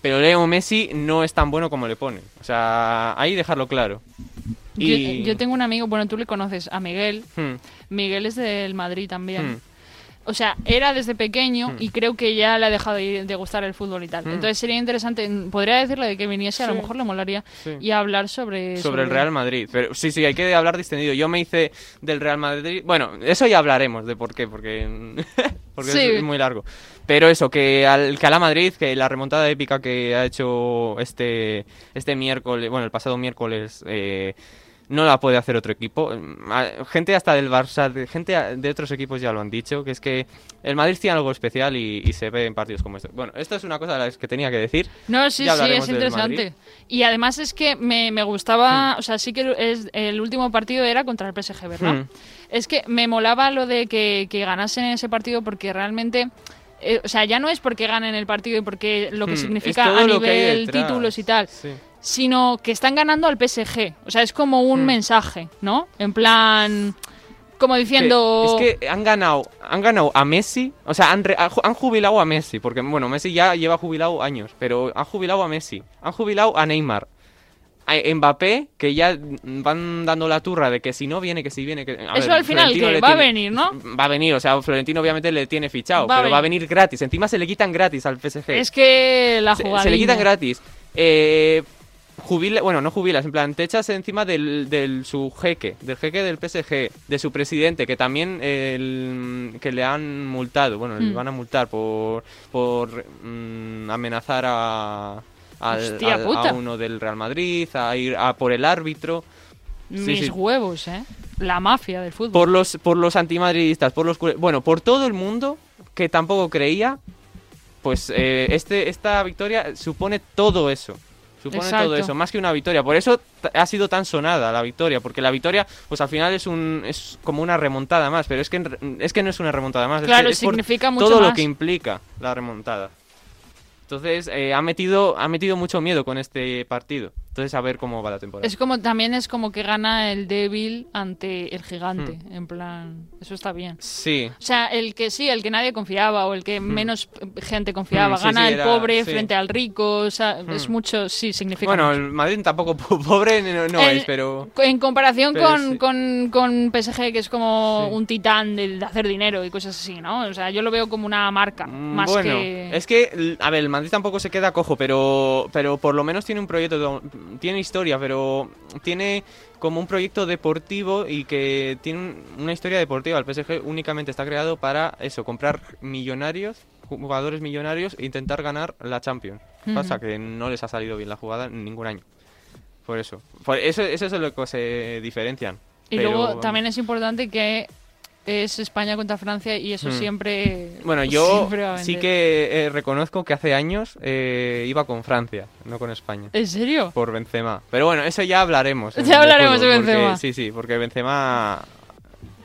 Pero Leo Messi no es tan bueno como le ponen. O sea, ahí dejarlo claro. Y-
Yo, yo tengo un amigo, bueno, tú le conoces, a Miguel.
Hmm,
Miguel es del Madrid también.
hmm.
O sea, era desde pequeño y creo que ya le ha dejado de ir- de gustar el fútbol y tal.
Mm.
Entonces sería interesante, podría decirle de que viniese, a lo
Sí.
mejor le molaría,
Sí.
y hablar sobre...
sobre el Real Madrid. Pero sí, sí, hay que hablar distendido. Yo me hice del Real Madrid. Bueno, eso ya hablaremos de por qué, porque, porque
Sí.
es muy largo. Pero eso, que al que a la Madrid, que la remontada épica que ha hecho este, este miércoles, bueno, el pasado miércoles, eh, no la puede hacer otro equipo. Mm, a- Gente hasta del Barça, de- gente a- de otros equipos ya lo han dicho, que es que el Madrid tiene algo especial y, y se ve en partidos como estos. Bueno, esto es una cosa de las que tenía que decir.
No, sí,
Ya
sí,
hablaremos
es
del
interesante. Y además es que me, me gustaba, o sea, sí que es, el último partido era contra el PSG, ¿verdad?
Hmm.
Es que me molaba lo de que, que ganasen ese partido porque realmente... eh, o sea, ya no es porque ganen el partido y porque lo que
Hmm, es
significa
todo
a
lo que hay
nivel
detrás.
títulos y tal,
Sí.
sino que están ganando al PSG. O sea, es como un
Mm.
mensaje, ¿no? En plan, como diciendo...
Que- es que han ganado, han ganado a Messi, o sea, han, re- han ju- han jubilado a Messi, porque bueno, Messi ya lleva jubilado años, pero han jubilado a Messi, han jubilado a Neymar. A Mbappé, que ya van dando la turra de que si no viene, que si viene, que... a
Eso
ver,
al final,
Florentino
que
le
va a
tiene-
venir, ¿no?
Va a venir, o sea, Florentino obviamente le tiene fichado,
Va a
pero va a
venir.
venir gratis. Encima se le quitan gratis al PSG.
Es que la
Se-
jugada...
Se, le quitan gratis. Eh, jubila, bueno, no jubilas, en plan, te echas encima del, del su jeque, del jeque del PSG, de su presidente, que también eh, el- que le han multado, bueno, le
Mm.
van a multar por, por mm, amenazar a, al-
Hostia
al-
puta.
a uno del Real Madrid, a ir a por el árbitro.
Mis
Sí, sí.
huevos, ¿eh? La mafia del fútbol.
Por los, por los antimadridistas, por los... cul- Bueno, por todo el mundo que tampoco creía, pues eh, este, esta victoria supone todo eso. Supone
Exacto.
todo eso, más que una victoria. Por eso t- ha sido tan sonada la victoria, porque la victoria, pues al final es un es como una remontada más, pero es que, en re- es que no es una remontada más. es
Claro,
que es por
significa mucho
Todo
más.
lo que implica la remontada. Entonces, eh, ha, metido, ha metido mucho miedo con este partido. Entonces, a ver cómo va la temporada.
Es como también es como que gana el débil ante el gigante,
Hmm.
en plan, eso está bien.
Sí,
O sea, el que sí, el que nadie confiaba o el que menos eh, gente confiaba,
Mm, Hmm. sí,
gana
sí,
el
era-
pobre
sí.
frente al rico, o sea, es
Mm.
mucho, sí, significa
Bueno,
mucho.
el Madrid tampoco po- pobre no, no
El-
es, pero...
En comparación
Pero
con,
sí.
con, con PSG, que es como
Sí.
un titán de, de hacer dinero y cosas así, ¿no? O sea, yo lo veo como una marca,
mm,
más
bueno,
que...
es que, l- a ver, el Madrid tampoco se queda cojo, pero, pero por lo menos tiene un proyecto, tiene historia, pero tiene como un proyecto deportivo y que tiene un- una historia deportiva. El PSG únicamente está creado para eso, comprar millonarios jugadores millonarios e intentar ganar la Champions.
Ujú.
Pasa que no les ha salido bien la jugada en ningún año. Por eso. Por eso, eso es lo que se diferencian.
Y
Pero,
luego
vamos.
también es importante que es España contra Francia y eso
Hmm.
siempre.
Bueno, yo
siempre va a
sí
vender.
que eh, reconozco que hace años eh, iba con Francia, no con España.
¿En serio?
Por Benzema. Pero bueno, eso ya hablaremos. en
Ya
el
hablaremos de
porque-
Benzema.
sí, sí, porque Benzema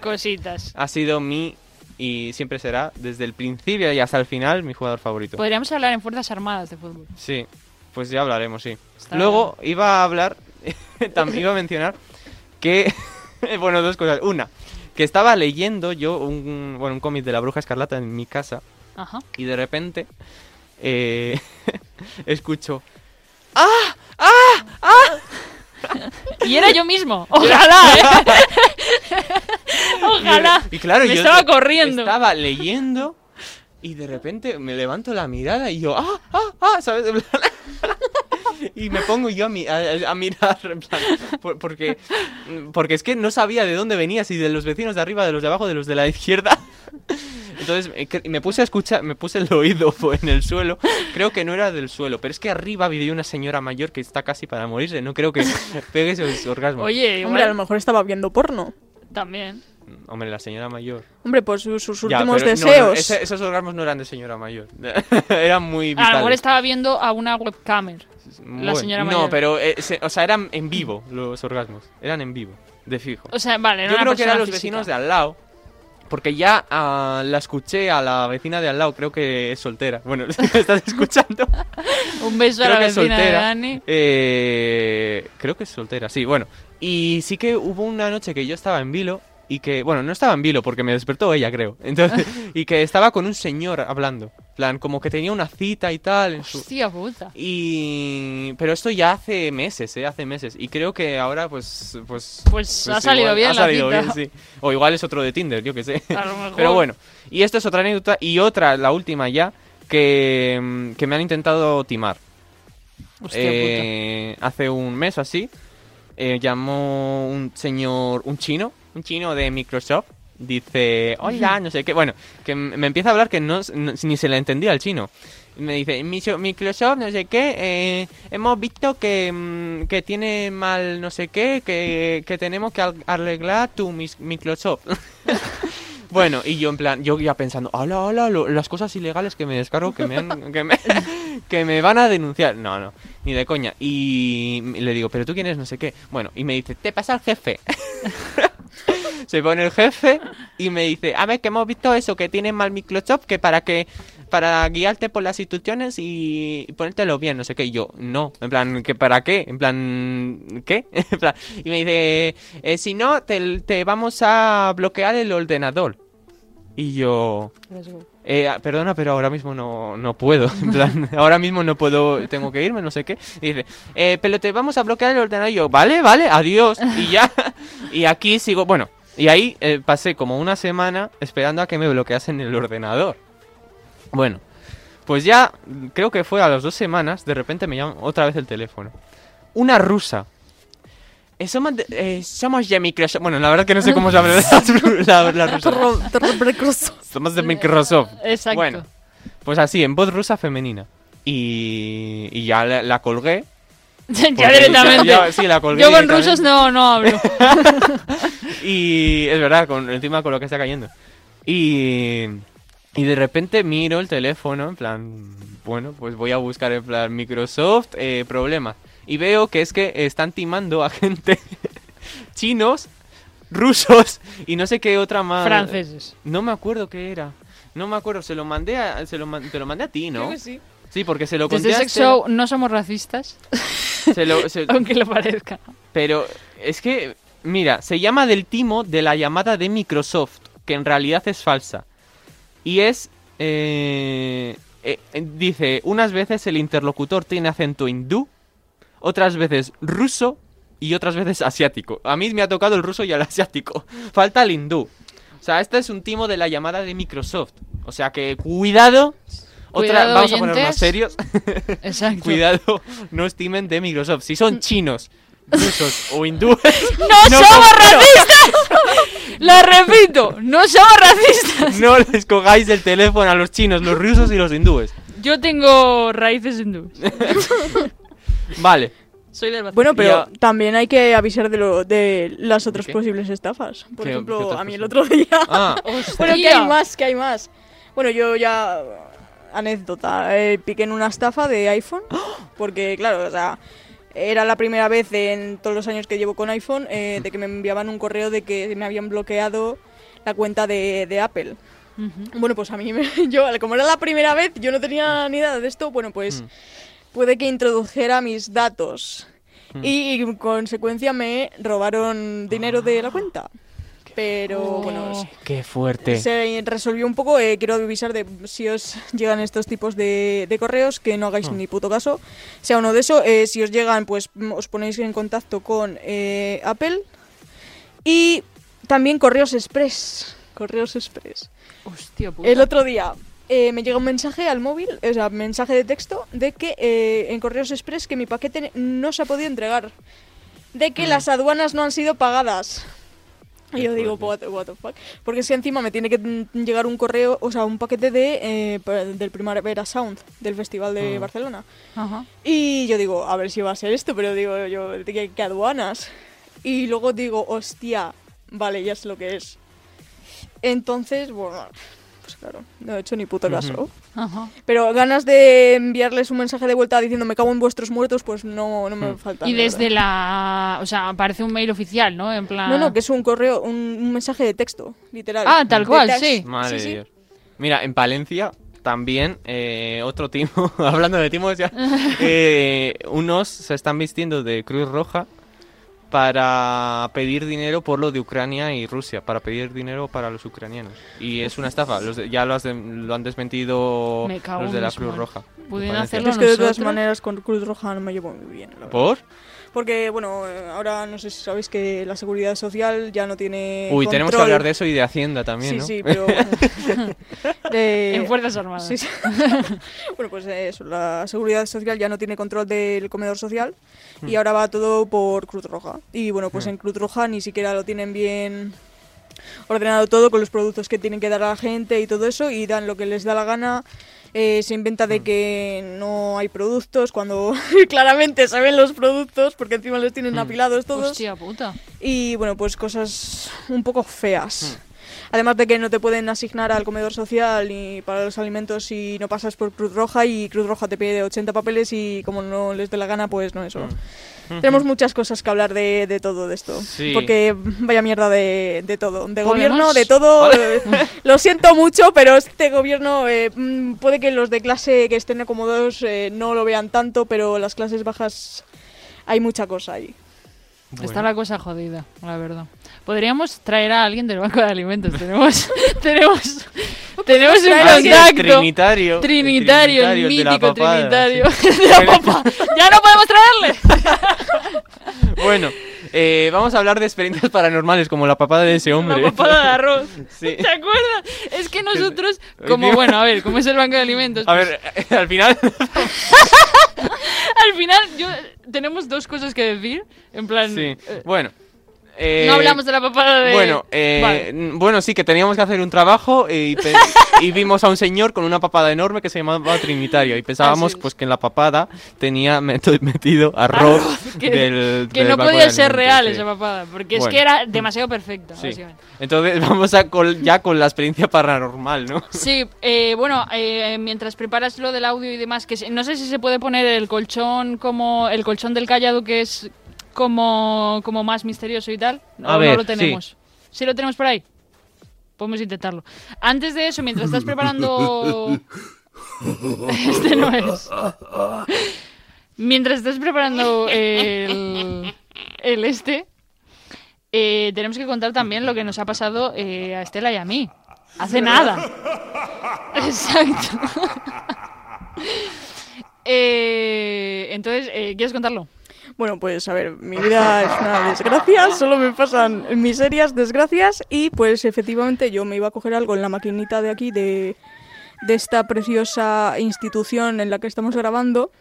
Cositas.
ha sido mi y siempre será, desde el principio y hasta el final, mi jugador favorito.
Podríamos hablar en Fuerzas Armadas de fútbol.
Sí, pues ya hablaremos, sí.
Está
Luego iba a hablar, también iba a mencionar que, bueno, dos cosas. Una, que estaba leyendo yo un, bueno, un cómic de la Bruja Escarlata en mi casa
Ajá.
y de repente eh, escucho ¡Ah! ¡Ah!
Y era yo mismo. Ojalá, ¿eh? Ojalá.
Y claro,
Me
yo
estaba corriendo.
Estaba leyendo y de repente me levanto la mirada y yo ¡Ah! ¡Ah! ¡Ah! ¿Sabes? En plan, Y me pongo yo a, mi- a- a mirar, en plan, por- porque, porque es que no sabía de dónde venía, si de los vecinos de arriba, de los de abajo, de los de la izquierda. Entonces eh, cre- me puse a escuchar, me puse el oído fue en el suelo. Creo que no era del suelo, pero es que arriba vivía una señora mayor que está casi para morirse. No creo que pegue esos orgasmos.
Oye, igual
Hombre, a lo mejor estaba viendo porno.
también.
Hombre, la señora mayor.
Hombre, por sus, sus
Ya,
últimos
pero no, no,
deseos.
ese- esos orgasmos no eran de señora mayor. eran
A
muy
lo mejor
vitales.
estaba viendo a una webcamer.
Bueno,
señora
No,
mayor.
pero eh, se- o sea, eran en vivo los orgasmos. Eran en vivo, de fijo.
O sea, vale,
Yo creo que eran los vecinos de al lado. Porque ya ah, la escuché a la vecina de al lado, creo que es soltera. Bueno, ¿me estás escuchando?
de... Un beso a
creo
la
que es
vecina de
soltera.
Dani.
Eh, creo que es soltera, sí, bueno. Y sí que hubo una noche que yo estaba en vilo y que, bueno, no estaba en vilo porque me despertó ella, creo. Entonces, y que estaba con un señor hablando. En Plan, como que tenía una cita y tal. en su-
Hostia puta.
Y... Pero esto ya hace meses, ¿eh? Hace meses. Y creo que ahora, pues... Pues,
Pues ha salido bien
ha
la
salido
cita.
bien, sí. O igual es otro de Tinder, yo qué sé.
A lo mejor.
Pero bueno, y esta es otra anécdota y otra, la última ya, que, mm, que me han intentado timar.
Hostia
Eh, Hace un mes o así, eh, llamó un señor, un chino, un chino de Microsoft. Dice, hola, no sé qué. Bueno, que m- me empieza a hablar que no, s- no- ni se le entendía al chino. Me dice, "Miso- Microsoft, no sé qué, eh, hemos visto que, mm, que tiene mal no sé qué, que, que tenemos que al- arreglar tu mis- Microsoft. Bueno, y yo en plan, yo ya pensando, hola, hola, lo- las cosas ilegales que me descargo que me, han- que, me, que me van a denunciar. No, no, ni de coña. Y le digo, pero tú quién eres, no sé qué. Bueno, y me dice, te pasa el jefe. Se pone el jefe y me dice, a ver, que hemos visto eso, que tienes mal Microsoft, que para que para guiarte por las instituciones y ponértelo bien, no sé qué. Y yo, no, en plan, ¿que ¿para qué? En plan, ¿qué? En plan, y me dice, "Eh, si no, te, te vamos a bloquear el ordenador. Y yo,
puta. Let's go.
eh, ah, perdona, pero ahora mismo no, no puedo. En plan, ahora mismo no puedo, tengo que irme, no sé qué. Y dice, eh, pero te vamos a bloquear el ordenador. Y yo, vale, vale, adiós. Y ya. Y aquí sigo, bueno. Y ahí eh, pasé como una semana esperando a que me bloqueasen el ordenador. Bueno, pues ya mm, creo que fue a las dos semanas, de repente me llaman otra vez el teléfono. Una rusa. Eh, somos, de, eh, somos de Microsoft. Bueno, la verdad que no sé cómo se habla la, la, la rusa.
Terror- terror precoz.
Somos de Microsoft.
Exacto.
Bueno, pues así, en voz rusa femenina. Y, y ya la, la colgué.
ya
porque-
directamente.
ya- sí, la colgué
Yo con
directamente.
rusos no, no hablo.
Y es verdad, con, encima con lo que está cayendo. Y, y de repente miro el teléfono, en plan, bueno, pues voy a buscar en plan Microsoft, eh, problemas. Y veo que es que están timando a gente chinos, rusos y no sé qué otra más.
Franceses.
No me acuerdo qué era. No me acuerdo, se lo mandé a, se lo, man- te lo mandé a ti, ¿no? Sí, porque se lo conté
Desde
a
Sex
Estela.
Show no somos racistas,
Se lo- se-
aunque lo parezca.
pero es que, mira, se llama del timo de la llamada de Microsoft, que en realidad es falsa. Y es... eh, eh, dice, unas veces el interlocutor tiene acento hindú, otras veces ruso y otras veces asiático. A mí me ha tocado el ruso y el asiático. Falta el hindú. O sea, este es un timo de la llamada de Microsoft. O sea que cuidado. Otra,
Cuidado,
vamos a ponernos
oyentes.
serios.
Exacto.
Cuidado, no estimen de Microsoft. Si son chinos, rusos o hindúes.
¡No, somos
compro.
racistas! Lo repito, no somos racistas.
No les cogáis el teléfono a los chinos, los rusos y los hindúes.
Yo tengo raíces hindúes.
Vale.
Soy del Albacete.
Bueno, pero
Y
también hay que avisar de, lo, de las otras
¿Qué?
posibles estafas. Por
¿Qué- qué
ejemplo,
otras
a mí el otro
posibles?
día.
Ah,
bueno, que
Tía.
hay más, que hay más. Bueno, yo ya. Anécdota. eh, piqué en una estafa de iPhone. Porque, claro, o sea. Era la primera vez en todos los años que llevo con iPhone eh, de que me enviaban un correo de que me habían bloqueado la cuenta de, de Apple. Bueno, pues a mí, me- yo, como era la primera vez, yo no tenía ni idea de esto, bueno, pues
Mm.
puede que introdujera mis datos. Y, en consecuencia me robaron dinero de la cuenta. Pero bueno, se-
qué fuerte.
se resolvió un poco. eh, quiero avisar de si os llegan estos tipos de, de correos, que no hagáis ni puto caso. Sea uno de eso, eh, si os llegan, pues mm, os ponéis en contacto con eh, Apple. Y también correos express. Correos express.
Hostia puta.
El otro día eh, me llega un mensaje al móvil, o sea, mensaje de texto, de que eh, en Correos Express que mi paquete no se ha podido entregar. De que las aduanas no han sido pagadas. Y yo digo, what, what the fuck. Porque es que encima me tiene que mm, llegar un correo, o sea, un paquete de, eh, pa- del Primavera Sound, del Festival de Barcelona.
Ajá.
Y yo digo, a ver si va a ser esto, pero digo, yo, ¿qué, qué aduanas? Y luego digo, hostia, vale, ya es lo que es. Entonces, bueno, pues claro, no he hecho ni puto caso.
Ajá.
Pero ganas de enviarles un mensaje de vuelta diciendo, me cago en vuestros muertos, pues no, no
Mm.
me falta.
Y desde la. O sea, aparece un mail oficial, ¿no? En plan.
No, no, que es un correo, un, un mensaje de texto, literal.
Ah, tal
De
cual,
text.
sí.
Madre
sí,
de
sí.
Dios. Mira, en Palencia también, eh, otro timo, hablando de timos ya, eh, unos se están vistiendo de Cruz Roja para pedir dinero por lo de Ucrania y Rusia, para pedir dinero para los ucranianos. Y es una estafa, los de- ya lo, has de- lo han desmentido
Me cago
los
en
de la
mis
Cruz
manos.
Roja.
Pudieron
Parece.
hacerlo
Yo es que de todas
nosotros.
maneras con Cruz Roja no me llevo muy bien. la verdad.
¿Por?
Porque, bueno, eh, ahora no sé si sabéis que la seguridad social ya no tiene.
Uy, tenemos que
Eh, control.
hablar de eso y de Hacienda también,
Sí,
¿no?
sí, pero. bueno. De-
En Fuerzas Armadas.
Eh, Sí, sí. bueno, pues eh, eso, la seguridad social ya no tiene control del comedor social
Hmm.
y ahora va todo por Cruz Roja. Y bueno, pues en Cruz Roja ni siquiera lo tienen bien ordenado todo con los productos que tienen que dar a la gente y todo eso y dan lo que les da la gana. Eh, se inventa
Hmm.
de que no hay productos cuando claramente se ven los productos porque encima los tienen apilados todos.
Hmm. Hostia puta.
Y bueno, pues cosas un poco feas. Además de que no te pueden asignar al comedor social ni para los alimentos si no pasas por Cruz Roja y Cruz Roja te pide 80 papeles y como no les dé la gana, pues no eso. Tenemos muchas cosas que hablar de, de todo de esto.
Sí.
Porque vaya mierda de, de todo. De
¿Podemos?
gobierno, de todo. eh, lo siento mucho, pero este gobierno eh, mm, puede que los de clase que estén acomodados eh, no lo vean tanto, pero las clases bajas hay mucha cosa ahí.
Está la cosa jodida, la verdad. Podríamos traer a alguien del banco de alimentos. Tenemos, tenemos, tenemos un
traer a alguien
contacto.
Ah, Trinitario.
Trinitario, el
Trinitario, el de la
mítico
papada,
Trinitario de la papa. ¡Ya no podemos traerle!
Bueno, eh, vamos a hablar de experiencias paranormales, como la papada de ese hombre.
La papada de arroz.
Sí.
¿Te acuerdas? Es que nosotros,
Hoy
como
día-
bueno, a ver, como es el banco de alimentos,
A ver, eh, al final.
al final yo tenemos dos cosas que decir. En plan,
sí.
eh,
Bueno. eh,
no hablamos de la papada de.
Bueno, eh,
Vale.
n- bueno, sí, que teníamos que hacer un trabajo y, pe- y vimos a un señor con una papada enorme que se llamaba Trinitario y pensábamos
Así es.
pues que en la papada tenía meto- metido arroz,
Arroz, que-
del,
que
del
no
banco de
podía ser
alimentos,
real
sí.
esa papada, porque es
Bueno.
que era demasiado perfecta,
Sí.
básicamente.
Entonces vamos a col- ya con la experiencia paranormal, ¿no?
Sí, eh, bueno, eh, mientras preparas lo del audio y demás, que se- no sé si se puede poner el colchón como el colchón del callado que es como, como más misterioso y tal. o
A ver,
no lo tenemos. Sí. lo tenemos por ahí. Podemos intentarlo. Antes de eso, mientras estás preparando. este no es. Mientras estás preparando el, el este, eh, tenemos que contar también lo que nos ha pasado eh, a Estela y a mí. Hace nada. Exacto. Eh, entonces, eh, ¿quieres contarlo?
Bueno, pues a ver, mi vida es una desgracia, solo me pasan miserias, desgracias y pues efectivamente yo me iba a coger algo en la maquinita de aquí de, de esta preciosa institución en la que estamos grabando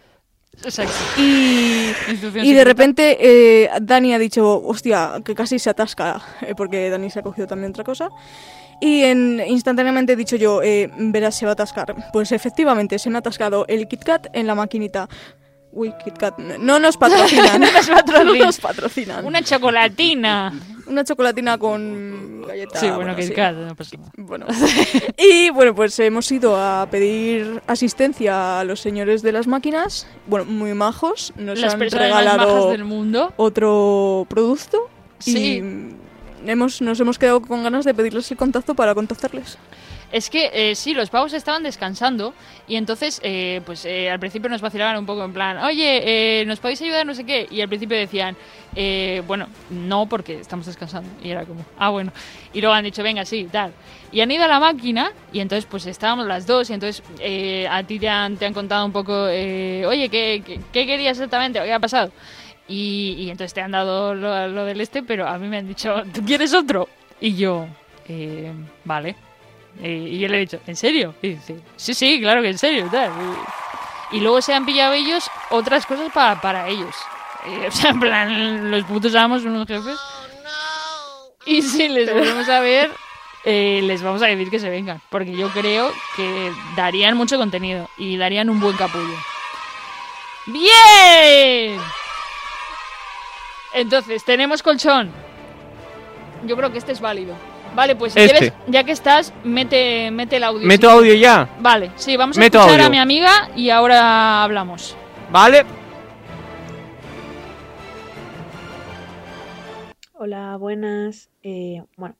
Exacto.
Y,
Instrucción
y de
secreta.
repente eh, Dani ha dicho, hostia, que casi se atasca, eh, porque Dani se ha cogido también otra cosa. Y en, instantáneamente he dicho yo, eh, verás, se va a atascar. Pues efectivamente, se han atascado el Kit Kat en la maquinita. Uy, Kit Kat, no nos patrocinan. no nos patrocinan. nos patrocinan. Una,
Una chocolatina.
chocolatina con galleta.
sí, bueno, que
Ah, sí.
no pasa nada.
Bueno. y bueno, pues hemos ido a pedir asistencia a los señores de las máquinas. Bueno, muy majos. Nos
Las
han
personas más
regalado
majas del mundo.
otro producto.
Sí.
Y mm, hemos, nos hemos quedado con ganas de pedirles el contacto para contactarles.
Es que eh, sí, los pavos estaban descansando y entonces, eh, pues eh, al principio nos vacilaban un poco en plan, oye, eh, ¿nos podéis ayudar? No sé qué. Y al principio decían, eh, bueno, no, porque estamos descansando. Y era como, ah, bueno. Y luego han dicho, venga, sí, tal. Y han ido a la máquina y entonces, pues estábamos las dos y entonces eh, a ti te han, te han contado un poco, eh, oye, ¿qué, qué, qué querías exactamente? ¿Qué ha pasado? Y, y entonces te han dado lo, lo del este, pero a mí me han dicho, ¿tú quieres otro? Y yo, eh, vale. Eh, y yo le he dicho, ¿en serio? Y dice, sí, sí, claro que en serio. tal. Y, y luego se han pillado ellos otras cosas para, para ellos. Eh, o sea, en plan, los putos amos, unos jefes. Y si les volvemos a ver, eh, les vamos a decir que se vengan. Porque yo creo que darían mucho contenido y darían un buen capullo. ¡Bien! Entonces, tenemos colchón. Yo creo que este es válido. Vale, pues si
Este.
quieres, ya que estás, mete, mete el audio.
Meto
sí.
audio ya.
Vale, sí, vamos a
Meto
escuchar a
audio.
mi amiga y ahora hablamos.
Vale.
Hola, buenas. Eh, bueno,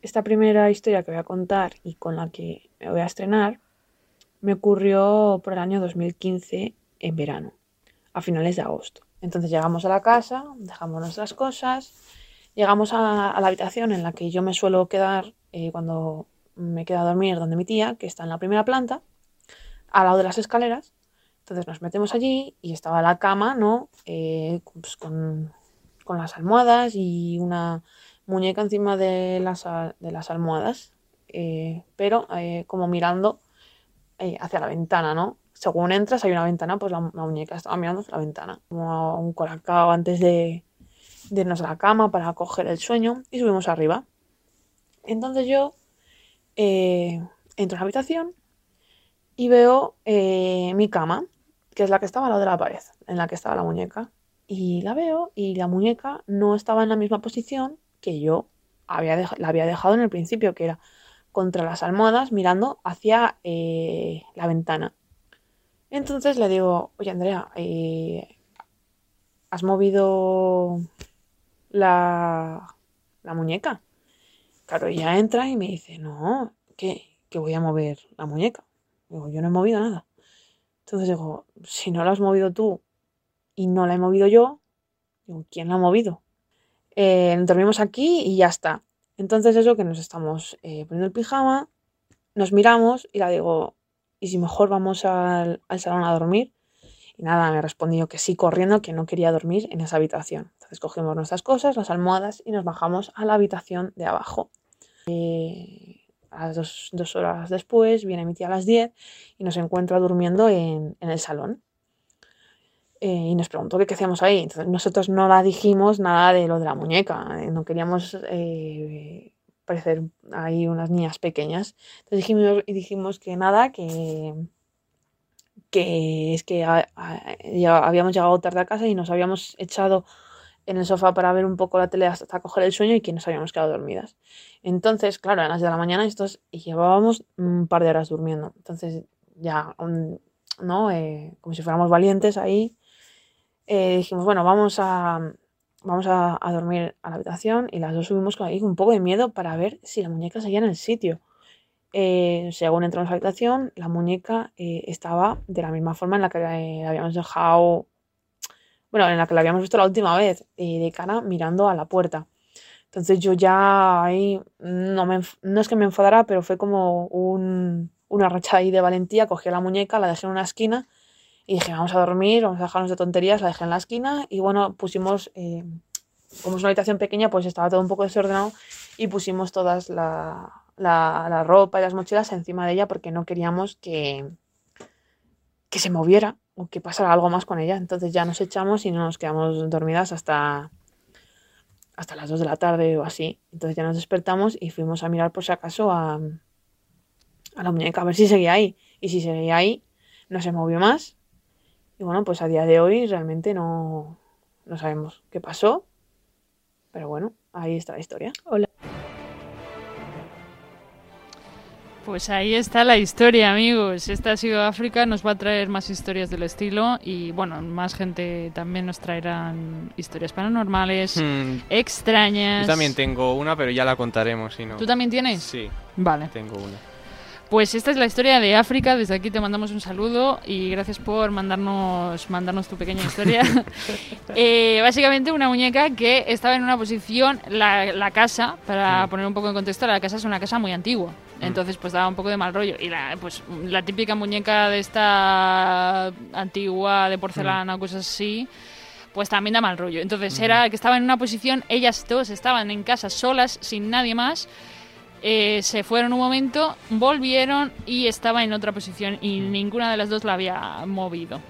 esta primera historia que voy a contar y con la que me voy a estrenar me ocurrió por el año 2015 en verano, a finales de agosto. Entonces llegamos a la casa, dejamos nuestras cosas, llegamos a, a la habitación en la que yo me suelo quedar eh, cuando me quedo a dormir donde mi tía, que está en la primera planta, al lado de las escaleras. Entonces nos metemos allí y estaba la cama, ¿no? Eh, pues con, con las almohadas y una muñeca encima de las, a- de las almohadas, eh, pero eh, como mirando eh, hacia la ventana, ¿no? Según entras hay una ventana, pues la, la muñeca estaba mirando hacia la ventana, como a un colacao antes de, de irnos a la cama para coger el sueño y subimos arriba. Entonces yo eh, entro a la habitación y veo eh, mi cama, que es la que estaba al lado de la pared, en la que estaba la muñeca y la veo y la muñeca no estaba en la misma posición que yo había dej- la había dejado en el principio, que era contra las almohadas mirando hacia eh, la ventana. Entonces le digo, oye Andrea, eh, ¿has movido la, la muñeca? Claro, ella entra y me dice, no, ¿qué? Que voy a mover la muñeca. Digo, yo no he movido nada. Entonces digo, si no la has movido tú, y no la he movido yo, digo, ¿quién la ha movido? Eh, dormimos aquí y ya está. Entonces eso que nos estamos eh, poniendo el pijama, nos miramos y la digo, ¿y si mejor vamos al, al salón a dormir? Y nada, me respondió que sí, corriendo, que no quería dormir en esa habitación. Entonces cogimos nuestras cosas, las almohadas y nos bajamos a la habitación de abajo. Eh, a las dos, dos horas después viene mi tía a las 10 y nos encuentra durmiendo en- en el salón eh, y nos preguntó que qué hacíamos ahí. Entonces nosotros no la dijimos nada de lo de la muñeca, eh, no queríamos eh, parecer ahí unas niñas pequeñas. Entonces dijimos, y dijimos que nada, que, que es que a- a- ya habíamos llegado tarde a casa y nos habíamos echado en el sofá para ver un poco la tele hasta, hasta coger el sueño y que nos habíamos quedado dormidas. Entonces, claro, a las de la mañana estos y llevábamos un par de horas durmiendo. Entonces ya, un- ¿no? Eh, como si fuéramos valientes ahí, eh, dijimos, bueno, vamos a, vamos a, a dormir a la habitación y las dos subimos con ahí con un poco de miedo para ver si la muñeca seguía en el sitio. Eh, según entramos a la habitación, la muñeca eh, estaba de la misma forma en la que la, eh, la habíamos dejado, bueno, en la que la habíamos visto la última vez, eh, de cara mirando a la puerta. Entonces yo ya ahí, no, me, enf- no es que me enfadara, pero fue como un- una racha ahí de valentía, cogí la muñeca, la dejé en una esquina y dije, vamos a dormir, vamos a dejarnos de tonterías, la dejé en la esquina y bueno, pusimos, eh, como es una habitación pequeña, pues estaba todo un poco desordenado y pusimos todas la, la- la ropa y las mochilas encima de ella porque no queríamos que,
que se moviera o que pasara algo más con ella. Entonces ya nos echamos y no nos quedamos dormidas hasta, hasta las 2 de la tarde o así. Entonces ya nos despertamos y fuimos a mirar por si acaso a, a la muñeca, a ver si seguía ahí. Y si seguía ahí, no se movió más. Y bueno, pues a día de hoy realmente no, no sabemos qué pasó. Pero bueno, ahí está la historia. Hola.
Pues ahí está la historia, amigos. Esta ha sido África, nos va a traer más historias del estilo y bueno, más gente también nos traerán historias paranormales,
Hmm,
extrañas.
Yo también tengo una, pero ya la contaremos, si no.
¿Tú también tienes?
Sí,
Vale.
tengo una.
Pues esta es la historia de África. Desde aquí te mandamos un saludo y gracias por mandarnos, mandarnos tu pequeña historia. Eh, básicamente una muñeca que estaba en una posición, la, la casa, para
Mm.
poner un poco en contexto, la casa es una casa muy antigua. Entonces pues daba un poco de mal rollo. Y la, pues, la típica muñeca de esta antigua, de porcelana o cosas así, pues también da mal rollo. Entonces era que estaba en una posición, ellas dos estaban en casa solas, sin nadie más. Eh, se fueron un momento, volvieron y estaba en otra posición y
Mm.
ninguna de las dos la había movido.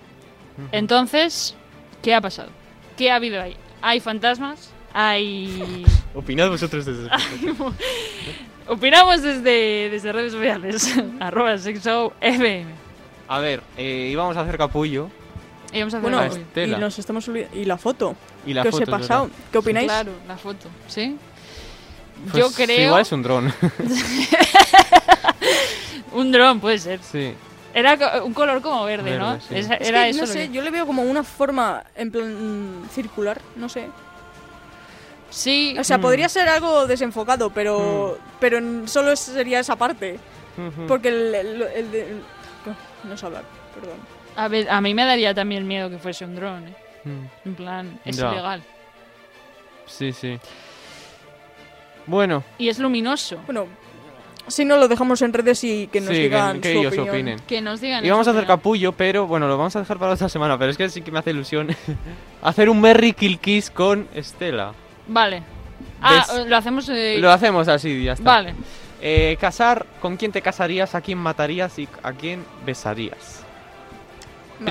Entonces, ¿qué ha pasado? ¿Qué ha habido ahí? ¿Hay fantasmas? ¿Hay...
Opinad vosotros desde
Opinamos desde, desde redes sociales, arroba sexo FM.
A ver, eh, íbamos a hacer capullo
Y vamos a hacer
Bueno,
la
algo.
este-
y
Estela.
nos estamos olvidando. Y la foto.
y la
¿Qué
foto.
os he
es verdad.
pasado? ¿Qué opináis?
Claro, la foto, ¿sí?
Pues
Yo creo...
Igual es un dron.
Un dron puede ser.
sí.
Era co- un color como verde,
Verde,
¿no?
sí.
Esa-
Es
era
que,
eso
no
lo
sé,
que-
yo le veo como una forma en plan mm, circular, no sé.
Sí,
O sea,
Mm.
podría ser algo desenfocado, pero pero en- solo es- sería esa parte.
Mm.
Porque el, el- el de- el- no sé hablar, perdón.
a, ver, a mí me daría también miedo que fuese un dron, ¿eh?
Mm,
En plan, es
Ya.
ilegal.
Sí, sí. Bueno,
Y es luminoso.
Bueno, si no lo dejamos en redes y que nos
sí,
digan
que, que
su
ellos
opinión.
opinen.
Que nos digan.
Y vamos a
eso,
hacer
pero-
capullo, pero bueno, lo vamos a dejar para otra semana. Pero es que sí que me hace ilusión hacer un Merry Kill Kiss con Estela.
Vale. Ah,
¿Ves?
lo hacemos. eh,
Lo hacemos así, y ya está.
Vale.
Eh, casar, ¿con quién te casarías? ¿A quién matarías? ¿Y a quién besarías?
Vale,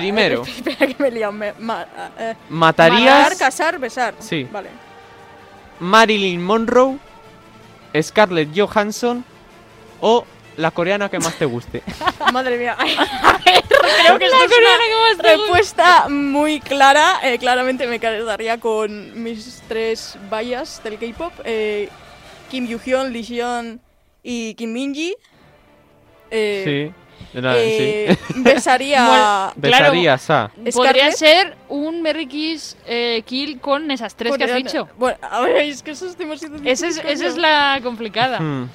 Primero.
Espera que me lían. me- ma- ah, eh,
¿Matarías
Matar, casar, besar.
Sí.
Vale.
Marilyn Monroe, Scarlett Johansson o la coreana que más te guste?
Madre mía.
Creo que es una
Respuesta muy clara. eh, claramente me quedaría con mis tres vallas del K-pop: eh, Kim Yoo-hyun, Lee Seon y Kim Minji. Eh,
de nada,
eh,
sí.
Besaría.
Besarías
Podría
Scarlett.
ser un Merry Kiss eh, Kill con esas tres que has
Coreana.
dicho.
Bueno, a ver, es que eso estamos haciendo
Esa es,
difícil,
esa es
coño.
la
a...
complicada.
Hmm.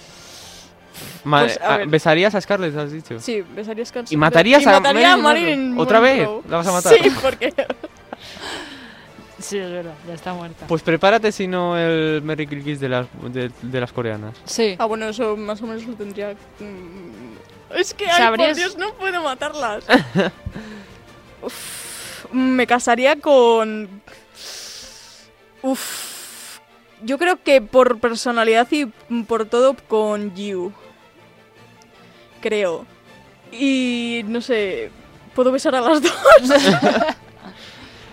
Ma-
Pues, a
ah,
ver.
besarías a Scarlett, has dicho.
Sí, besaría a Scarlett.
¿Y matarías
Y
a
mataría a
Marilyn
Marilyn
Monroe? ¿Otra vez?
Monroe.
¿La vas a matar?
Sí, porque.
Sí, es verdad, ya está muerta.
Pues prepárate si no el Merry Kill Kiss de las, de, de las coreanas.
Sí.
Ah, bueno, eso más o menos lo tendría. mm, Es que, ay,
¿Sabrías?
por Dios, no puedo matarlas. Uf, me casaría con. Uf. Yo creo que por personalidad y por todo con Yu. Creo. Y no sé. ¿Puedo besar a las dos?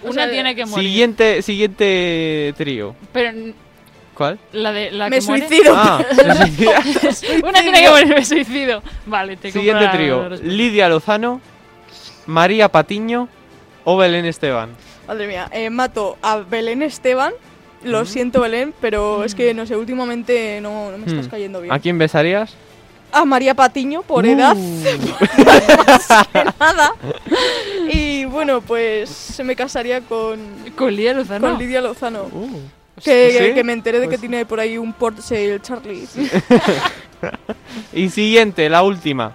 Una
o sea,
tiene que morir.
Siguiente, siguiente trío.
Pero n-
¿Cuál?
la de la
me
que muere-
suicido.
Ah,
Una tiene que morir, me suicido. Vale, te compro
siguiente
la-
trío.
la respuesta.
Lidia Lozano, María Patiño o Belén Esteban.
Madre mía, eh, mato a Belén Esteban. Lo siento, Belén, pero es que no sé, últimamente no, no me estás
Mm.
cayendo bien.
¿A quién besarías?
a María Patiño
Uh.
por edad, más que nada. Y bueno, pues se me casaría con,
Con Lidia Lozano.
con Lidia Lozano.
Uh.
Que,
¿Sí?
que me enteré de que
Pues-
tiene por ahí un Porsche el Charlie.
Y siguiente, la última.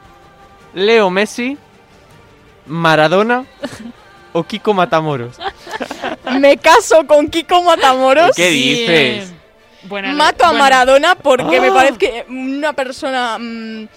Leo Messi, Maradona o Kiko Matamoros.
Ah, Me caso con Kiko Matamoros.
¿Qué
Bien.
dices?
eh, Buena-
Mato a
bueno,
Maradona porque me
Ah.
parece una persona. mm,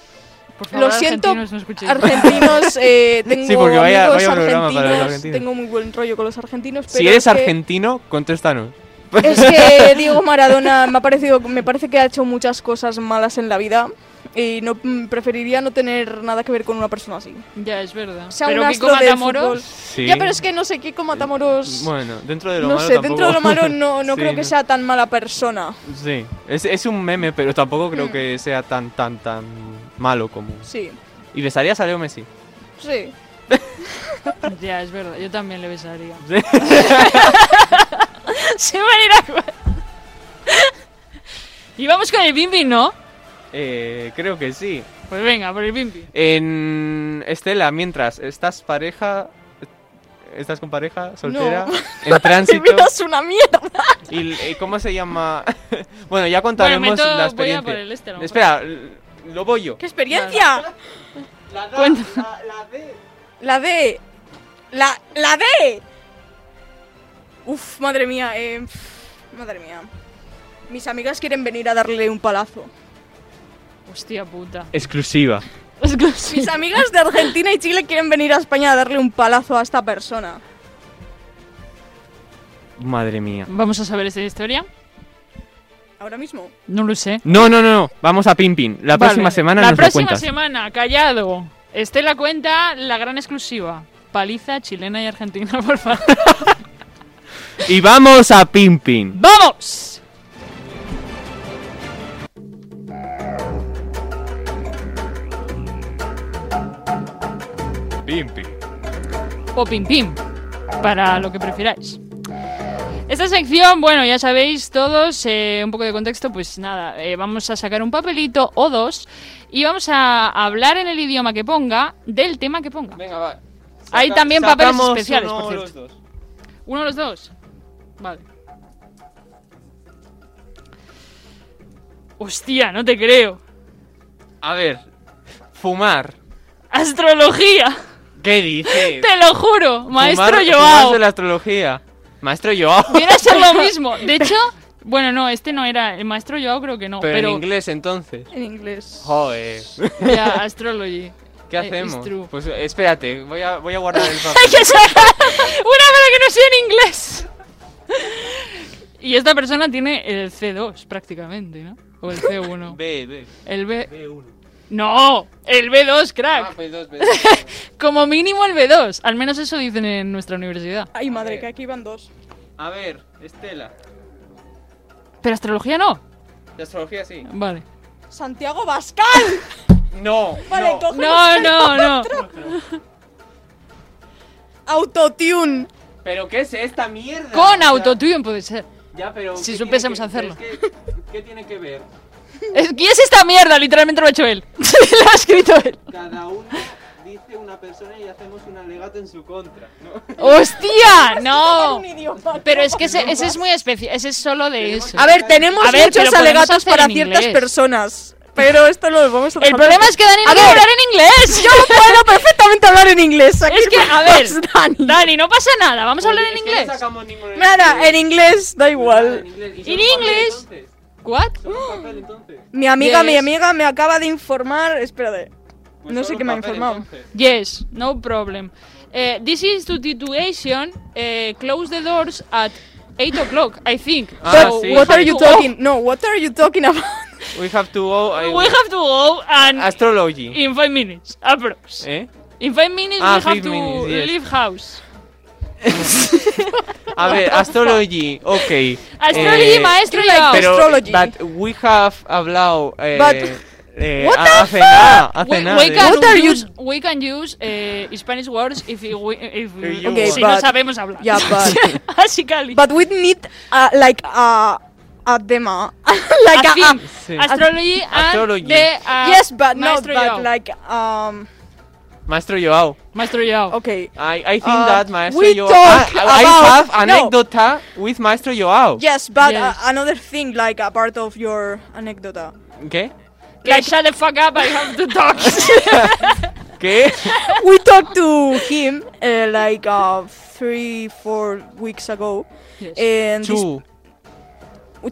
por favor,
Lo siento,
argentinos, no escuchéis.
argentinos, eh, tengo
Sí, porque vaya-
amigos
vaya programa
argentinos,
para los argentinos.
Tengo muy buen rollo con los argentinos. Pero
Si eres
es que-
argentino, contéstanos.
Es que Diego Maradona me ha parecido, me parece que ha hecho muchas cosas malas en la vida Y no mm, preferiría no tener nada que ver con una persona así.
Ya, es verdad.
O sea,
Pero
un
Kiko
astro del fútbol.
Matamoros.
Sí.
Ya, pero es que no sé, Kiko Matamoros...
Bueno, dentro de lo
no
malo
sé,
tampoco-
dentro de lo malo no, no
Sí,
creo que sea tan mala persona.
Sí, es, es un meme, pero tampoco
Hmm.
creo que sea tan, tan, tan malo como...
Sí,
¿Y besarías a Leo Messi?
sí.
Ya, es verdad. Yo también le besaría.
Sí.
Se van a ir a... y vamos con el bimbi, ¿no?
Eh, creo que sí.
Pues venga, por el bimbi.
En Estela, mientras estás pareja, estás con pareja, soltera, en
Mi
tránsito
vida es una mierda.
y eh, cómo se llama. bueno, ya contaremos
meto-
la
voy a
experiencia.
por el este, a lo mejor.
Espera, l- lo voy yo.
¡Qué experiencia!
La,
Cuenta.
D.
La D. La, la D. Uf, madre mía. eh, madre mía. Mis amigas quieren venir a darle un palazo.
Hostia puta.
Exclusiva.
Es que sí.
Mis amigas de Argentina y Chile quieren venir a España a darle un palazo a esta persona.
Madre mía.
Vamos a saber esta historia.
Ahora mismo.
No lo sé.
No, no, no, no. Vamos a Pim Pim. La
Vale.
próxima semana
La
nos
próxima
lo cuentas.
semana, callado. Estela cuenta la gran exclusiva. Paliza chilena y argentina, por favor.
Y vamos a Pim Pim.
¡Vamos!
Pimpi.
o pim pim, para lo que prefiráis. Esta sección, bueno, ya sabéis todos, eh, un poco de contexto, pues nada, eh, vamos a sacar un papelito o dos y vamos a hablar en el idioma que ponga del tema que ponga.
Venga, va.
Hay también papeles
sacamos
especiales,
uno
por
o
cierto.
los dos.
Uno de los dos. Vale. Hostia, no te creo.
A ver, fumar.
Astrología,
¿Qué dices?
te lo juro, maestro
Fumar- fumar
Joao.
de la astrología. Maestro Joao.
Viene a ser lo mismo. De hecho, bueno, no, este no era el maestro Joao, creo que no,
Pero, en
pero
inglés entonces.
En inglés.
Joder.
Ya, astrology.
¿Qué
Eh,
hacemos?
it's true.
Pues eh, espérate, voy a, voy a guardar el
Hay
papel.
que sacar una pero que no sea en inglés. Y esta persona tiene el C2 prácticamente, ¿no? O el C1.
B, B,
El B...
B1.
No, el B2,
Ah,
crack.
pues dos veces.
Como mínimo el B2. Al menos eso dicen en nuestra universidad.
Ay, madre, que aquí van dos.
A ver, Estela.
Pero astrología no.
La astrología sí.
Vale.
Santiago Bascal.
No.
Vale,
no.
cogemos
No, no, no.
Autotune.
¿Pero qué es esta mierda? O
Con
sea,
autotune puede ser.
Ya, pero.
Si
¿qué tiene
supiésemos
que-
hacerlo.
pero es que- ¿Qué tiene que ver?
Es- ¿Y es esta mierda? Literalmente lo ha hecho él. lo ha escrito él.
Cada uno dice una persona y hacemos un alegato en su contra. ¿no?
¡Hostia! No.
Un idioma.
Pero es que ese, ese es muy especial. Ese es solo de eso.
A ver, tenemos
A ver, pero
muchos
podemos
alegatos
hacer
para
en
ciertas
inglés.
personas. Pero esto lo vamos a
El problema es que Dani no
A
quiere
ver.
hablar en inglés.
Yo puedo perfectamente hablar en inglés. Aquí
es que, a
no
ver,
es Dani.
Dani, no pasa nada. Vamos a hablar en
Es que
inglés.
No sacamos ninguno en
Nada, en inglés da
Nada, en
igual.
inglés.
In
¿Y solo papel,
English.
entonces?
¿What?
¿Solo papel, entonces?
Mi amiga, mi
Yes.
amiga me acaba de informar. Espérate.
Pues
No sé
solo
qué me ha
papel,
informado.
entonces.
Yes, no problem. Eh, this is the situation. Eh, close the doors at 8 o'clock, I think.
Ah,
So
sí.
we
What are
have
you
to go.
talking? No, what are you talking about?
We have to go. I-
We have to go and
Astrology.
in five minutes, approx.
¿Eh?
In five minutes we
Ah,
have
five
to
minutes, yes. Eh,
leave house.
A ver, astrology, ok.
Astrology,
Eh,
maestro
you like
Joao.
Pero,
Astrology.
But we have hablado. Eh,
But-
eh,
What
hace nada, hace
We,
nada. ¿eh?
we
de-
can
What are you-
use, we can use eh, Spanish words if we, if we-
you Okay,
si no
want. but-
sabemos hablar.
Yeah, but-
Así cali.
But we need uh, like a a demo, like
a
a,
theme.
Sí.
Astrology and
Astrology.
the, uh,
uh, yes, but not
Maestro
but
Joao.
like um.
Maestro Joao.
Maestro Joao.
Okay.
I, I think
Uh,
that Maestro
we
Joao. Ah,
talk
I, I
about-
have
No.
anécdota with Maestro Joao.
Yes, but
Yes.
Uh, another thing, like a part of your anecdota.
¿Qué?
Like, shut the fuck up, I have to talk.
¿Qué?
we talked to him uh, like uh, three, four weeks ago,
Eh,
and this
Two.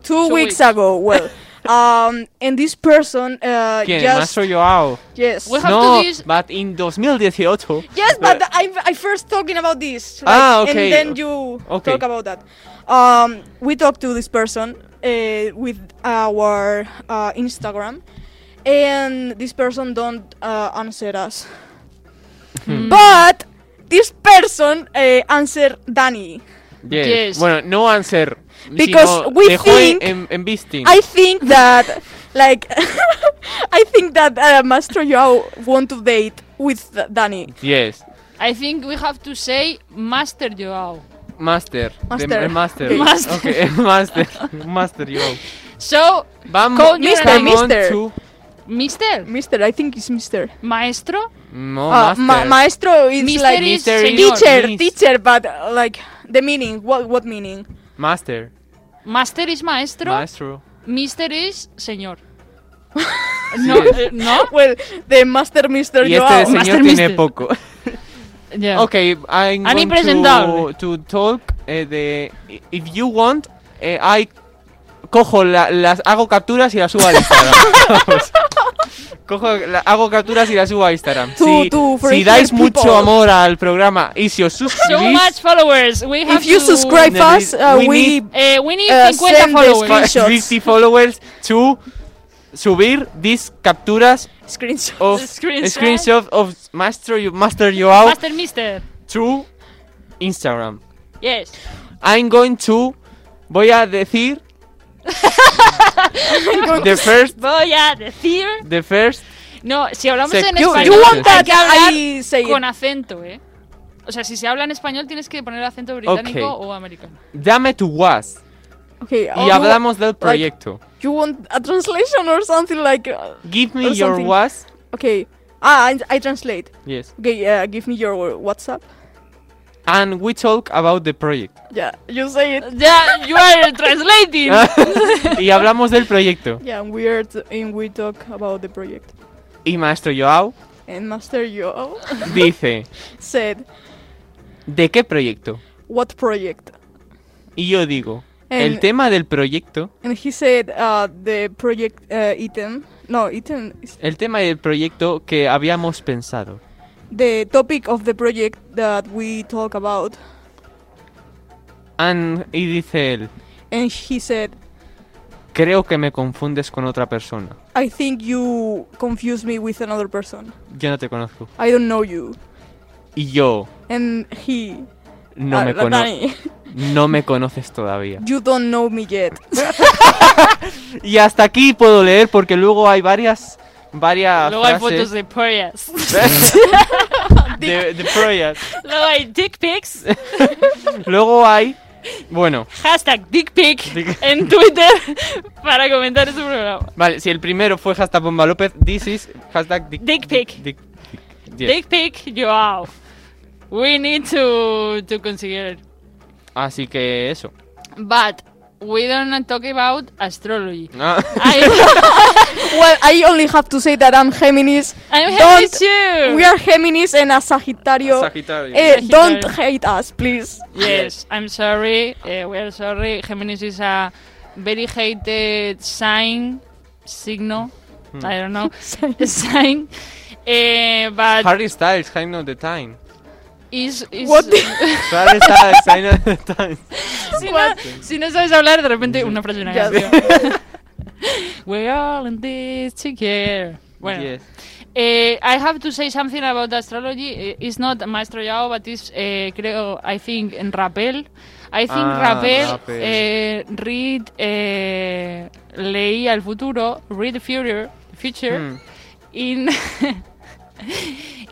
two, weeks,
weeks.
ago. Well, um, and this person uh,
¿Quién?
just
Maestro Joao.
yes,
We have
No,
to do this.
but in 2018.
yes, but I I first talking about this. Like,
Ah,
And
okay.
then you
Okay.
talk about that. Um, we talked to this person uh, with our uh, Instagram. and this person don't uh, answer us.
Hmm.
But this person uh, answer Danny.
Yes.
Yes.
Bueno, no answer.
Because
sino
we
dejó
think-
en, en Beasting.
I think that like I think that uh, Master Yao want to date with Danny.
Yes.
I think we have to say Master Joao.
Master.
Master.
The- eh, master.
Okay.
Master.
Okay, master. Master, yo.
So,
Vamos.
Con- Mister,
vamos
mister.
to-
Mister,
Mister, I think it's Mister.
Maestro,
Uh,
No, Oh, master.
ma- maestro is
Mister
like
is
Mister is-
señor.
teacher,
Miss.
teacher, but uh, like the meaning. What what meaning?
master.
Master is maestro,
Maestro.
Mister is señor. no,
Yes.
eh, no.
Well, the Master Mister
Y
Joao.
este
Master
señor tiene
mister.
poco.
Yeah.
Okay, I'm
Ani
going to,
presentable.
to talk eh, de if you want eh, I cojo la- las hago capturas y las subo a Instagram. Vamos. cojo la- hago capturas y las subo a Instagram.
To-
si
to
si
friendly
dais
people.
mucho amor al programa y si os
So much
suscribís
followers. We have
If you
to-
subscribe
Then there
us,
is-
uh,
we
we
Eh, we need
Uh,
50
send the
followers.
screen- screenshots.
50 followers to subir these capturas
screenshot.
of
Screenshot.
screenshot of Master Master Joao
Master Mister.
to Instagram.
Yes.
I'm going to. Voy a decir. the first.
Voy a decir.
The first.
No, si hablamos
Se-
en
you-
español.
you want
hay
that
que hablar
I say it.
con acento, ¿eh? O sea, si se habla en español tienes que poner acento británico
Ok.
o americano.
Dame tu was.
Okay.
Y
you-
hablamos del
Oh, like-
proyecto.
You want a translation or something like? Uh,
Give me
or
your
something.
was.
okay. Ah, I, I translate.
Yes.
Okay. Yeah. Give me your WhatsApp.
And we talk about the project.
Yeah. You say it.
Ya, you are translating.
Ah, y hablamos del proyecto.
Yeah. And we are t- and we talk about the project.
Y Maestro Joao
And Master Yo
dice:
said,
¿De qué proyecto?
"What project?"
Y yo digo: El
En-
tema del proyecto.
And he said, uh, "The project uh, item. No, item. Is
El tema del proyecto que habíamos pensado.
the topic of the project that we talk about."
And, y dice él:
And he said,
Creo que me confundes con otra persona.
I think you confuse me with another person.
Yo no te conozco.
I don't know you.
Y yo,
And he.
no
uh,
me
like
conozco.
Danny,
No me conoces todavía.
You don't know me yet.
Y hasta aquí puedo leer porque luego hay varias varias
Luego hay
frases
fotos de pollas.
de, de Proyas.
Luego hay dick pics.
Luego hay bueno,
Hashtag dick pic
Dick-
en Twitter para comentar este programa.
vale, si el primero fue hashtag Bomba López, this is hashtag dick,
Dick pic.
dick- yes.
Dick pic, Joao. We need to, to consider it.
Así que eso.
But we don't talk about astrology.
Ah,
I,
well, I only have to say that I'm Géminis.
I'm here
Don't-
with you.
We are Géminis and a Sagittario.
Sagitario.
Eh,
Sagitario.
don't hate us, please.
Yes, I'm sorry. Uh, we are sorry. Géminis is a very hated sign, signo.
Hmm.
I don't know. sign. Eh, but
Harry Styles, I know the time.
is, is
What the-
Harry Styles, I know the time.
si, no, si no sabes hablar, de repente una frase una
Mm-hmm. Ya
canción. We're all in this together. Bueno,
Yes.
eh, I have to say something about astrology. Eh, It's not Maestro Yao, but it's, eh, creo, I think, en Rappel. I think
Ah,
Rappel,
Rappel.
eh, read, eh, leía el futuro, read the future, future
Hmm.
in...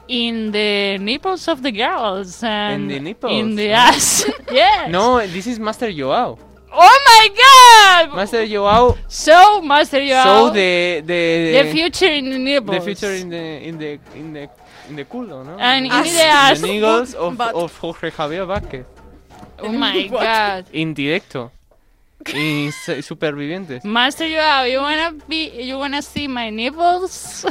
In the nipples of the girls and
the nipples,
in the
¿no?
ass. yes.
No, this is Master Joao.
Oh my god!
Master Joao
so, Master Yo.
So the the
the future in the nipples.
the future in the in the in the in the culo, ¿no?
And in
in
the ass.
the niggles of,
But-
of Jorge Javier Vázquez.
Oh my
What?
god.
En directo. Y se- supervivientes.
Master Yo, you wanna be, you wanna see my nipples?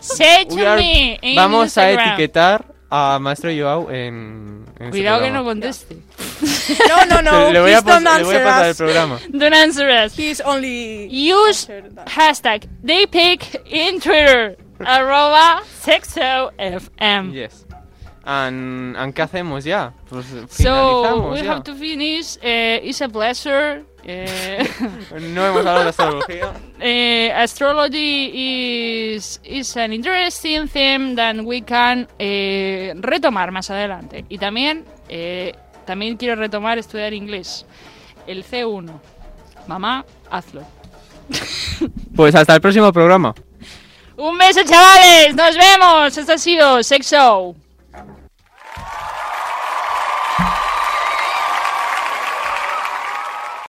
Say to
We are-
me in
vamos a
Instagram.
etiquetar a Maestro Joao en, en este
Cuidado que no
programa.
conteste.
No, no, no.
Le- le voy, a
please don't
pas- le voy a
answer
pasar el
us.
programa.
Don't answer us.
He's only.
Use
Answer that.
hashtag they pick in Twitter. arroba sexofm.
Yes. And, and ¿qué hacemos ya? Pues
So
finalizamos
we
ya.
have to finish. eh, it's a pleasure. eh,
No hemos hablado de astrología.
eh, astrology is, is an interesting theme that we can eh, retomar más adelante. Y también, eh, también quiero retomar estudiar inglés. El C1. Mamá, hazlo.
Pues hasta el próximo programa.
Un beso, chavales. Nos vemos. Esto ha sido Sexo.